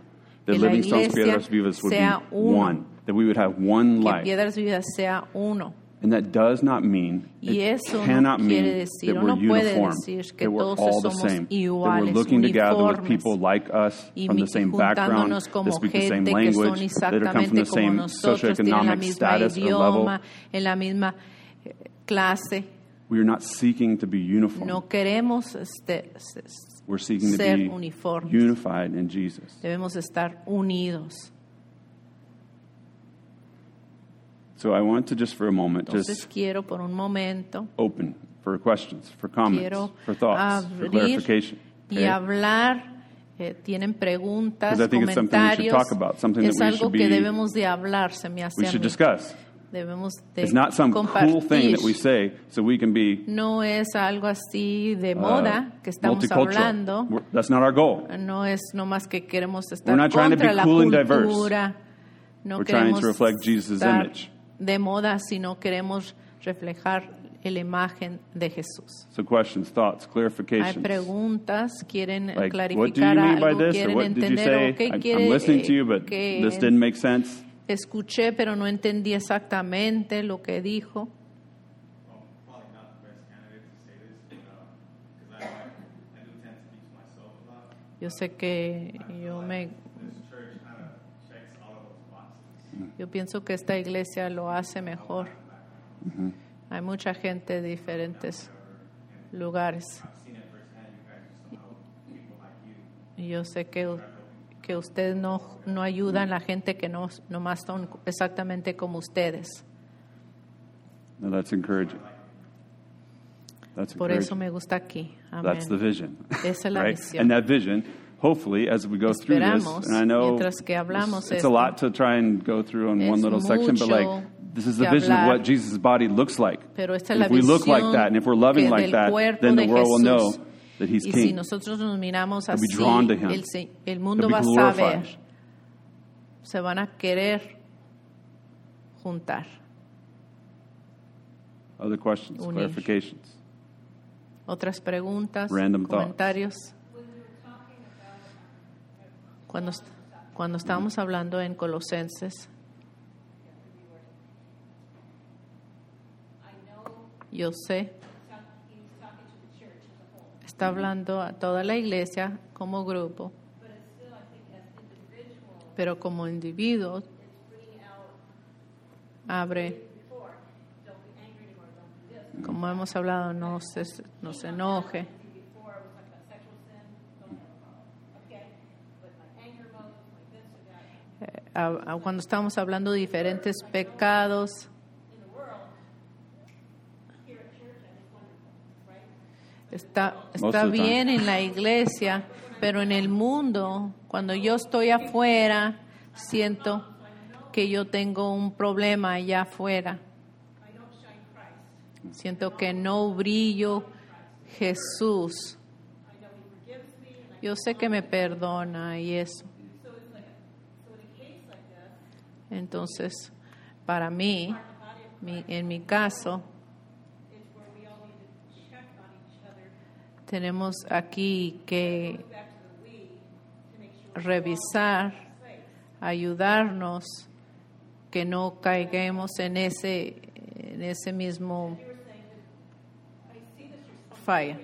Speaker 1: That
Speaker 2: Que la
Speaker 1: Living Stones
Speaker 2: iglesia
Speaker 1: Piedras Vivas would
Speaker 2: sea
Speaker 1: be
Speaker 2: uno.
Speaker 1: one. That we would have one
Speaker 2: que
Speaker 1: life.
Speaker 2: Piedras Vidas sea uno.
Speaker 1: And that does not mean,
Speaker 2: Y
Speaker 1: it
Speaker 2: eso no
Speaker 1: cannot
Speaker 2: quiere
Speaker 1: mean
Speaker 2: decir,
Speaker 1: that
Speaker 2: o
Speaker 1: we're
Speaker 2: no puede
Speaker 1: uniform,
Speaker 2: decir que
Speaker 1: that we're
Speaker 2: todos
Speaker 1: all the
Speaker 2: somos
Speaker 1: same, that we're
Speaker 2: iguales,
Speaker 1: looking to gather with
Speaker 2: uniformes.
Speaker 1: people like us
Speaker 2: Y
Speaker 1: from
Speaker 2: mi-
Speaker 1: the same background,
Speaker 2: juntándonos
Speaker 1: that
Speaker 2: como
Speaker 1: speak the same
Speaker 2: gente que son
Speaker 1: language, that are come from the
Speaker 2: exactamente como
Speaker 1: same
Speaker 2: nosotros, tienen la
Speaker 1: socioeconomic
Speaker 2: misma
Speaker 1: status or level.
Speaker 2: idioma, en la misma eh, clase.
Speaker 1: We are not seeking to be uniform.
Speaker 2: No queremos este, s- s-
Speaker 1: We're seeking to
Speaker 2: ser
Speaker 1: be
Speaker 2: uniformes.
Speaker 1: unified in Jesus.
Speaker 2: debemos estar unidos.
Speaker 1: So I want to just for a moment
Speaker 2: Entonces
Speaker 1: just
Speaker 2: quiero por un momento
Speaker 1: open for questions, for comments,
Speaker 2: Quiero
Speaker 1: for thoughts, for
Speaker 2: abrir
Speaker 1: clarification.
Speaker 2: y hablar. eh, tienen preguntas,
Speaker 1: 'Cause I think it's something we should
Speaker 2: comentarios.
Speaker 1: talk about, something that
Speaker 2: es
Speaker 1: we
Speaker 2: algo
Speaker 1: should
Speaker 2: que
Speaker 1: be-
Speaker 2: debemos de hablar, se me hace
Speaker 1: We
Speaker 2: a
Speaker 1: should
Speaker 2: mí.
Speaker 1: discuss.
Speaker 2: Debemos de
Speaker 1: It's not some cool thing that we
Speaker 2: compartir.
Speaker 1: say so we can be
Speaker 2: No es algo así de
Speaker 1: uh,
Speaker 2: moda que estamos
Speaker 1: multicultural.
Speaker 2: hablando.
Speaker 1: We're- that's not our goal.
Speaker 2: No es nomás que queremos estar
Speaker 1: We're not trying to
Speaker 2: contra
Speaker 1: be
Speaker 2: la
Speaker 1: cool and diverse.
Speaker 2: cultura. No
Speaker 1: We're trying
Speaker 2: queremos
Speaker 1: to reflect Jesus'
Speaker 2: estar
Speaker 1: image.
Speaker 2: de moda, sino queremos reflejar la imagen de Jesús.
Speaker 1: So questions, thoughts,
Speaker 2: Hay
Speaker 1: clarifications.
Speaker 2: preguntas, quieren eh,
Speaker 1: Like, what do you
Speaker 2: clarificar
Speaker 1: mean by
Speaker 2: algo,
Speaker 1: this? Or
Speaker 2: quieren
Speaker 1: what did you say?
Speaker 2: entender, ok,
Speaker 1: I,
Speaker 2: quiere,
Speaker 1: am listening to
Speaker 2: eh,
Speaker 1: you, but
Speaker 2: que
Speaker 1: this didn't make sense.
Speaker 2: escuché, pero no entendí exactamente lo que dijo.
Speaker 4: well, probably not the best candidate to say this, because I, I do tend to keep to myself a lot.
Speaker 2: Yo sé que yo me,
Speaker 4: This church kind of checks all of those boxes.
Speaker 2: yo pienso que esta iglesia lo hace mejor. Hay mucha gente de diferentes lugares. Y Yo sé que, que ustedes no, no ayudan a la gente que no nomás son exactamente como ustedes.
Speaker 1: No, that's encouraging. That's
Speaker 2: Por
Speaker 1: encouraging.
Speaker 2: eso me gusta aquí. Amén.
Speaker 1: That's the vision.
Speaker 2: Esa es la
Speaker 1: right?
Speaker 2: visión.
Speaker 1: And that vision, hopefully, as we go through this,
Speaker 2: Esperamos,
Speaker 1: and I know
Speaker 2: mientras que hablamos
Speaker 1: it's, it's a
Speaker 2: esto,
Speaker 1: lot to try and go through in one
Speaker 2: es
Speaker 1: little section, but like
Speaker 2: mucho
Speaker 1: this is the
Speaker 2: que
Speaker 1: vision of what
Speaker 2: hablar.
Speaker 1: Jesus' body looks like.
Speaker 2: Pero esta
Speaker 1: And
Speaker 2: es la
Speaker 1: if we look like
Speaker 2: visión
Speaker 1: that, and if we're loving
Speaker 2: que
Speaker 1: like
Speaker 2: del
Speaker 1: that,
Speaker 2: cuerpo
Speaker 1: then the
Speaker 2: de
Speaker 1: world will know
Speaker 2: Jesús.
Speaker 1: that He's
Speaker 2: Y si
Speaker 1: King.
Speaker 2: nosotros nos miramos
Speaker 1: They'll be
Speaker 2: así,
Speaker 1: drawn to him.
Speaker 2: el, se- el
Speaker 1: They'll
Speaker 2: mundo
Speaker 1: be
Speaker 2: va a saber,
Speaker 1: glorified.
Speaker 2: se van a querer juntar.
Speaker 1: Other questions,
Speaker 2: Unir.
Speaker 1: clarifications?
Speaker 2: Otras preguntas,
Speaker 1: Random thoughts.
Speaker 2: comentarios. Cuando, est- cuando estábamos hablando en Colosenses,
Speaker 3: I know
Speaker 2: yo sé,
Speaker 3: he's talk- he was talking to the church as a whole,
Speaker 2: está hablando a toda la iglesia como grupo,
Speaker 3: but it's still, I think, as individual,
Speaker 2: pero como individuos
Speaker 3: it's bringing out
Speaker 2: abre
Speaker 3: before, don't be angry anymore, don't do this.
Speaker 2: como hemos hablado, no se, no se enoje.
Speaker 3: See, Before, it was like about sexual sin, don't have a problem, okay? But my anger emotions, my this and that,
Speaker 2: Eh, a- a- cuando estamos hablando de diferentes pecados,
Speaker 3: in the world, here at church, I just wonderful, right?
Speaker 2: está,
Speaker 1: Most
Speaker 2: está
Speaker 1: of the time.
Speaker 2: bien en la iglesia, pero en el mundo, cuando yo estoy afuera, siento que yo tengo un problema allá afuera. Siento que no brillo Jesús. Yo sé que me perdona y eso. Entonces, para mí, mi- en mi caso, tenemos aquí que revisar, ayudarnos, que no caigamos en ese, en ese mismo falla.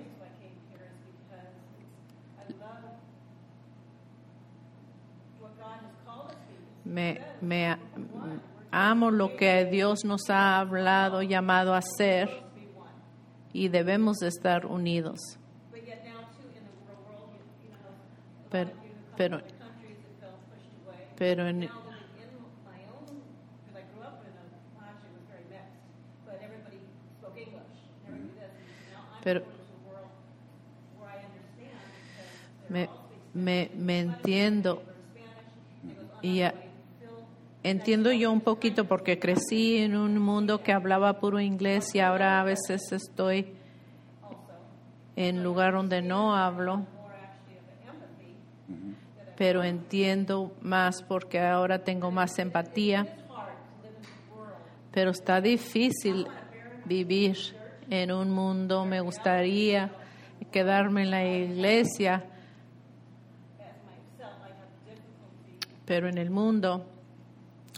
Speaker 2: Me, me- amo lo que Dios nos ha hablado, llamado a hacer. y debemos de estar unidos.
Speaker 3: But yet now too, in the real world, you, you know, a
Speaker 2: Pero-
Speaker 3: lot of you come
Speaker 2: pero-
Speaker 3: from other countries that felt pushed away.
Speaker 2: Pero en-
Speaker 3: now living in my own, because I grew up in a lodge that was very mixed, but everybody spoke English. and Everybody did. Now I'm
Speaker 2: Pero-
Speaker 3: going to a world where I understand because
Speaker 2: me,
Speaker 3: they're all speaking
Speaker 2: me, me entiendo,
Speaker 3: Spanish. It goes on
Speaker 2: y a-
Speaker 3: that way. Filled
Speaker 2: entiendo yo un poquito porque crecí en un mundo que hablaba puro inglés y ahora a veces estoy en lugar donde no hablo,
Speaker 3: more actually of an empathy.
Speaker 2: pero entiendo más porque ahora tengo más empatía,
Speaker 3: It's hard to live in the world.
Speaker 2: pero está difícil vivir en un mundo. Me gustaría quedarme en la iglesia,
Speaker 3: As myself, I have difficulty
Speaker 2: pero en el mundo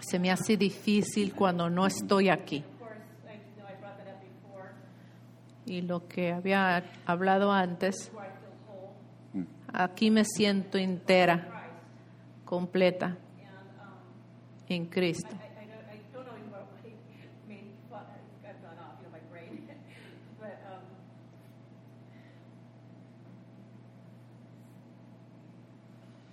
Speaker 2: se me hace difícil cuando no estoy aquí.
Speaker 3: Of course, I know I brought that up before,
Speaker 2: Y lo que había hablado antes,
Speaker 3: where I feel whole,
Speaker 2: aquí me siento entera,
Speaker 3: Christ,
Speaker 2: completa
Speaker 3: and um,
Speaker 2: en Cristo.
Speaker 3: I, I don't, I don't know what my main thought, I've gone off, you know, my brain, but um,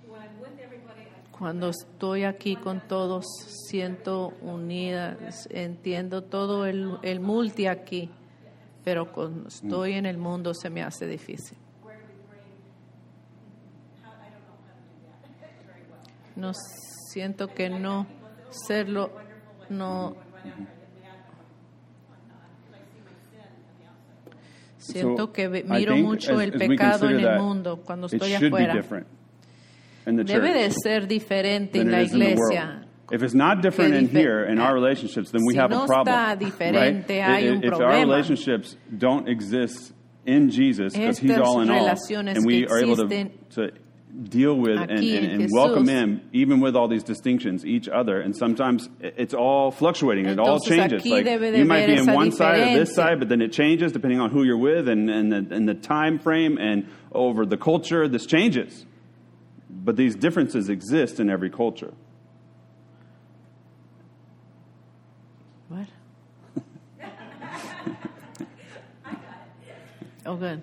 Speaker 3: when I'm with everybody, I
Speaker 2: Cuando estoy aquí con todos, siento unida, entiendo todo el, el multi aquí, pero cuando estoy en el mundo se me hace difícil.
Speaker 3: where do we bring? How I don't know how to do that very well.
Speaker 2: No siento que no serlo, no siento que ve-
Speaker 1: I
Speaker 2: miro
Speaker 1: think
Speaker 2: mucho
Speaker 1: as-
Speaker 2: el
Speaker 1: as we
Speaker 2: pecado en
Speaker 1: consider
Speaker 2: el
Speaker 1: that,
Speaker 2: mundo cuando
Speaker 1: It
Speaker 2: estoy
Speaker 1: should be
Speaker 2: afuera.
Speaker 1: different in the
Speaker 2: Debe de
Speaker 1: church
Speaker 2: ser diferente en
Speaker 1: than
Speaker 2: la
Speaker 1: it is in the
Speaker 2: iglesia.
Speaker 1: world. If it's not different in
Speaker 2: dife- eh,
Speaker 1: here in our relationships, then we
Speaker 2: Si
Speaker 1: have
Speaker 2: no
Speaker 1: a problem.
Speaker 2: está diferente,
Speaker 1: right?
Speaker 2: hay
Speaker 1: I- i-
Speaker 2: un
Speaker 1: if our
Speaker 2: problema.
Speaker 1: relationships don't exist in Jesus, because He's
Speaker 2: Estas
Speaker 1: all in all,
Speaker 2: relaciones
Speaker 1: and we
Speaker 2: que
Speaker 1: are able to,
Speaker 2: existen
Speaker 1: to deal with and,
Speaker 2: aquí
Speaker 1: and,
Speaker 2: en
Speaker 1: and welcome
Speaker 2: Jesús.
Speaker 1: Him, even with all these distinctions, each other, and sometimes i- it's all fluctuating, it all
Speaker 2: Entonces,
Speaker 1: changes.
Speaker 2: aquí
Speaker 1: Like
Speaker 2: debe de
Speaker 1: you might
Speaker 2: haber
Speaker 1: be in
Speaker 2: esa
Speaker 1: one side or this
Speaker 2: diferencia.
Speaker 1: side, but then it changes depending on who you're with and, and, the, and the time frame and over the culture. This changes. But these differences exist in every culture.
Speaker 2: What? Oh, good.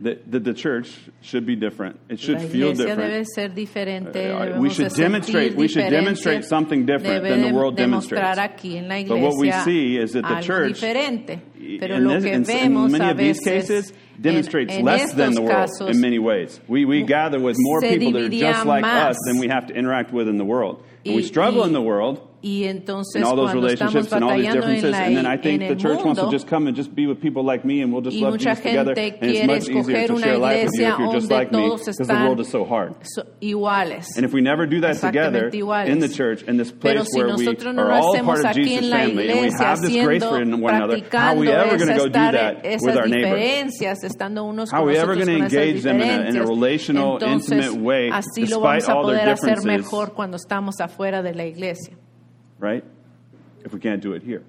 Speaker 1: The, the, the church should be different. It should
Speaker 2: La
Speaker 1: feel
Speaker 2: iglesia debe
Speaker 1: different.
Speaker 2: ser diferente.
Speaker 1: Uh,
Speaker 2: debemos
Speaker 1: we should
Speaker 2: de sentir
Speaker 1: demonstrate- we should
Speaker 2: diferencia.
Speaker 1: demonstrate something different
Speaker 2: Debe
Speaker 1: than the
Speaker 2: de-
Speaker 1: world
Speaker 2: demostrar
Speaker 1: demonstrates.
Speaker 2: aquí en la
Speaker 1: But what we
Speaker 2: iglesia
Speaker 1: see is that the
Speaker 2: algo
Speaker 1: church,
Speaker 2: diferente. Pero
Speaker 1: in,
Speaker 2: lo
Speaker 1: this-
Speaker 2: que
Speaker 1: in s- in
Speaker 2: vemos
Speaker 1: many
Speaker 2: a
Speaker 1: of these
Speaker 2: veces,
Speaker 1: cases,
Speaker 2: en-
Speaker 1: demonstrates
Speaker 2: en
Speaker 1: less than
Speaker 2: estos
Speaker 1: the world
Speaker 2: casos,
Speaker 1: in many ways. We, we gather with more
Speaker 2: se
Speaker 1: people that are just
Speaker 2: dividiría
Speaker 1: like
Speaker 2: más.
Speaker 1: us than we have to interact with in the world. And
Speaker 2: Y-
Speaker 1: we struggle
Speaker 2: y-
Speaker 1: in the world
Speaker 2: Y entonces
Speaker 1: in all those
Speaker 2: cuando estamos
Speaker 1: relationships and all these
Speaker 2: batallando en,
Speaker 1: differences.
Speaker 2: la,
Speaker 1: and then I
Speaker 2: en
Speaker 1: think the
Speaker 2: el
Speaker 1: church wants to
Speaker 2: mundo,
Speaker 1: just come and just be with people like me and we'll just
Speaker 2: Y
Speaker 1: love
Speaker 2: much
Speaker 1: Jesus together.
Speaker 2: gente
Speaker 1: And it's much easier to
Speaker 2: quiere escoger
Speaker 1: share
Speaker 2: una
Speaker 1: life with you if
Speaker 2: iglesia
Speaker 1: you're just
Speaker 2: donde
Speaker 1: like me
Speaker 2: todos
Speaker 1: because the
Speaker 2: están-
Speaker 1: world is so hard.
Speaker 2: so- iguales.
Speaker 1: And if we never do that together
Speaker 2: Exactamente iguales.
Speaker 1: in the church, in this place
Speaker 2: Pero si
Speaker 1: where we
Speaker 2: nosotros no
Speaker 1: are
Speaker 2: lo
Speaker 1: all
Speaker 2: hacemos
Speaker 1: part of
Speaker 2: aquí en
Speaker 1: Jesus'
Speaker 2: la
Speaker 1: family and we
Speaker 2: iglesia,
Speaker 1: have this grace
Speaker 2: haciendo,
Speaker 1: for one another, how are
Speaker 2: practicando
Speaker 1: we ever going to
Speaker 2: esas,
Speaker 1: go do
Speaker 2: tare-
Speaker 1: that with
Speaker 2: esas
Speaker 1: our neighbor?
Speaker 2: diferencias, estando unos
Speaker 1: How are
Speaker 2: con
Speaker 1: we ever
Speaker 2: nosotros
Speaker 1: gonna
Speaker 2: con esas
Speaker 1: engage them in a- in a
Speaker 2: diferencias.
Speaker 1: relational,
Speaker 2: Entonces,
Speaker 1: intimate way,
Speaker 2: así
Speaker 1: despite
Speaker 2: lo vamos a
Speaker 1: all their
Speaker 2: poder hacer
Speaker 1: differences?
Speaker 2: mejor cuando estamos afuera de la iglesia.
Speaker 1: Right? If we can't do it here.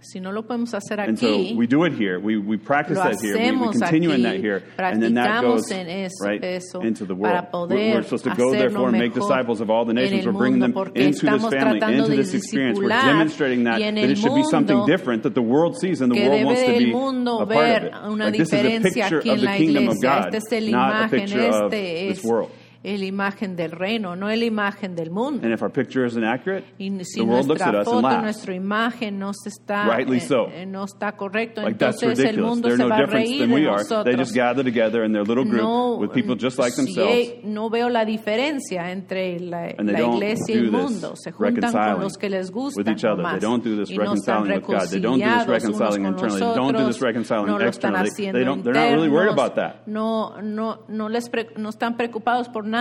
Speaker 2: Si no lo podemos hacer
Speaker 1: And so
Speaker 2: aquí,
Speaker 1: we do it here. We, we practice
Speaker 2: lo
Speaker 1: that here. We, we
Speaker 2: hacemos
Speaker 1: continue in that
Speaker 2: aquí,
Speaker 1: here. And then that goes
Speaker 2: practicamos en es-
Speaker 1: right
Speaker 2: eso
Speaker 1: into the world.
Speaker 2: para poder
Speaker 1: we're, we're supposed to go, therefore,
Speaker 2: hacerlo
Speaker 1: and make
Speaker 2: mejor
Speaker 1: disciples of all the
Speaker 2: en
Speaker 1: nations.
Speaker 2: el
Speaker 1: We're bringing them
Speaker 2: mundo, porque
Speaker 1: into this
Speaker 2: estamos
Speaker 1: family,
Speaker 2: tratando
Speaker 1: into
Speaker 2: de
Speaker 1: this experience. We're
Speaker 2: discipular
Speaker 1: demonstrating that,
Speaker 2: y en
Speaker 1: that
Speaker 2: el
Speaker 1: it should be something
Speaker 2: mundo
Speaker 1: different that the world sees and the
Speaker 2: que
Speaker 1: world
Speaker 2: debe
Speaker 1: wants to
Speaker 2: del
Speaker 1: be
Speaker 2: mundo
Speaker 1: a part of
Speaker 2: ver
Speaker 1: it.
Speaker 2: una
Speaker 1: Like, this is a
Speaker 2: diferencia
Speaker 1: picture
Speaker 2: aquí
Speaker 1: of
Speaker 2: en
Speaker 1: the
Speaker 2: la
Speaker 1: kingdom of
Speaker 2: iglesia.
Speaker 1: God,
Speaker 2: Esta es la
Speaker 1: not a
Speaker 2: imagen,
Speaker 1: picture of
Speaker 2: este es
Speaker 1: this world.
Speaker 2: la imagen del reino, no la imagen del mundo.
Speaker 1: And if our picture isn't accurate,
Speaker 2: Y
Speaker 1: the
Speaker 2: si
Speaker 1: world looks at
Speaker 2: nuestra
Speaker 1: us and
Speaker 2: foto,
Speaker 1: laughs.
Speaker 2: nuestra imagen no se está,
Speaker 1: Rightly
Speaker 2: eh,
Speaker 1: so.
Speaker 2: eh, no está correcto,
Speaker 1: Like that's
Speaker 2: entonces el
Speaker 1: ridiculous.
Speaker 2: mundo
Speaker 1: They're
Speaker 2: se
Speaker 1: no
Speaker 2: va a
Speaker 1: different
Speaker 2: reír
Speaker 1: than
Speaker 2: de
Speaker 1: we are. They
Speaker 2: nosotros.
Speaker 1: just gather together in their little group
Speaker 2: No, eh,
Speaker 1: with people just like
Speaker 2: si
Speaker 1: themselves.
Speaker 2: hay- no veo la diferencia entre la,
Speaker 1: And they
Speaker 2: la
Speaker 1: don't
Speaker 2: iglesia y
Speaker 1: do
Speaker 2: el
Speaker 1: this
Speaker 2: mundo. Se juntan
Speaker 1: reconciling
Speaker 2: con los que les gusta
Speaker 1: with each other. They don't do this
Speaker 2: y no están
Speaker 1: reconciling with God. They don't do this
Speaker 2: reconciliados
Speaker 1: reconciling
Speaker 2: unos con
Speaker 1: internally.
Speaker 2: los
Speaker 1: They don't do this
Speaker 2: otros,
Speaker 1: reconciling
Speaker 2: no lo están
Speaker 1: externally.
Speaker 2: haciendo
Speaker 1: They don't- they're not really worried about
Speaker 2: internos,
Speaker 1: that.
Speaker 2: No, no, no, les pre- no están preocupados por nada,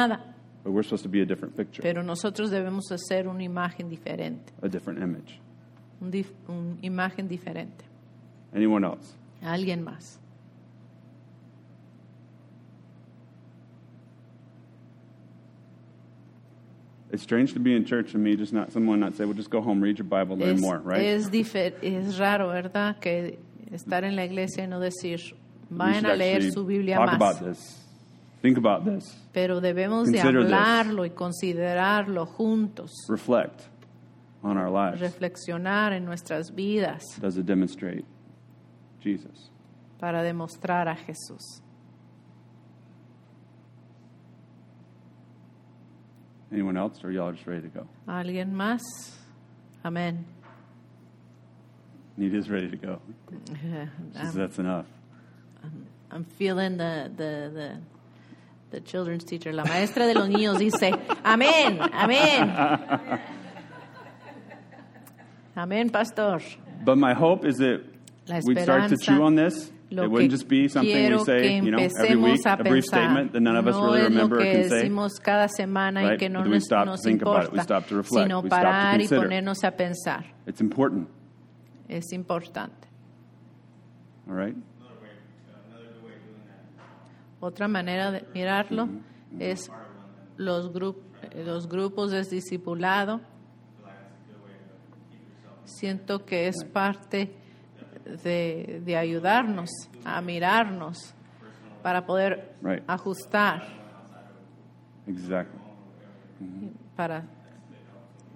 Speaker 1: But we're supposed to be a different picture,
Speaker 2: pero nosotros debemos hacer una imagen diferente,
Speaker 1: a different image.
Speaker 2: un dif- una imagen diferente.
Speaker 1: Anyone else?
Speaker 2: Alguien más.
Speaker 1: It's strange to be in church and me just not someone not say, "Well, just go home, read your Bible, learn
Speaker 2: es,
Speaker 1: more." Right?
Speaker 2: es difer- es raro, ¿verdad? Que estar en la iglesia y no decir,
Speaker 1: We
Speaker 2: vayan
Speaker 1: should
Speaker 2: a leer
Speaker 1: actually
Speaker 2: su Biblia
Speaker 1: talk
Speaker 2: más.
Speaker 1: about this. Think about this.
Speaker 2: Pero debemos de
Speaker 1: Consider this.
Speaker 2: hablarlo y considerarlo juntos,
Speaker 1: Reflect on our lives.
Speaker 2: reflexionar en nuestras vidas.
Speaker 1: Does it demonstrate Jesus?
Speaker 2: para demostrar a Jesús.
Speaker 1: Anyone else, or y'all just ready to go?
Speaker 2: ¿Alguien más? Amén.
Speaker 1: Need is ready to go. She says,
Speaker 2: I'm,
Speaker 1: that's enough.
Speaker 2: I'm feeling the, the, the, the children's teacher. La maestra de los niños dice, amén, amén. Amén, pastor.
Speaker 1: But my hope is that
Speaker 2: La
Speaker 1: we'd start to
Speaker 2: esperanza,
Speaker 1: chew on this.
Speaker 2: Lo
Speaker 1: It
Speaker 2: que
Speaker 1: wouldn't just be something we
Speaker 2: quiero
Speaker 1: say,
Speaker 2: que
Speaker 1: you know, every
Speaker 2: empecemos
Speaker 1: week,
Speaker 2: a
Speaker 1: a brief
Speaker 2: pensar.
Speaker 1: statement that none of us
Speaker 2: no
Speaker 1: really
Speaker 2: es
Speaker 1: remember
Speaker 2: lo
Speaker 1: or
Speaker 2: que
Speaker 1: can say.
Speaker 2: decimos cada semana y
Speaker 1: Right?
Speaker 2: que no
Speaker 1: But we
Speaker 2: nos,
Speaker 1: stop to
Speaker 2: nos
Speaker 1: think about it. We
Speaker 2: importa,
Speaker 1: stop to reflect.
Speaker 2: sino
Speaker 1: We stop to
Speaker 2: parar y
Speaker 1: consider.
Speaker 2: ponernos a pensar.
Speaker 1: It's important,
Speaker 2: Es importante.
Speaker 1: all right?
Speaker 5: Another way, another good way of doing that is
Speaker 2: Otra manera de mirarlo es los, grup- eh, los grupos de discipulado. Siento que es parte de, de ayudarnos a mirarnos para poder
Speaker 1: Right.
Speaker 2: ajustar,
Speaker 1: Exactly.
Speaker 2: para,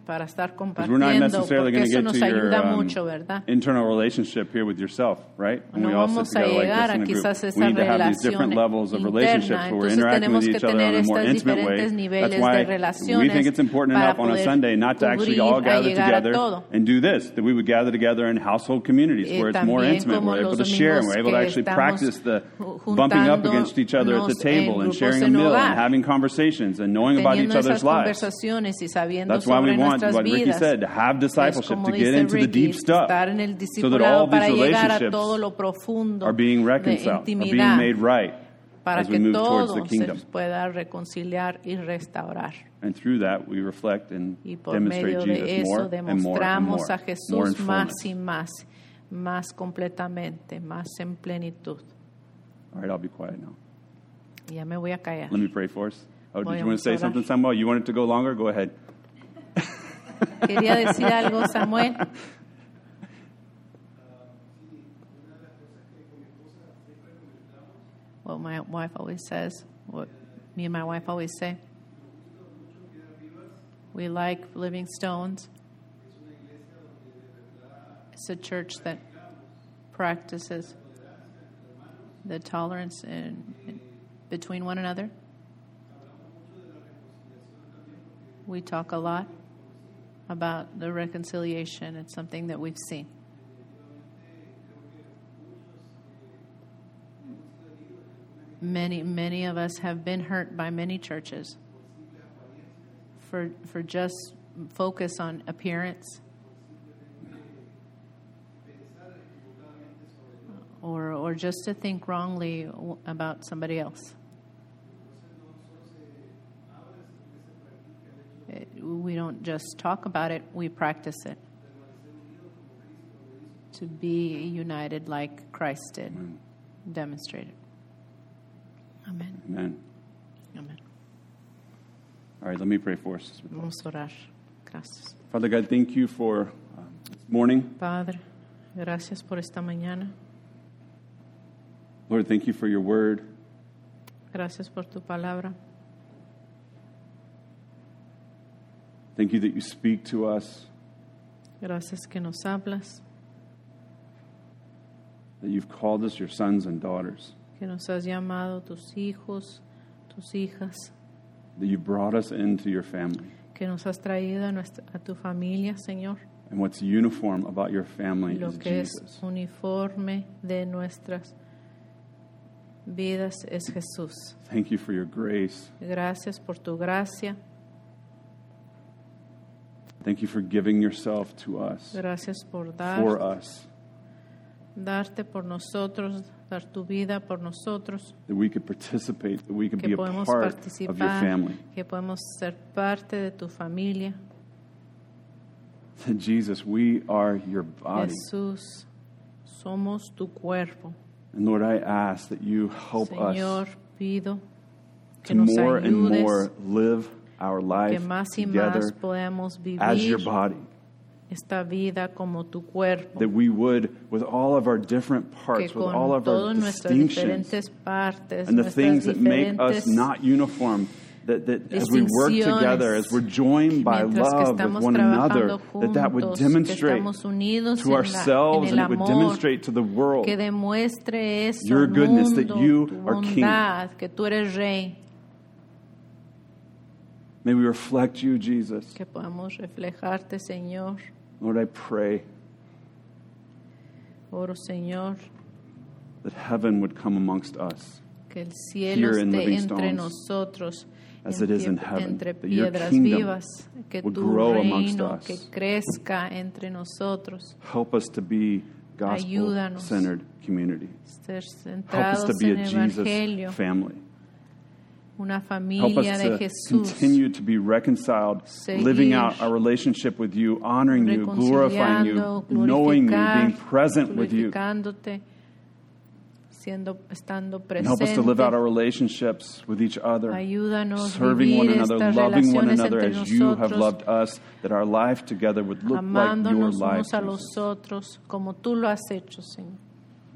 Speaker 2: para estar
Speaker 1: we're not
Speaker 2: compartiendo,
Speaker 1: necessarily
Speaker 2: porque
Speaker 1: going to
Speaker 2: eso
Speaker 1: get
Speaker 2: nos
Speaker 1: to your
Speaker 2: ayuda
Speaker 1: um,
Speaker 2: mucho, ¿verdad?
Speaker 1: internal relationship here with yourself, right? When
Speaker 2: No
Speaker 1: we all sit
Speaker 2: vamos a
Speaker 1: together like this
Speaker 2: llegar a
Speaker 1: in a group,
Speaker 2: quizás esa
Speaker 1: we need to have
Speaker 2: relación
Speaker 1: these different levels of relationships
Speaker 2: interna.
Speaker 1: where we're
Speaker 2: Entonces
Speaker 1: interacting with
Speaker 2: tenemos
Speaker 1: each
Speaker 2: que
Speaker 1: other
Speaker 2: tener
Speaker 1: in a more
Speaker 2: estos
Speaker 1: intimate way.
Speaker 2: diferentes niveles
Speaker 1: That's
Speaker 2: de
Speaker 1: why we
Speaker 2: relaciones
Speaker 1: think it's important
Speaker 2: para
Speaker 1: enough on a
Speaker 2: poder
Speaker 1: Sunday not to actually
Speaker 2: cubrir
Speaker 1: all
Speaker 2: a
Speaker 1: gather
Speaker 2: llegar a
Speaker 1: together
Speaker 2: todo.
Speaker 1: and do this, that we would gather together in household communities
Speaker 2: Eh,
Speaker 1: where it's more
Speaker 2: también
Speaker 1: intimate,
Speaker 2: como
Speaker 1: we're able
Speaker 2: los
Speaker 1: to share and
Speaker 2: domingos
Speaker 1: we're able to
Speaker 2: que
Speaker 1: actually
Speaker 2: estamos
Speaker 1: practice the
Speaker 2: ju-
Speaker 1: bumping up
Speaker 2: juntándonos
Speaker 1: against each other at the table and
Speaker 2: en grupos
Speaker 1: sharing a
Speaker 2: en
Speaker 1: meal and
Speaker 2: hogar.
Speaker 1: having conversations and knowing about each
Speaker 2: Teniendo
Speaker 1: other's
Speaker 2: esas
Speaker 1: lives.
Speaker 2: conversaciones y sabiendo
Speaker 1: That's why
Speaker 2: sobre
Speaker 1: we want
Speaker 2: nuestras
Speaker 1: what Ricky
Speaker 2: vidas.
Speaker 1: said, to have
Speaker 2: Es
Speaker 1: discipleship,
Speaker 2: como
Speaker 1: to get
Speaker 2: dice
Speaker 1: into the
Speaker 2: Ricky,
Speaker 1: deep stuff
Speaker 2: estar en el
Speaker 1: so that all
Speaker 2: discipulado
Speaker 1: these
Speaker 2: para llegar a
Speaker 1: relationships
Speaker 2: todo lo profundo
Speaker 1: are being
Speaker 2: de
Speaker 1: reconciled, are being
Speaker 2: intimidad
Speaker 1: made right
Speaker 2: para
Speaker 1: as we
Speaker 2: que
Speaker 1: move towards the
Speaker 2: todo se
Speaker 1: kingdom.
Speaker 2: nos pueda reconciliar y restaurar.
Speaker 1: And through that, we reflect and
Speaker 2: Y por
Speaker 1: demonstrate
Speaker 2: medio de
Speaker 1: Jesus more
Speaker 2: eso
Speaker 1: and more and more,
Speaker 2: demostramos a
Speaker 1: more in
Speaker 2: Jesús más
Speaker 1: fullness.
Speaker 2: y más, más completamente, más en plenitud.
Speaker 1: All right, I'll be quiet now.
Speaker 2: Ya me voy a callar.
Speaker 1: Let me pray for us. Oh, did
Speaker 2: Voy
Speaker 1: you
Speaker 2: a
Speaker 1: want to say
Speaker 2: orar.
Speaker 1: something, Samuel? You want it to go longer? Go ahead.
Speaker 2: Quería decir algo, Samuel. What my wife always says, what me and my wife always say. We like living stones. It's a church that practices the tolerance in, in- between one another. We talk a lot about the reconciliation. It's something that we've seen. Many, many of us have been hurt by many churches for, for just focus on appearance or, or just to think wrongly w- about somebody else. It- we don't just talk about it, we practice it. To be united like Christ did, demonstrate it. Amén.
Speaker 1: Amen.
Speaker 2: Amén.
Speaker 1: All right, let me pray for us.
Speaker 2: Vamos a orar. Gracias.
Speaker 1: Father God, thank you for um, this morning.
Speaker 2: Padre, gracias por esta mañana.
Speaker 1: Lord, thank you for your word.
Speaker 2: Gracias por tu palabra.
Speaker 1: Thank you that you speak to us,
Speaker 2: Gracias que nos hablas,
Speaker 1: that you've called us your sons and daughters,
Speaker 2: que nos has llamado tus hijos, tus hijas,
Speaker 1: that you brought us into your family.
Speaker 2: que nos has traído a, nuestra- a tu familia, Señor.
Speaker 1: And what's uniform about your family
Speaker 2: Lo
Speaker 1: is
Speaker 2: que
Speaker 1: Jesus.
Speaker 2: es uniforme de nuestras vidas es Jesús.
Speaker 1: Thank you for your grace.
Speaker 2: Gracias por tu gracia,
Speaker 1: Thank you for giving yourself to us,
Speaker 2: gracias por
Speaker 1: for
Speaker 2: dar,
Speaker 1: us,
Speaker 2: darte por nosotros, dar tu vida por nosotros,
Speaker 1: that we could participate, that we could be
Speaker 2: que
Speaker 1: a
Speaker 2: podemos
Speaker 1: part of your
Speaker 2: participar,
Speaker 1: family.
Speaker 2: que podemos ser parte de tu familia.
Speaker 1: That Jesus, we are your body.
Speaker 2: Jesús, somos tu cuerpo.
Speaker 1: And Lord, I ask that you help
Speaker 2: Señor,
Speaker 1: us
Speaker 2: pido
Speaker 1: to
Speaker 2: que nos
Speaker 1: more and
Speaker 2: ayudes,
Speaker 1: more live our
Speaker 2: que
Speaker 1: life
Speaker 2: más y más
Speaker 1: together
Speaker 2: podamos
Speaker 1: as your
Speaker 2: vivir
Speaker 1: body.
Speaker 2: esta vida como tu cuerpo.
Speaker 1: That we would, with all of our different
Speaker 2: que
Speaker 1: parts, with
Speaker 2: con
Speaker 1: all of our
Speaker 2: todas nuestras
Speaker 1: distinctions
Speaker 2: diferentes partes,
Speaker 1: and the
Speaker 2: nuestras
Speaker 1: things that make us
Speaker 2: diferentes
Speaker 1: not uniform that, that as we work together, as we're joined by
Speaker 2: mientras que
Speaker 1: love with
Speaker 2: estamos
Speaker 1: one another,
Speaker 2: trabajando
Speaker 1: that that would
Speaker 2: juntos, que
Speaker 1: demonstrate
Speaker 2: estamos unidos en
Speaker 1: to
Speaker 2: la-
Speaker 1: ourselves and
Speaker 2: en el
Speaker 1: it would
Speaker 2: amor,
Speaker 1: demonstrate to the world
Speaker 2: que demuestre eso
Speaker 1: your
Speaker 2: al
Speaker 1: goodness, that
Speaker 2: mundo,
Speaker 1: you
Speaker 2: tu
Speaker 1: are king.
Speaker 2: bondad, que tú eres rey,
Speaker 1: May we reflect you, Jesus.
Speaker 2: que podamos reflejarte, Señor.
Speaker 1: Lord, I pray
Speaker 2: Oro, Señor,
Speaker 1: that heaven would come amongst us
Speaker 2: que el cielo
Speaker 1: Here in
Speaker 2: esté
Speaker 1: living
Speaker 2: entre
Speaker 1: stones,
Speaker 2: nosotros,
Speaker 1: as it is in
Speaker 2: entre-
Speaker 1: heaven,
Speaker 2: entre
Speaker 1: that your
Speaker 2: piedras
Speaker 1: kingdom
Speaker 2: vivas, que
Speaker 1: would
Speaker 2: tu
Speaker 1: grow amongst
Speaker 2: reino
Speaker 1: us.
Speaker 2: que crezca entre nosotros,
Speaker 1: help us to be gospel
Speaker 2: Ayúdanos.
Speaker 1: centered community
Speaker 2: ser
Speaker 1: help us to
Speaker 2: centrados
Speaker 1: be
Speaker 2: en
Speaker 1: a
Speaker 2: el Evangelio,
Speaker 1: jesus family
Speaker 2: una
Speaker 1: help
Speaker 2: familia
Speaker 1: us
Speaker 2: de
Speaker 1: to
Speaker 2: Jesús.
Speaker 1: continue to be reconciled
Speaker 2: Seguir
Speaker 1: living out our relationship with you honoring you glorifying you
Speaker 2: reconciliando,
Speaker 1: knowing you
Speaker 2: glorificar,
Speaker 1: being present with you
Speaker 2: glorificándote, siendo, estando
Speaker 1: and
Speaker 2: presente.
Speaker 1: help us to live out our relationships with each other
Speaker 2: Ayúdanos
Speaker 1: serving one
Speaker 2: vivir
Speaker 1: another
Speaker 2: estas
Speaker 1: loving one
Speaker 2: relaciones
Speaker 1: another
Speaker 2: entre
Speaker 1: as you have
Speaker 2: nosotros,
Speaker 1: loved us that our life together would look like your
Speaker 2: amándonos
Speaker 1: life
Speaker 2: unos a
Speaker 1: Jesus.
Speaker 2: los otros, como tú lo has hecho, Señor.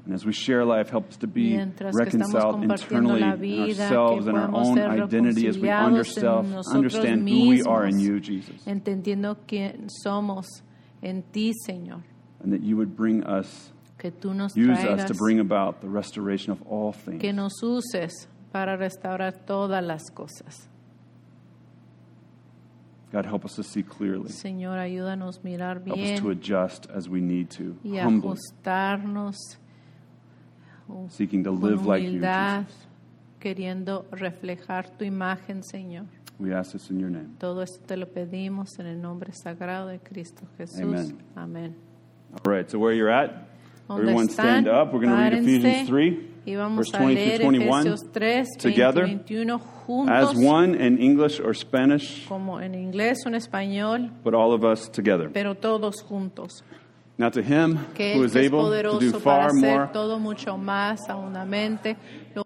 Speaker 1: And as we share life, help us to be
Speaker 2: Mientras que estamos
Speaker 1: reconciled
Speaker 2: compartiendo
Speaker 1: internally
Speaker 2: la
Speaker 1: in
Speaker 2: vida,
Speaker 1: ourselves
Speaker 2: que
Speaker 1: and our
Speaker 2: podamos
Speaker 1: own
Speaker 2: ser
Speaker 1: identity as we
Speaker 2: reconciliados en
Speaker 1: understand,
Speaker 2: nosotros
Speaker 1: understand who we are in
Speaker 2: mismos.
Speaker 1: you, Jesus.
Speaker 2: entendiendo quién somos en ti, Señor.
Speaker 1: And that you would bring us,
Speaker 2: Que tú nos
Speaker 1: use us
Speaker 2: traigas,
Speaker 1: to bring about the restoration of all things.
Speaker 2: que nos uses para restaurar todas las cosas.
Speaker 1: God, help us to see clearly.
Speaker 2: Señor, ayúdanos a mirar
Speaker 1: Help us to
Speaker 2: bien
Speaker 1: adjust as we need to,
Speaker 2: y
Speaker 1: humbly,
Speaker 2: ajustarnos uh,
Speaker 1: seeking to
Speaker 2: con
Speaker 1: live like you,
Speaker 2: humildad,
Speaker 1: Jesus.
Speaker 2: queriendo reflejar tu imagen, Señor.
Speaker 1: We ask this in your name.
Speaker 2: Todo esto te lo pedimos en el nombre sagrado de Cristo Jesús.
Speaker 1: Amen.
Speaker 2: Amén.
Speaker 1: All right, so where you're at,
Speaker 2: ¿Dónde
Speaker 1: everyone stand
Speaker 2: están?
Speaker 1: up. We're going to read
Speaker 2: Párense.
Speaker 1: Ephesians 3,
Speaker 2: Y vamos
Speaker 1: verse
Speaker 2: a
Speaker 1: 20 through
Speaker 2: leer
Speaker 1: 21,
Speaker 2: Efesios 3, 20,
Speaker 1: together,
Speaker 2: 21
Speaker 1: as
Speaker 2: juntos,
Speaker 1: one in English or Spanish,
Speaker 2: como en inglés o en español,
Speaker 1: but all of us together.
Speaker 2: pero todos juntos.
Speaker 1: Now to him
Speaker 2: Que
Speaker 1: who
Speaker 2: Él
Speaker 1: is
Speaker 2: que es
Speaker 1: able to do
Speaker 2: poderoso para
Speaker 1: far more
Speaker 2: hacer todo mucho más abundamente, lo